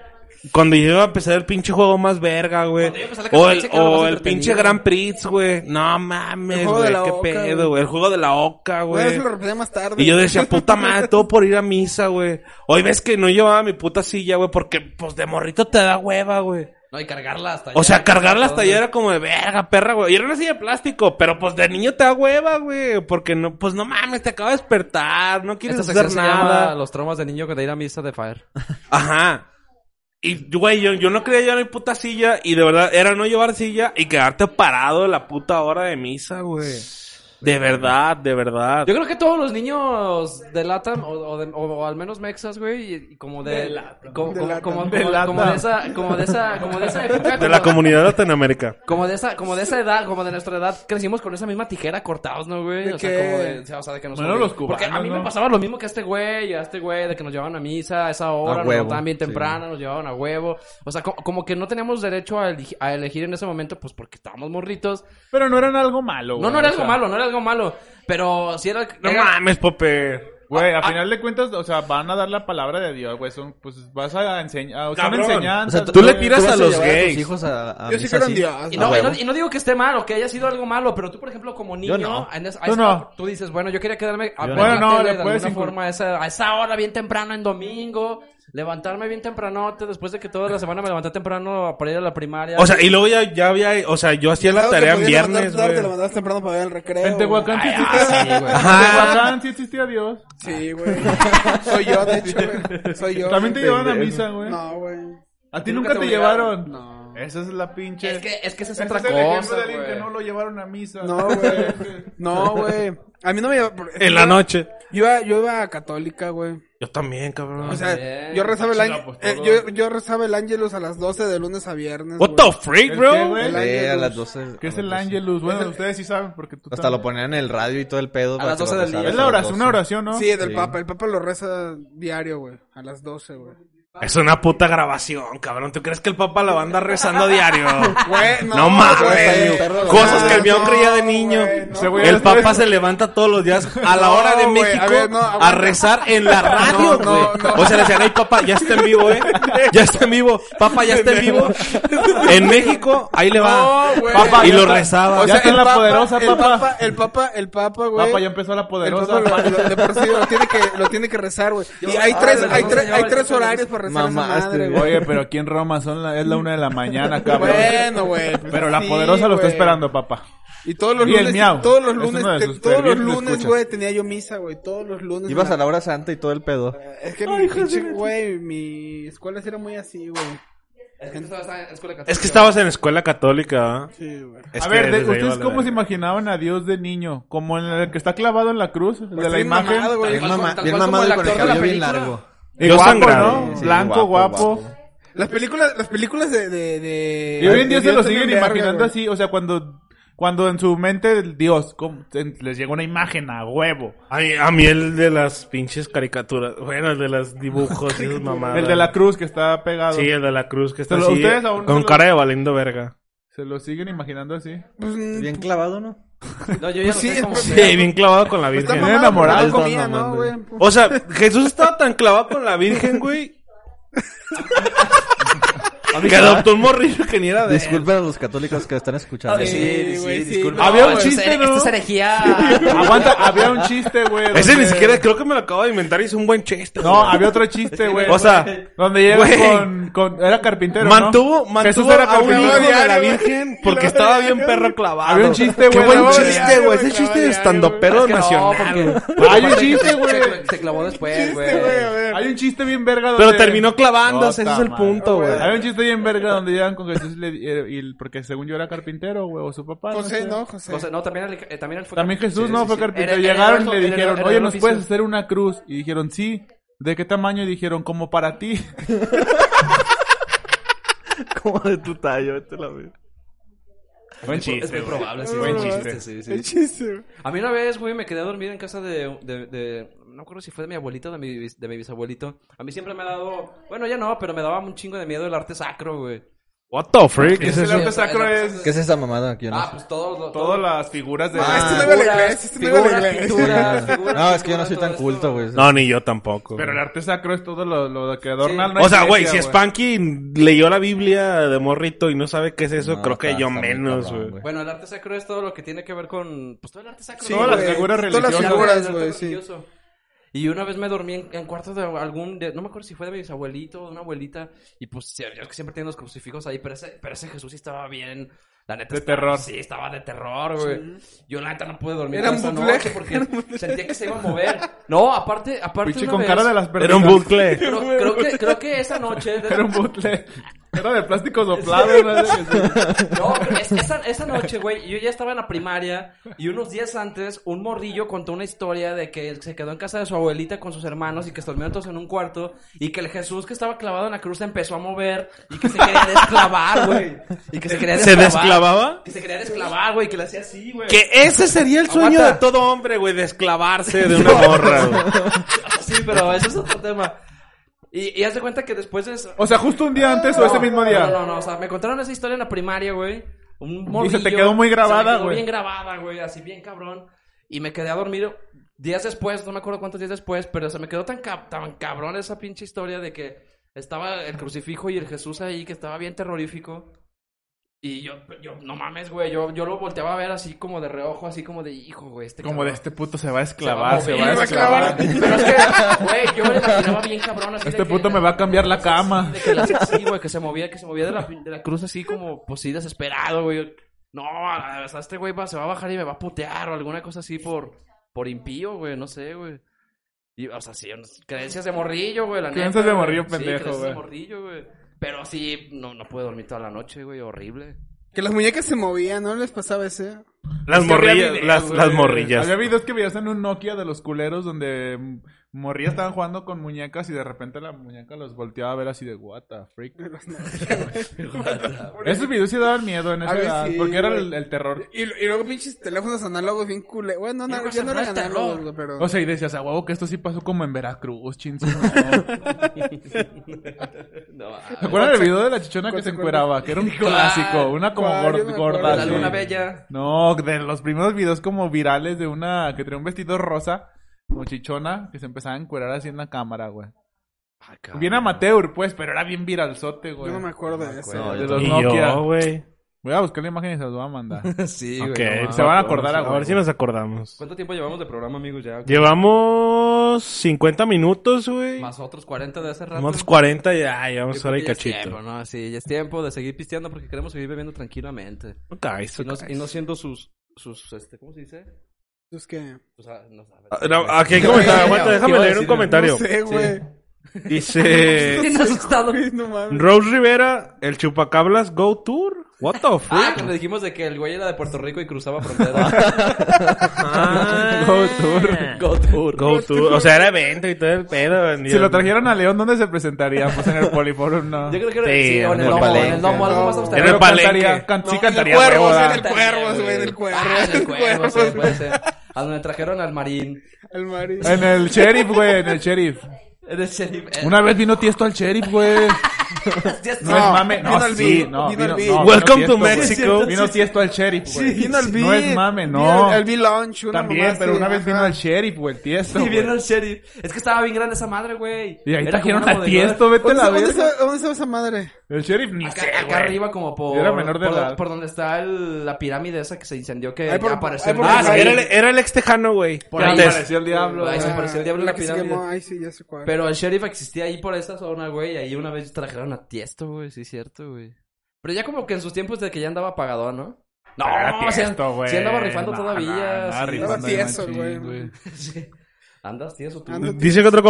C: Cuando yo iba a empezar el pinche juego más verga, güey.
A: Cuando iba a empezar la
C: O el,
A: competencia, que era lo
C: o
A: más
C: el pinche
A: entretenido.
C: Grand Prix, güey. No mames,
E: El juego de
C: güey.
E: la
C: Qué
E: oca,
C: pedo, güey. El juego de la oca, güey.
E: Bueno, eso lo repetiré más tarde.
C: pues. Y yo decía, puta madre, todo por ir a misa, güey. Hoy ves que no llevaba mi puta silla, güey, porque pues de morrito te da hueva, güey.
A: No, y cargarla hasta
C: O
A: allá,
C: sea, cargarla hasta allá
A: entonces.
C: era como de verga, perra, güey. Y era una silla de plástico, pero pues de niño te da hueva, güey. Porque no, pues no mames, te acaba de despertar, no quieres
A: Esta
C: hacer
A: sección se llama
C: nada.
A: Los traumas de niño que te ir a misa de Fire.
C: Ajá. Y, güey, yo, yo no quería llevar mi puta silla y de verdad era no llevar silla y quedarte parado la puta hora de misa, güey. De verdad, de verdad.
A: Yo creo que todos los niños delatan, o, o, de- o- o al menos mexas, güey, y, y como de... como, como- como-
E: Delatan.
A: como-
D: Delatan.
A: como de esa, como de esa, como de esa época.
C: De la
A: como-
C: comunidad latinoamérica.
A: Como de esa, como de esa edad, como de nuestra edad, crecimos con esa misma tijera cortados, ¿no, güey?
E: ¿De
A: O sea,
E: qué?
A: como de, o sea, o sea, de que nos
D: Bueno, los cubanos,
A: Porque a mí
D: ¿no?
A: me pasaba lo mismo que a este güey, y a este güey, de que nos llevaban a misa a esa hora, nos
G: huevo,
A: levantaban bien
G: sí.
A: temprano, nos llevaban a huevo. O sea, co- como, que no teníamos derecho a, elegi- a elegir en ese momento, pues porque estábamos morritos.
D: Pero no eran algo malo, güey.
A: No, no era
D: o
A: algo
D: sea,
A: malo, no era algo malo. Pero sí era.
C: No
A: era-
C: mames, Pope.
A: Ah,
D: Güey, a final de cuentas, o sea, van a dar la palabra de Dios, güey. Son, pues vas a enseñar, o sea,
C: Cabrón.
G: O
D: enseñanza.
G: sea,
C: Tú le tiras
G: vas
C: a los
G: llevar tus
C: gays.
G: hijos a- a
E: Yo sí
G: misa
E: creo en
G: así?
E: Dios.
A: Y
G: A
A: ah, no, y,
G: huevo.
A: no, y no digo que esté mal o que haya sido algo malo, pero tú, por ejemplo, como niño,
G: no.
A: en esa- a
D: Tú
A: esa
D: no.
A: hora, tú dices, bueno, yo quería quedarme a
G: Yo
A: ver
G: no.
A: la
D: Bueno, no,
A: tele
D: le
A: de
D: puedes
A: alguna
D: inclu-
A: forma a esa, a esa hora bien temprano en domingo, levantarme bien tempranote después de que toda la semana me levanté temprano para ir a la primaria.
C: O sea, y luego ya, ya había, o sea, yo hacía la
E: Claro, te
C: tarea en
E: podías levantar
C: viernes,
E: tarde,
C: güey.
E: Te levantabas temprano para ver el recreo.
D: En
E: güey.
D: Tehuacán sí
A: ah, sí,
D: existía.
A: güey.
D: En Tehuacán sí existía Dios.
E: Sí, güey. Soy yo, de hecho, güey. Soy yo.
D: También te
E: güey.
D: llevaban a misa, güey.
E: No, güey.
D: A ti
A: Nunca
D: nunca
A: te
D: te
A: obligaron.
D: llevaron. No. Esa es la pinche.
A: es que, es que esa es
D: Ese
A: otra
D: es el ejemplo de
A: cosa,
D: alguien
A: güey.
D: que no lo llevaron a misa.
E: No, güey. No, güey. A mí no me llevaba.
C: En la noche.
E: Yo iba, yo iba a católica, güey.
C: Yo también, cabrón.
E: O
D: Ah,
E: sea,
A: Bien.
E: yo rezaba el
D: Chinga,
E: ángel. eh,
D: pues, todo.
E: yo, yo rezaba el Ángelus a las 12 de lunes a viernes.
C: What
E: güey.
C: the freak,
D: ¿El qué,
C: bro.
D: güey?
E: El
G: Sí, a
E: Ángelus.
G: las 12.
D: ¿Qué es
G: a
D: el
G: las 12.
D: Ángelus? Bueno, ustedes sí saben porque tú
G: Hasta
D: también.
G: lo ponían en el radio y todo el pedo. para
A: las
G: que lo
A: 12 del
G: pasaras
A: día.
D: Es
G: a
D: la
G: las
D: oración, una
G: 12.
D: oración, ¿no?
E: Sí, del Papa. El Papa lo reza diario, güey. A las 12, güey.
C: Es una puta grabación, cabrón. ¿Tú crees que el papá la va a andar rezando a diario?
E: Güey,
C: No mames,
E: güey.
C: perro. Cosas que el mío creía de niño.
E: güey, no.
D: Ese güey a
C: El
D: las
C: papá
D: tres-
C: se levanta todos los días a la
E: No,
C: hora de
E: güey,
C: México
E: a
C: a,
E: ver, no, aguanta.
C: rezar en la radio,
E: No,
C: güey.
E: no, no.
C: O sea, le decían, ay, papá, ya está en vivo, ¿eh? Ya está en vivo. Papá, ya está en vivo. En México, ahí le va.
E: No, güey.
C: papá, y
D: Ya
C: lo
D: está.
C: rezaba.
D: O sea, en la poderosa,
E: el
D: papa.
E: El Papa, el Papa, güey.
D: Papa ya empezó la
E: El
D: poderosa.
E: Papa lo, lo- de por sí lo tiene que, lo tiene que rezar, güey. Y hay
A: Ah,
E: tres,
A: perdón,
E: hay tres, hay
A: señor,
E: tres
A: disculpe.
E: horarios para rezar a esa
G: Mamaste,
E: madre, güey.
D: Oye, pero aquí en Roma son la- es la una de la mañana, cabrón.
E: Bueno, güey. pues
D: Pero la
E: sí,
D: poderosa lo está
E: güey.
D: esperando, papá.
E: Y todos los
D: Y el
E: lunes,
D: miau.
E: todos los
D: Es uno de
E: lunes, te-
D: sus
E: todos los
D: fervientes
E: lunes,
D: escuchas.
E: güey, tenía yo misa, güey. Todos los lunes.
G: Ibas
E: en
G: a la hora santa y todo el pedo.
E: Es que mi pinche, güey, mi escuela sí era muy así, güey.
A: Es que estabas en la escuela católica.
C: Es que estabas en escuela católica. ¿eh?
E: Sí, güey.
C: Es
D: a
C: que
D: ver, de-
C: desde ahí
D: ¿ustedes
C: vale
D: cómo
C: verga.
D: se imaginaban a Dios de niño? Como en el que está clavado en la cruz, el de la
E: bien
D: imagen.
E: Pues mamado, güey.
A: Tal
G: Bien,
A: cual como-
G: mama-
A: tal
G: bien
A: cual como
G: mamado
A: el
G: y con el
A: actor de la
G: cabello bien
A: película.
G: largo.
D: Y
C: Yo
D: guapo,
C: sangrado.
D: ¿no?
G: Sí, sí,
D: Blanco, guapo.
G: guapo,
E: Las películas, las películas de, de, de...
D: Y hoy en día
E: de
D: se lo
E: Dios
D: siguen
E: tienen verga,
D: imaginando
E: güey.
D: así, o sea, cuando, cuando en su mente el Dios como- en- les llegó una imagen a huevo.
C: A mí, a mí el de las pinches caricaturas. Bueno, el de los dibujos y esas mamadas.
D: El de la cruz que está pegado.
C: Sí, el de la cruz que está
D: Pero
C: así.
D: ustedes aún
C: con
D: no lo-
C: cara de valiendo verga.
D: Se lo siguen imaginando así.
E: Pues, mm,
G: Bien clavado, ¿no?
A: No, yo ya
E: Pues
A: lo
E: sí,
A: sé como
E: es-
C: Sí,
A: que-
C: bien clavado con la
E: está
C: Virgen.
E: mamado,
D: enamorado,
E: pues,
G: estaba
E: comía, ¿no,
G: mamando.
E: güey?
C: O sea, Jesús estaba tan clavado con la Virgen, güey. que adoptó un morrillo que ni era de él.
G: Disculpen a los católicos que están escuchando.
A: Sí, sí,
E: güey, sí.
A: disculpa.
D: Había un
A: esto es-
D: chiste, ¿no?
A: Esto es este herejía.
D: Aguanta, había un chiste, güey.
C: Ese
D: donde-
C: ni siquiera, creo que me lo acabo de inventar y es un buen chiste.
D: No,
C: güey.
D: había otro chiste, güey.
C: O sea,
D: donde llega
C: güey.
D: con, con- Era carpintero. ¿no?
C: mantuvo,
D: Jesús
C: mantuvo
D: era
C: a un hijo
D: carpintero.
C: de la
E: diario, güey.
C: Virgen porque
E: Lo
C: estaba
E: diario,
C: bien perro clavado.
D: Había un chiste,
C: Qué
D: güey.
C: buen
D: Lo
C: chiste,
E: diario,
C: güey.
G: Pues,
C: Ese
E: lo
C: chiste
E: diario,
C: de estandopero
A: Es que no,
C: nacional.
A: porque-
D: Hay un
A: aparte
D: chiste,
A: se-
D: güey.
A: se- Se clavó después, güey.
E: güey, a ver.
D: Hay un chiste bien verga donde...
C: Pero terminó clavándose,
D: Puta
C: ese es el
D: madre.
C: punto, güey.
D: Hay un chiste bien verga donde llegan con Jesús y le- eh, y, y- porque según yo era carpintero, güey, o su papá.
E: José,
D: sé.
E: Pues ¿no? José.
A: O sea, no, también, él- eh, también él fue
D: También Jesús
A: sí,
D: no
A: sí,
D: fue
A: sí.
D: carpintero.
A: Era- era
D: Llegaron
A: otro-
D: y le
A: era-
D: dijeron,
A: era
D: oye,
A: otro
D: ¿nos puedes
A: oficio".
D: hacer una cruz? Y dijeron, sí. ¿De qué tamaño? Y dijeron, como para ti.
G: Como de tu tallo, te la veo.
D: Buen
A: Es muy probable, sí.
D: Buen
A: es un
D: chiste.
A: chiste, sí, sí.
E: Qué chiste,
A: A mí una vez, güey, me quedé dormido en casa de, de, de- no me acuerdo si fue de mi abuelita o de mi, bis- de mi bisabuelito. A mí siempre me ha dado, bueno, ya no, pero me daba un chingo de miedo el arte sacro, güey.
C: What the freak?
D: Ese
C: Ese
D: el
C: es-
D: arte sacro es...
G: ¿Qué es esa mamada? Que yo no
A: Ah,
G: sé.
A: pues todo, lo- todo,
D: Todas las figuras de...
E: Ah, este
D: Ah,
E: no iba a la iglesia, este no iba a la
A: figuras,
E: iglesia.
A: pinturas, figuras,
G: No, es que yo no
A: pinturas,
G: soy tan
A: todo esto.
G: culto, güey.
C: No, ni yo tampoco.
D: Pero el
C: güey.
D: arte sacro es todo lo, lo que adorna
A: Sí.
D: la
C: o sea, güey, si
D: iglesia,
C: Spanky leyó la Biblia de morrito y no sabe qué es eso,
G: No,
C: creo que
G: está-
C: yo
G: está muy
C: menos,
G: cabrón,
C: güey.
A: Bueno, el arte sacro es todo lo que tiene que ver con, pues todo el arte sacro.
E: Sí,
A: ¿no?
D: Todas las
E: güey.
D: figuras
E: Todas las
D: religiosas.
E: figuras,
A: Arte
E: güey, sí.
A: religioso. Y una vez me dormí en, en cuarto de algún, de- no me acuerdo si fue de mi bisabuelito o de una abuelita, y pues sí, yo es que siempre tienen los crucifijos ahí, pero ese, pero ese Jesús sí estaba bien, la neta.
D: De
A: estaba-
D: terror.
A: Sí, estaba de terror, güey. Yo la neta no pude dormir
E: Era
A: toda
E: un
A: esa
E: bootleg,
A: noche porque sentía que se iba a mover. No, aparte, aparte
D: Pinche
A: una
D: con
A: vez-
D: cara de las
C: Era un
D: perdidas.
C: bucle.
A: Creo, creo que, creo que esa noche... de-
D: Era un bootleg. Era de plástico soplado. ¿no?
A: No, es- esa, esa noche, güey, yo ya estaba en la primaria y unos días antes un morrillo contó una historia de que se quedó en casa de su abuelita con sus hermanos y que dormieron todos en un cuarto y que el Jesús que estaba clavado en la cruz se empezó a mover y que se quería desclavar, güey. Y que se quería
C: ¿Se
A: desclavar.
C: desclavaba?
A: Que se quería desclavar, güey, que le hacía así, güey.
C: Que ese sería el sueño
G: Aguanta.
C: de todo hombre, güey, desclavarse de una morra, güey.
A: Sí, pero eso es otro tema. Y, y haz de cuenta que después es...
D: O sea, justo un día antes o ese este mismo día.
A: No, no, no, o sea, me contaron esa historia en la primaria, güey. Un morrillo.
D: se te quedó muy
A: se me
D: grabada,
A: quedó
D: güey.
A: Bien grabada, güey, así bien cabrón. Y me quedé a dormir días después, no me acuerdo cuántos días después, pero se me quedó tan, cab- tan cabrón esa pinche historia de que estaba el crucifijo y el Jesús ahí, que estaba bien terrorífico. Y yo, yo no mames, güey, yo, yo lo volteaba a ver así como de reojo, así como de hijo, güey. Este
D: Como de
A: cabrón
D: este puto se va a esclavar, se va a
A: mover,
D: esclavar.
A: se va a esclavar. Pero es que, güey, yo me lo imaginaba bien cabrón. Así
D: Este puto me va a cambiar la cama.
A: De que la- sí, güey, que se movía, que se movía de la, de la cruz así como, pues sí, desesperado, güey. No, o sea, este güey va, se va a bajar y me va a putear o alguna cosa así por, por impío, güey, no sé, güey. Y, o sea, sí, unas creencias de morrillo, güey, la neta,
D: Creencias de
A: güey.
D: morrillo
A: Sí,
D: pendejo,
A: creencias de
D: güey.
A: morrillo, güey. Pero sí, no, no pude dormir toda la noche, güey, horrible.
E: Que las muñecas se movían, ¿no les pasaba ese?
C: Las
D: Es que había
C: morrillas,
D: videos,
C: las,
D: güey.
C: las morrillas.
D: Había videos que veías en un Nokia de los culeros donde mm, morrillas estaban jugando con muñecas y de repente la muñeca los volteaba a ver así de, what the freak. Esos videos sí daban miedo en
E: A
D: esa
E: ver,
D: edad,
E: sí,
D: porque era el,
E: güey.
D: el terror.
E: Y, y luego pinches teléfonos análogos bien cool. Bueno, no,
A: Lejos
E: ya no
A: atrás,
E: eran análogos,
A: terror.
E: güey, pero...
D: O sea, y decías, a huevo que esto sí pasó como en Veracruz, chinzo.
A: No, ah,
D: ¿Te acuerdas del video de la chichona que
E: ¿Cuál
D: se
E: se
D: encueraba? Que era un clásico, una como
E: ¿Cuál?
D: gor-
E: Yo no me acuerdo.
D: gorda.
A: la
D: así.
A: luna bella.
D: No, de los primeros videos como virales de una que tenía un vestido rosa, como chichona, que se empezaba a encuerar así en la cámara, güey.
A: Ay, Ah, cabrón.
D: Bien amateur, pues, pero era bien viralzote, güey.
E: yo no me acuerdo de eso.
G: No,
D: De
G: yo
D: los
C: Y
D: Nokia.
C: yo, güey.
D: Voy a buscar la imagen y se las voy a mandar.
A: Sí, güey.
C: Ok,
A: no mames.
D: se van a acordar
C: A
D: ahora.
C: ver si nos acordamos.
A: ¿Cuánto tiempo llevamos de programa, amigos? Ya.
C: Llevamos 50 minutos, güey.
A: Más otros 40 de hace rato.
C: Más 40 ya,
A: Yo
C: llevamos
A: creo
C: hora
A: que
C: y
A: ya es tiempo,
C: cachito.
A: ¿no? Sí, ya es tiempo de seguir pisteando porque queremos seguir bebiendo tranquilamente.
C: Okay, so-
A: Y no, y no siendo sus, sus, este, ¿cómo se dice?
E: Es que...
A: O sea, no sabes.
C: Ah, no, aquí hay comentario. Aguanta, déjame leer un comentario.
E: No sé, güey.
C: Dice
A: Bien asustado.
E: Ay, no mames.
C: Rose Rivera, el Chupacablas Go Tour. What the fuck?
A: Ah, cuando dijimos de que el güey era de Puerto Rico y cruzaba frontera.
C: Go Tour.
A: Go tour.
C: Go
E: Este
C: Tour. O sea, era evento y todo el pedo.
D: Si lo trajeran a León, ¿dónde se presentaría? Pues en el Poliforum, no.
A: Yo creo que era
C: Sí,
A: sí, o en
C: en
A: el
C: el
A: lomo, en el
C: palenque.
A: lomo, algo más
C: En el
A: austero.
D: Pero cantaría-
C: palenque.
D: can- sí
E: No,
D: cantaría
E: en el cuervo,
D: huevo,
E: en
D: la-
E: el cuervo, güey, en el cuervo.
A: Ah, en el cuervo, sí,
E: güey.
A: puede ser. A donde trajeron al marín.
E: El Mario.
D: En el sheriff, güey, en el sheriff.
A: En el sheriff. eh,
D: Una vez vino tiesto al sheriff, güey.
A: ya
D: No es
E: No,
D: mame, no,
E: vino al
D: sí,
E: beat,
D: no,
E: vino al
D: vino,
E: beat.
D: no,
C: Welcome
D: vino tiesto,
C: to Mexico.
D: güey. Vino tiesto al sheriff, güey.
E: Vino el
D: No es mame, no.
E: El B-Launch, una
D: También,
E: mamá
D: pero
E: así,
D: una vez
E: ajá.
D: vino el sheriff, güey, el tiesto.
A: Sí,
D: güey.
A: vieron al sheriff. Es que estaba bien grande esa madre, güey.
D: Y ahí
A: Era
D: trajeron
A: como una
D: al
A: bodeguera.
D: tiesto, vete a
E: ¿Dónde,
D: la
E: dónde,
D: verga.
E: está, ¿Dónde está esa madre?
D: El sheriff ni
A: Acá,
D: sé,
A: acá
D: güey.
A: arriba como por...
D: Era menor de
A: por,
D: edad.
A: por donde está el- la pirámide esa que se incendió que
E: Ahí por-
A: apareció.
E: ahí
A: el
E: por-
C: Ah,
A: diablo
C: sí,
A: ahí.
C: era, el, era el ex tejano, güey.
A: Por
D: ahí
A: Antes.
D: apareció el diablo. eh.
A: Ahí se
D: güey.
A: apareció el diablo en la
E: que se
A: pirámide.
E: quemó, Ay, sí, ya sé cuál.
A: Pero el sheriff existía ahí por esa zona, güey. Y ahí una vez trajeron a Tiesto, güey. Sí, cierto, güey. Pero ya como que en sus tiempos de que ya andaba apagado, ¿no? No,
D: Pero era
A: sí,
D: Tiesto, güey.
A: sí andaba rifando
D: No,
A: todavía.
D: no, andaba
A: sí.
D: rifando de
E: tieso,
D: machín,
E: güey.
A: Sí. Andas tieso tú.
E: Ando-
C: Dice que otro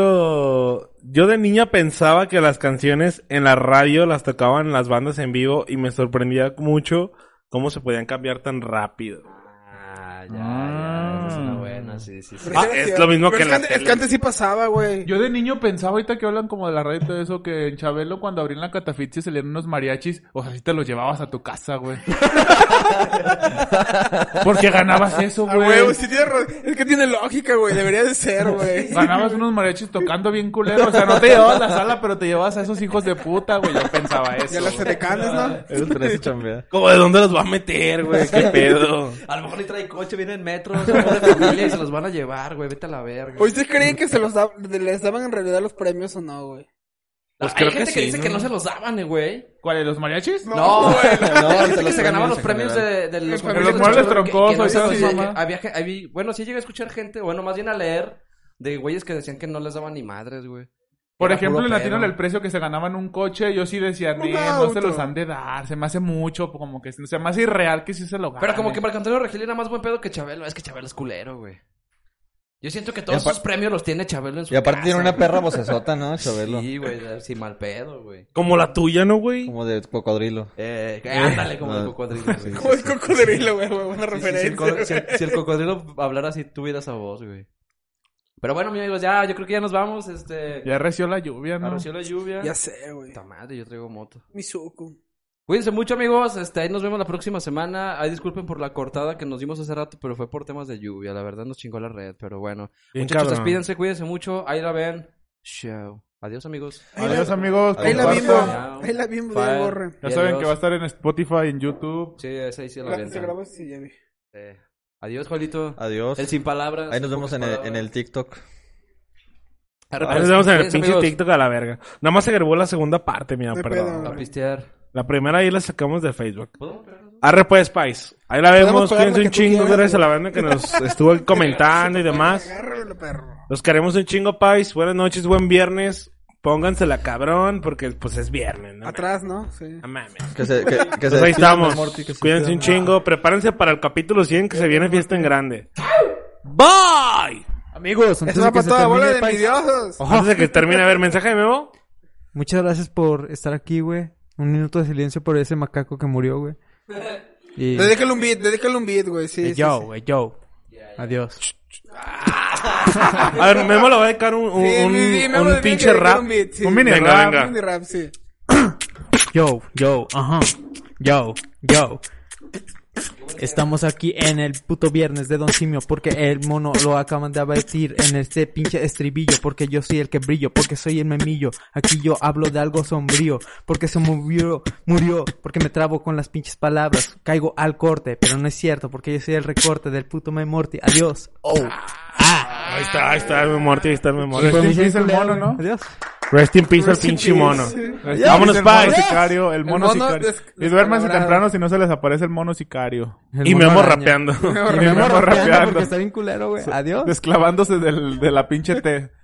C: comentario. Yo de niña pensaba que las canciones en la radio las tocaban las bandas en vivo y me sorprendía mucho cómo se podían cambiar tan rápido.
A: Ah, ya,
D: Ah.
A: ya. Esa es una buena, sí, sí. sí.
E: Pero
C: Ah,
E: era
C: es
E: así,
C: lo mismo
E: pero
C: que
E: es
C: en la
E: antes- Es
C: tele.
E: que antes sí pasaba, güey.
D: Yo de niño pensaba ahorita que hablan como de la red y todo eso, que en Chabelo cuando abrían la catafixia salían unos mariachis, o sea, si te los llevabas a tu casa, güey. Porque ganabas eso,
E: Ah, güey,
D: güey.
E: sí tiene ro- Es que tiene lógica, güey. Debería de ser, güey.
D: Ganabas unos mariachis tocando bien culero, o sea, no te llevabas la sala, pero te llevabas a esos hijos de puta, güey. Yo pensaba
E: Ya
D: eso.
E: las
D: güey.
E: sedecanes, ¿no?
G: Esos tres se chambea.
C: Como de dónde los va a meter, güey. Qué pedo.
A: A lo mejor le trae coche, viene en metro, son de familia y se los van a llevar, güey. Vete a la verga.
E: ¿O usted cree que se los da- les daban en realidad los premios o no, güey?
D: Pues
A: Hay
C: creo
A: gente
C: que
A: que,
C: sí,
A: dice
C: ¿no?
A: que no se los daban, eh, güey.
D: ¿Cuáles, los mariachis?
A: No, güey. No,
G: los
A: se ganaban
G: premios
A: los
G: en
A: premios de, de los
E: Los
A: concursos
E: muebles pues,
A: de Chabelo, que- que
D: troncosos,
A: no
D: esas
A: se los-
D: mamás.
A: había ge- había- Bueno, sí llegué a escuchar gente, bueno, más bien a leer de güeyes que decían que no les daban ni madres, güey.
D: Por
A: Era
D: ejemplo,
A: puro
D: en Latino
A: pedo.
D: el precio que se ganaban un coche, yo sí decía,
E: Un
D: "Nee, no se
E: auto".
D: los han de dar, se me hace mucho, como que se me hace irreal que sí se lo ganen.
A: Pero como que Marco Antonio Regil era más buen pedo que Chabelo. Es que Chabelo es culero, güey. Yo siento que todos
G: Y apar-
A: esos premios los tiene Chabelo en su
G: Y aparte
A: casa,
G: tiene una
A: güey.
G: perra vocesota, ¿no? Chabelo.
A: Sí, güey, sí, mal pedo, güey.
C: Como la tuya, ¿no, güey?
G: Como de cocodrilo.
A: Eh, ándale como
G: no.
A: el cocodrilo, güey.
E: Como el cocodrilo, güey, güey. Buena
A: Sí, sí, si, el
E: referencia.
A: co- si el, si el cocodrilo hablara así, tuviera esa voz, güey. Pero bueno, mi amigos, ya, yo creo que ya nos vamos, este...
D: Ya reció la lluvia, ¿no?
A: Arroció la lluvia.
E: Ya sé, güey.
A: Puta madre, yo traigo moto.
E: Mizuku.
A: Cuídense mucho, amigos. Este, ahí nos vemos la próxima semana. Ahí disculpen por la cortada que nos dimos hace rato, pero fue por temas de lluvia. La verdad nos chingó la red, pero bueno.
C: Bien
A: Muchachos,
C: cabrón.
A: despídense, cuídense mucho. Ahí la ven. Chao. Adiós, amigos.
D: Adiós, amigos.
E: Ahí la
D: compartan.
E: vimos.
A: Compartan.
E: Ahí la vimos,
A: Bye.
E: de borre.
D: Ya
A: Y
D: saben
A: adiós.
D: que va a estar en Spotify, en YouTube.
A: Sí, ese ahí sí lo
E: Gracias, se
A: avientan.
E: grabó, sí, ya vi.
A: Sí. Adiós, Juanito.
G: Adiós.
A: El sin palabras.
G: Ahí nos vemos en el,
A: Pocas
G: en el TikTok.
A: palabras.
C: Ahora nos vemos en el
A: Cuídense,
C: pinche
A: amigos.
C: TikTok a la verga. Nada más se grabó la segunda parte, mira,
E: No hay
C: perdón.
E: pedo.
A: A pistear.
C: La primera ahí la sacamos de Facebook.
A: ¿Puedo?
C: Arre pues, Pais. Ahí la vemos.
E: Podemos pagar
C: Cuídense
E: lo
C: un
E: que tú
C: chingo.
E: quieras,
C: Gracias a la banda que nos estuvo ahí comentando y demás.
E: Agárralo, perro.
C: Los queremos un chingo, Pais. Buenas noches, buen viernes. Póngansela cabrón, porque pues es viernes, ¿no?
E: Atrás, ¿no? Sí.
C: No mames.
G: Que se, que, que
C: Pues
G: se
C: ahí
G: despidan de
C: estamos.
G: Morty, que se
C: Cuídense
G: despidan.
C: un chingo. Prepárense para el capítulo 100 que se viene fiesta en grande. Bye.
B: Amigos, antes
E: Eso
B: de
E: va
B: que
E: para
B: se
E: toda bola
B: termine,
E: de
B: Pais,
E: envidiosos.
C: Antes de que termine, a ver, mensaje de nuevo.
B: Muchas gracias por estar aquí, güey. Un minuto de silencio por ese macaco que murió, güey. Y...
E: Dedícale un beat, dedícale un beat, güey. Sí,
B: Eh,
E: sí,
B: yo,
E: sí.
B: güey, yo. Adiós.
C: A ver, Memo le va a dedicar un, un,
E: Sí,
C: un-
E: sí, sí, me
C: un
E: acuerdo, tiene que
C: pinche
E: dedicar
C: rap.
E: Un, beat, sí.
D: Un mini
C: Venga,
D: rap.
C: venga.
E: Un mini rap, sí.
B: Yo, yo, ajá. Yo, yo. Estamos aquí en el puto viernes de Don Simio porque el mono lo acaban de abatir en este pinche estribillo porque yo soy el que brillo, porque soy el memillo. Aquí yo hablo de algo sombrío porque se movió, murió, porque me trabo con las pinches palabras. Caigo al corte, pero no es cierto porque yo soy el recorte del puto Memorti. Adiós.
C: Ahí está, ahí está el Memo Ortiz, ahí está el Memo Ortiz.
D: Rest in peace el mono, ¿no?
B: Adiós.
C: Rest in peace al
E: Rest in
C: pinche
E: peace.
C: mono.
D: Rest in
C: Vámonos,
D: peace el mono
C: Pais.
D: Este, sicario, el mono,
E: mono
D: sicario.
E: des-
D: Y duérmanse
E: descalabrado.
D: temprano si no se les aparece el mono sicario.
B: El
C: Y
B: mono
C: Memo
B: araña.
C: rapeando.
B: Y
D: Memo
B: Memo rapeando
D: rapeando.
B: porque está bien culero, güey. Adiós.
D: Desclavándose del, de la pinche T.